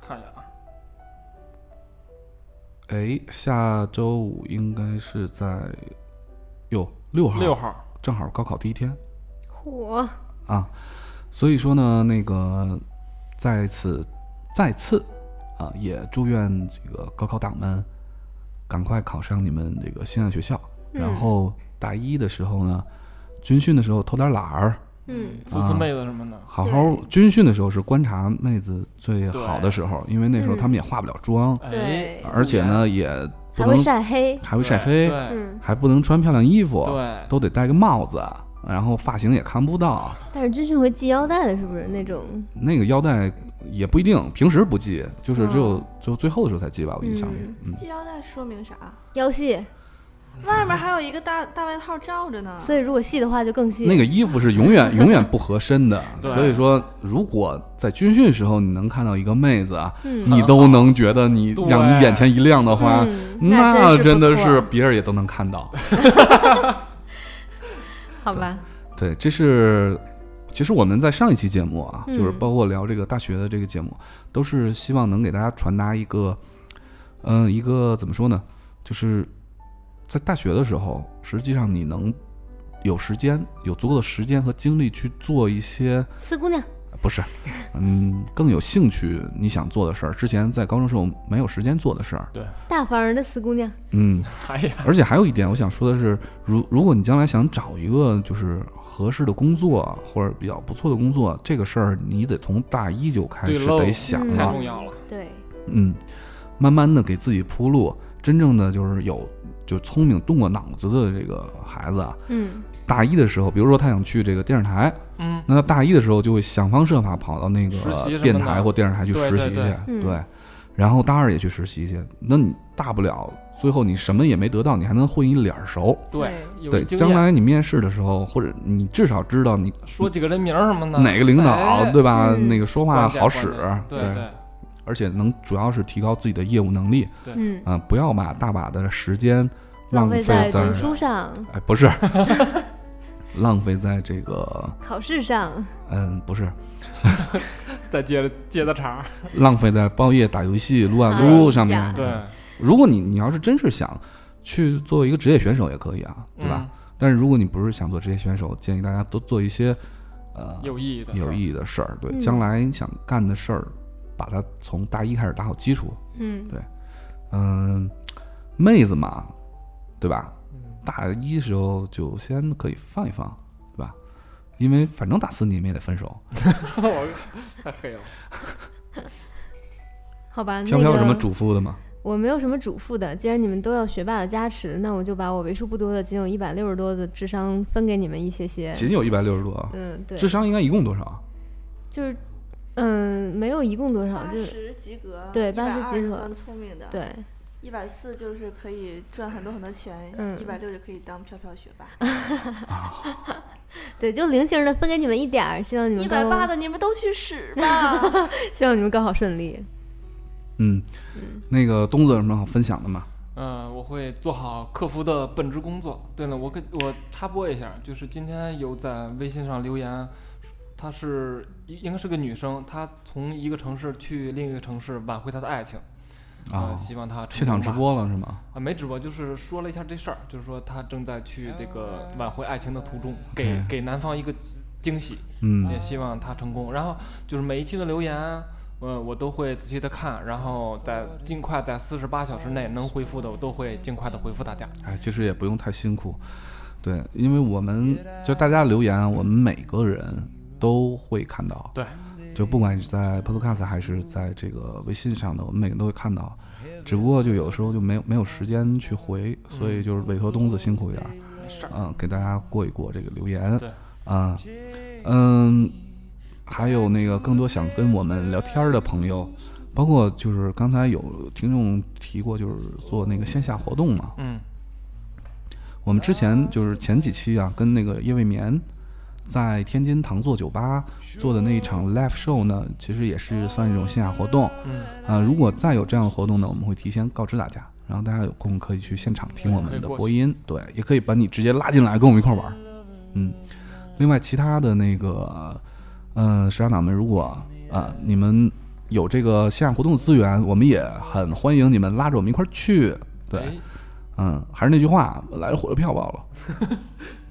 Speaker 4: 看一眼啊，
Speaker 1: 哎，下周五应该是在哟六号，
Speaker 4: 六号，
Speaker 1: 正好高考第一天
Speaker 2: 嚯，
Speaker 1: 啊。所以说呢，那个再次再次啊，也祝愿这个高考党们赶快考上你们这个心爱的学校。然
Speaker 2: 嗯
Speaker 1: 后大一的时候呢，军训的时候偷点懒儿，
Speaker 2: 嗯，
Speaker 4: 滋滋妹子什么的。
Speaker 1: 好好军训的时候是观察妹子最好的
Speaker 4: 对
Speaker 1: 时候，因为那时候
Speaker 2: 嗯
Speaker 1: 她们也化不了妆，
Speaker 4: 哎
Speaker 2: 啊对，
Speaker 1: 而且呢也不
Speaker 2: 还会
Speaker 1: 能
Speaker 2: 晒黑。
Speaker 1: 还
Speaker 4: 素颜，
Speaker 1: 会晒黑，
Speaker 4: 对
Speaker 2: 嗯，
Speaker 1: 还不能穿漂亮衣服，
Speaker 4: 对，
Speaker 1: 都得戴个帽子，然后发型也看不到，
Speaker 2: 但是军训会系腰带的，是不是那种？
Speaker 1: 那个腰带也不一定，平时不系，就是只有
Speaker 2: 哦
Speaker 1: 就最后的时候才系吧，我印象里，嗯，
Speaker 3: 系腰带说明啥？
Speaker 2: 腰
Speaker 1: 啊
Speaker 2: 细，
Speaker 3: 外面还有一个大大外套罩着呢。
Speaker 2: 所以如果细的话就更细。
Speaker 1: 那个衣服是永远永远不合身
Speaker 2: (laughs)
Speaker 1: 的，
Speaker 4: 对
Speaker 1: 所以说，如果在军训时候你能看到一个妹子啊，
Speaker 2: 嗯
Speaker 1: 你都能觉得你
Speaker 4: 对
Speaker 1: 让你眼前一亮的话，
Speaker 2: 嗯那
Speaker 1: 那
Speaker 2: 真是
Speaker 1: 真
Speaker 2: 不
Speaker 1: 的
Speaker 2: 错
Speaker 1: 是别人也都能看到。
Speaker 2: 好吧，
Speaker 1: 对，这是其实我们在上一期节目啊，
Speaker 2: 嗯
Speaker 1: 就是包括聊这个大学的这个节目，都是希望能给大家传达一个，嗯、一个怎么说呢，就是在大学的时候，实际上你能有时间、有足够的时间和精力去做一些
Speaker 2: 四姑娘，
Speaker 1: 不是，嗯，更有兴趣你想做的事儿，之前在高中时候没有时间做的事儿，
Speaker 2: 大方儿的四姑娘。
Speaker 1: 嗯，
Speaker 4: 哎呀，
Speaker 1: 而且还有一点，我想说的是，如如果你将来想找一个就是合适的工作或者比较不错的工作，这个事儿你得从大一就开
Speaker 4: 对
Speaker 1: 始
Speaker 4: 喽
Speaker 1: 得想
Speaker 2: 嗯
Speaker 4: 太
Speaker 1: 了，
Speaker 4: 重要了。
Speaker 2: 对，
Speaker 1: 嗯，慢慢的给自己铺路。真正的就是有就聪明动过脑子的这个孩子啊，
Speaker 2: 嗯，
Speaker 1: 大一的时候，比如说他想去这个电视台，
Speaker 4: 嗯，
Speaker 1: 那他大一的时候就会想方设法跑到那
Speaker 4: 实
Speaker 1: 个
Speaker 4: 习什么的
Speaker 1: 电台或电视台去
Speaker 4: 对
Speaker 1: 实
Speaker 4: 对
Speaker 1: 习去，
Speaker 4: 对
Speaker 2: 嗯
Speaker 1: 然后大二也去实习去。那你大不了最后你什么也没得到，你还能混一脸熟。
Speaker 4: 对，有
Speaker 1: 对，
Speaker 4: 经
Speaker 1: 将
Speaker 4: 验
Speaker 1: 来你面试的时候，或者你至少知道你
Speaker 4: 说几个人名儿什么的，
Speaker 1: 哪个领导
Speaker 4: 哎
Speaker 1: 对吧？
Speaker 2: 嗯
Speaker 1: 那个说话
Speaker 4: 关键
Speaker 1: 好
Speaker 4: 关
Speaker 1: 使
Speaker 4: 键，对对，
Speaker 1: 而且能主要是提高自己的业务能力
Speaker 2: 嗯，
Speaker 1: 啊，不要把大把的时间浪
Speaker 2: 费
Speaker 1: 费
Speaker 2: 在
Speaker 1: 在
Speaker 2: 读书上、
Speaker 1: 哎不是， (laughs) 浪费在这个
Speaker 2: 考试上。
Speaker 1: 嗯不是
Speaker 4: 再接着接着茬儿，
Speaker 1: 浪费在包夜打游戏、撸啊撸
Speaker 2: 哎
Speaker 1: 上
Speaker 2: 呀
Speaker 1: 面。
Speaker 4: 对，
Speaker 1: 如果你你要是真是想去做一个职业选手也可以啊，对
Speaker 4: 嗯
Speaker 1: 吧？但是如果你不是想做职业选手，建议大家都做一些呃
Speaker 4: 嗯？有意义的，
Speaker 1: 有意义的事儿。对，
Speaker 2: 嗯
Speaker 1: 将来你想干的事儿，把它从大一开始打好基础。
Speaker 2: 嗯
Speaker 1: 嗯，妹子嘛，对吧？
Speaker 4: 嗯，
Speaker 1: 大一时候就先可以放一放，对吧？因为反正大四你们也得分手。
Speaker 4: (laughs) 我太黑了，
Speaker 2: 好吧，
Speaker 1: 飘飘有
Speaker 2: 那
Speaker 1: 什
Speaker 2: 个
Speaker 1: 么嘱咐的吗？
Speaker 2: 我没有什么主妇的，既然你们都要学霸的加持，那我就把我为数不多的仅有一百六十多的智商分给你们一些些。
Speaker 1: 仅有一百六十多啊，
Speaker 2: 嗯，对，
Speaker 1: 智商应该一共多少啊？
Speaker 2: 就是，嗯，没有一共多少，
Speaker 3: 八
Speaker 2: 就是
Speaker 3: 十及格，
Speaker 2: 对80
Speaker 3: 120
Speaker 2: 及格
Speaker 3: 算聪明的，
Speaker 2: 对，
Speaker 3: 一百四就是可以赚很多很多钱，
Speaker 2: 嗯
Speaker 3: 一百六就可以当飘飘学
Speaker 2: (laughs)
Speaker 3: 霸，
Speaker 2: 对，就零星的分给你们一点儿，希望你们
Speaker 3: 一
Speaker 2: 都
Speaker 3: 百八的你们都去使
Speaker 2: (laughs)
Speaker 3: 吧。
Speaker 2: 希望你们高考顺利。
Speaker 1: 嗯，那个东子有什么好分享的吗？
Speaker 4: 嗯，我会做好客服的本职工作。对了，我跟我插播一下，就是今天有在微信上留言，她是应应该是个女生，她从一个城市去另一个城市挽回她的爱情。啊、
Speaker 1: 哦
Speaker 4: 希望她成
Speaker 1: 现场
Speaker 4: 功
Speaker 1: 直
Speaker 4: 吧
Speaker 1: 播了是吗？
Speaker 4: 啊，没直播，就是说了一下这事儿，就是说她正在去这个挽回爱情的途中，给
Speaker 1: OK
Speaker 4: 给男方一个惊喜，
Speaker 1: 嗯
Speaker 4: 也希望她成功。然后就是每一期的留言，呃，我都会仔细的看，然后在尽快在四十八小时内能回复的，我都会尽快的回复大家。
Speaker 1: 哎，其实也不用太辛苦，对，因为我们就大家留言啊，我们每个人都会看到，
Speaker 4: 对，
Speaker 1: 就不管是在 Podcast 还是在这个微信上的，我们每个人都会看到，只不过就有的时候就没有没有时间去回，所以就是委托东子辛苦一点儿，
Speaker 4: 没事儿，
Speaker 1: 嗯，给大家过一过这个留言，
Speaker 4: 对，
Speaker 1: 啊，嗯，还有那个更多想跟我们聊天儿的朋友。包括就是刚才有听众提过，就是做那个线下活动嘛，
Speaker 4: 嗯，
Speaker 1: 我们之前就是前几期啊，跟那个夜未眠在天津糖座酒吧做的那一场 live show 呢，其实也是算一种线下活动。
Speaker 4: 嗯，
Speaker 1: 啊、如果再有这样的活动呢，我们会提前告知大家，然后大家有空可以去现场听我们的播音，对，也可以把你直接拉进来跟我们一块儿玩儿。嗯，另外其他的那个，呃，时尚党们，如果啊、你们有这个线下活动的资源，我们也很欢迎你们拉着我们一块儿去，对。
Speaker 4: 哎
Speaker 1: 嗯，还是那句话，来了火车票报了。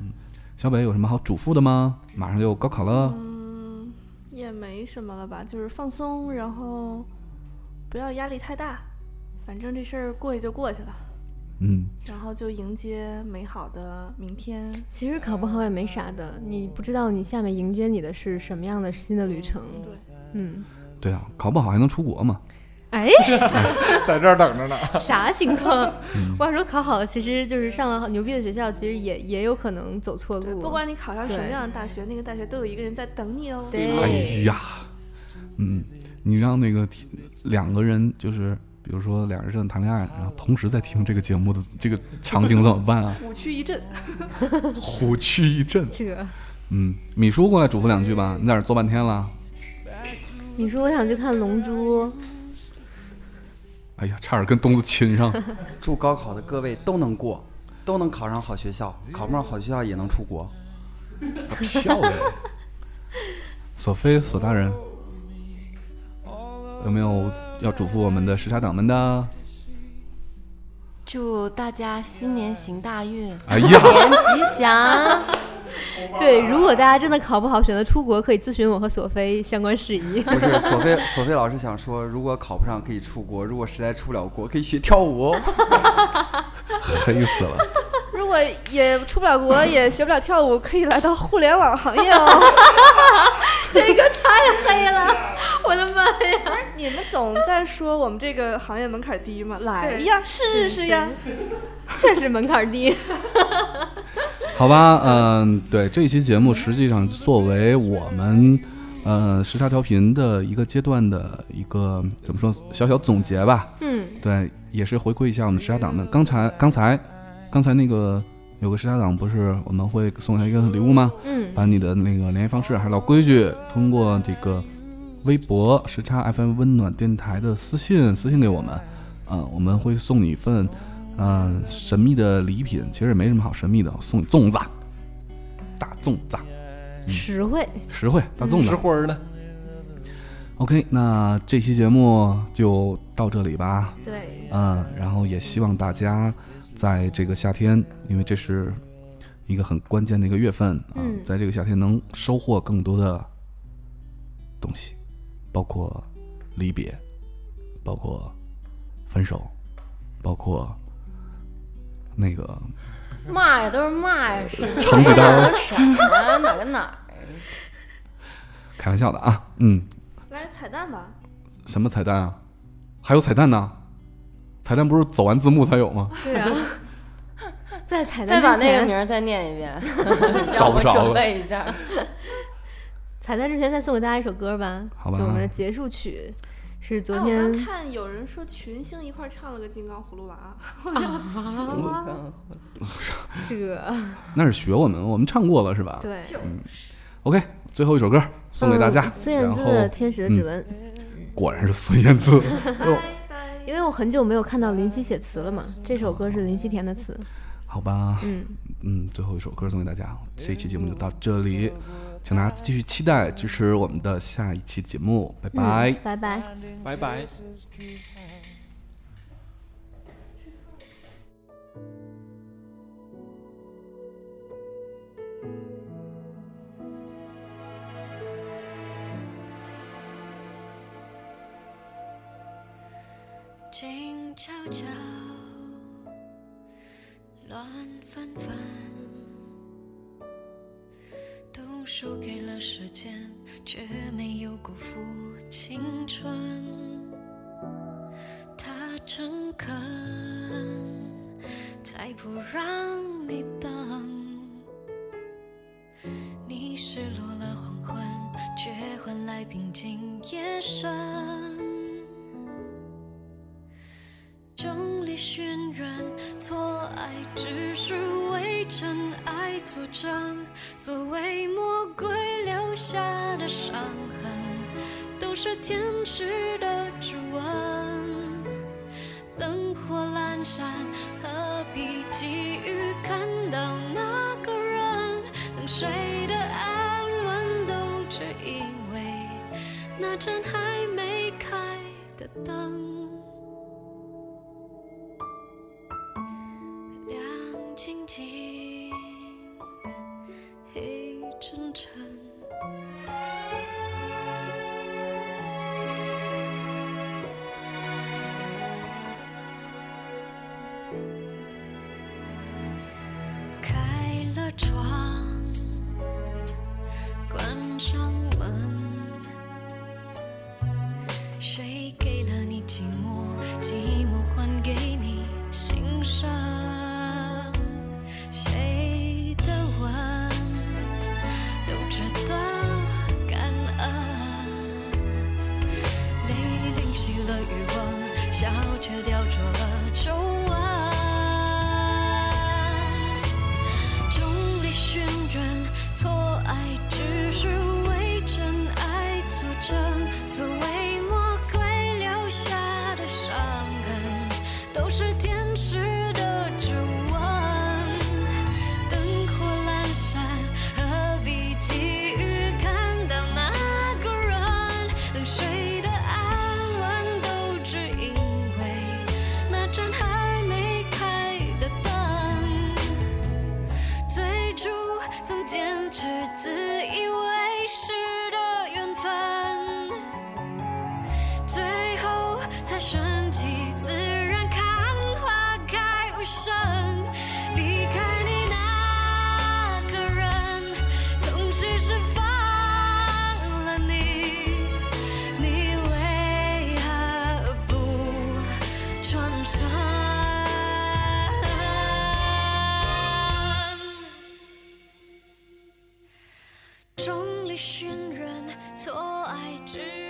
Speaker 1: 嗯，小北有什么好嘱咐的吗？马上就高考了，
Speaker 3: 嗯，也没什么了吧，就是放松，然后不要压力太大，反正这事儿过去就过去了，
Speaker 1: 嗯，
Speaker 3: 然后就迎接美好的明天。
Speaker 2: 其实考不好也没啥的，
Speaker 3: 嗯
Speaker 2: 你不知道你下面迎接你的是什么样的新的旅程。
Speaker 3: 对，
Speaker 2: 嗯，
Speaker 1: 对啊，考不好还能出国嘛？
Speaker 2: 哎，
Speaker 4: 在这儿等着呢。
Speaker 2: (laughs) 啥情况？
Speaker 1: 嗯
Speaker 2: 我想说考好了，其实就是上了牛逼的学校，其实也也有可能走错
Speaker 3: 对
Speaker 2: 路。
Speaker 3: 不管你考上什么
Speaker 2: 对
Speaker 3: 样的大学，那个大学都有一个人在等你哦。？
Speaker 2: 对，
Speaker 1: 哎呀，嗯，你让那个听两个人就是。比如说两人正谈恋爱，然后同时在听这个节目的这个场景怎么办啊
Speaker 3: 虎躯一震，
Speaker 1: 虎躯一震。
Speaker 2: 这
Speaker 1: 嗯，米叔过来嘱咐两句吧，你在这儿坐半天了。
Speaker 2: 你说我想去看《龙珠》，
Speaker 1: 哎呀，差点跟东子亲上。
Speaker 8: 祝高考的各位都能过，都能考上好学校，考不上好学校也能出国。
Speaker 1: 漂亮。索菲索大人，有没有要嘱咐我们的时差党们的？
Speaker 9: 祝大家新年行大
Speaker 2: (laughs)
Speaker 9: 运，
Speaker 1: (laughs) 哎呀，
Speaker 9: 年吉祥。
Speaker 2: 对，如果大家真的考不好，选择出国，可以咨询我和索菲相关事
Speaker 8: (laughs)
Speaker 2: 宜。
Speaker 8: 不是，索菲索菲老师想说，如果考不上可以出国，如果实在出不了国，可以学跳舞哦。
Speaker 1: (laughs) 黑死了！
Speaker 3: 如果也出不了国，也学不了跳舞，可以来到互联网行业哦。
Speaker 2: (laughs)
Speaker 3: (laughs)
Speaker 2: 这个太黑了，我的妈呀！
Speaker 3: 你们总在说我们这个行业门槛低嘛，来呀，试试呀。
Speaker 2: 确实门槛低。
Speaker 1: (laughs) 好吧，嗯、对，这一期节目实际上作为我们呃时差调频的一个阶段的一个怎么说小小总结吧。
Speaker 2: 嗯，
Speaker 1: 对，也是回馈一下我们时差党们。刚才刚才刚才那个有个时差党不是我们会送他一个礼物吗？
Speaker 2: 嗯，
Speaker 1: 把你的那个联系方式，还是老规矩，通过这个微博时差 FM 温暖电台的私信私信给我们，嗯、我们会送你一份嗯、呃神秘的礼品，其实也没什么好神秘的，送你粽子，啊大粽子，啊嗯
Speaker 2: 实惠。
Speaker 1: 实惠大
Speaker 4: (laughs)
Speaker 1: 粽
Speaker 4: 吃
Speaker 1: 子。啊
Speaker 4: 会儿呢，
Speaker 1: OK，那这期节目就到这里吧。
Speaker 2: 对，
Speaker 1: 嗯，然后也希望大家在这个夏天，因为这是一个很关键的一个月份啊，
Speaker 2: 嗯
Speaker 1: 在这个夏天能收获更多的东西，包括离别，包括分手，包括那 (laughs) 个
Speaker 9: 骂呀，都是骂呀，是
Speaker 1: 橙子刀，
Speaker 9: 啥呀？哪跟哪儿？
Speaker 1: 开玩笑的啊，嗯，
Speaker 3: 来彩蛋吧，
Speaker 1: 什么彩蛋啊？还有彩蛋呢？彩蛋不是走完字幕才有吗？
Speaker 2: 对啊， (laughs) 在彩蛋
Speaker 5: 再把
Speaker 2: 哎之
Speaker 5: 那个
Speaker 2: 前，
Speaker 5: 名儿再念一
Speaker 1: (laughs)
Speaker 5: 遍，
Speaker 1: 找
Speaker 5: 让
Speaker 1: 不
Speaker 5: 我
Speaker 1: 着了
Speaker 5: 准备一下。
Speaker 1: (laughs)
Speaker 2: 彩蛋之前再送给大家一首歌吧，
Speaker 1: 好吧
Speaker 2: 就我们的结束曲，是昨
Speaker 3: 哎我
Speaker 2: 天
Speaker 3: 刚看有人说群星一块儿唱了个《金刚葫芦娃
Speaker 9: 嗯
Speaker 5: 金刚
Speaker 2: 这个
Speaker 1: 那是学我们，我们唱过了是吧？
Speaker 2: (laughs) 对
Speaker 1: OK，最后一首歌送给大家，
Speaker 2: 嗯孙
Speaker 1: 然
Speaker 2: 燕姿
Speaker 1: 后
Speaker 2: 的《天使的指
Speaker 1: 嗯
Speaker 2: 纹》，
Speaker 1: 果然是孙燕
Speaker 2: (laughs)
Speaker 1: 姿，哎呦》。
Speaker 2: 因为我很久没有看到林夕写词了嘛，这首歌是林夕填的词，
Speaker 1: 好吧，
Speaker 2: 嗯，
Speaker 1: 嗯，最后一首歌送给大家，这一期节目就到这里，请大家继续期待支持我们的下一期节目，拜
Speaker 2: 嗯
Speaker 1: 拜。
Speaker 2: 拜拜。
Speaker 6: 拜拜。
Speaker 10: 静悄悄，乱翻翻，都输给了时间，却没有辜负青春。他诚恳，才不让你等。你失落了黄昏，却换来平静夜深。整理渲染，错爱只是为真爱作证。所谓魔鬼留下的伤痕，都是天使的指纹。灯火阑珊，何必急于看到那个人？等谁的安稳，都只因为那盏还没开的灯。亮晶晶，黑沉沉。开了窗，关上门，谁给了你寂寞？寂寞还给你心声。谁的吻都值得感恩。泪淋熄了余温，笑却雕琢了皱纹。众里寻人，错爱只是为真爱作证。所谓魔鬼留下的伤痕，都是天使的指纹。灯火阑珊，何必急于看到那个人？等谁的安稳，都只因为那盏还没开的灯。最初曾坚持自以为是的缘分，最后才顺其自然看花开无声。离开你那个人，同时释放了你，你为何不转身？众里寻人，错爱只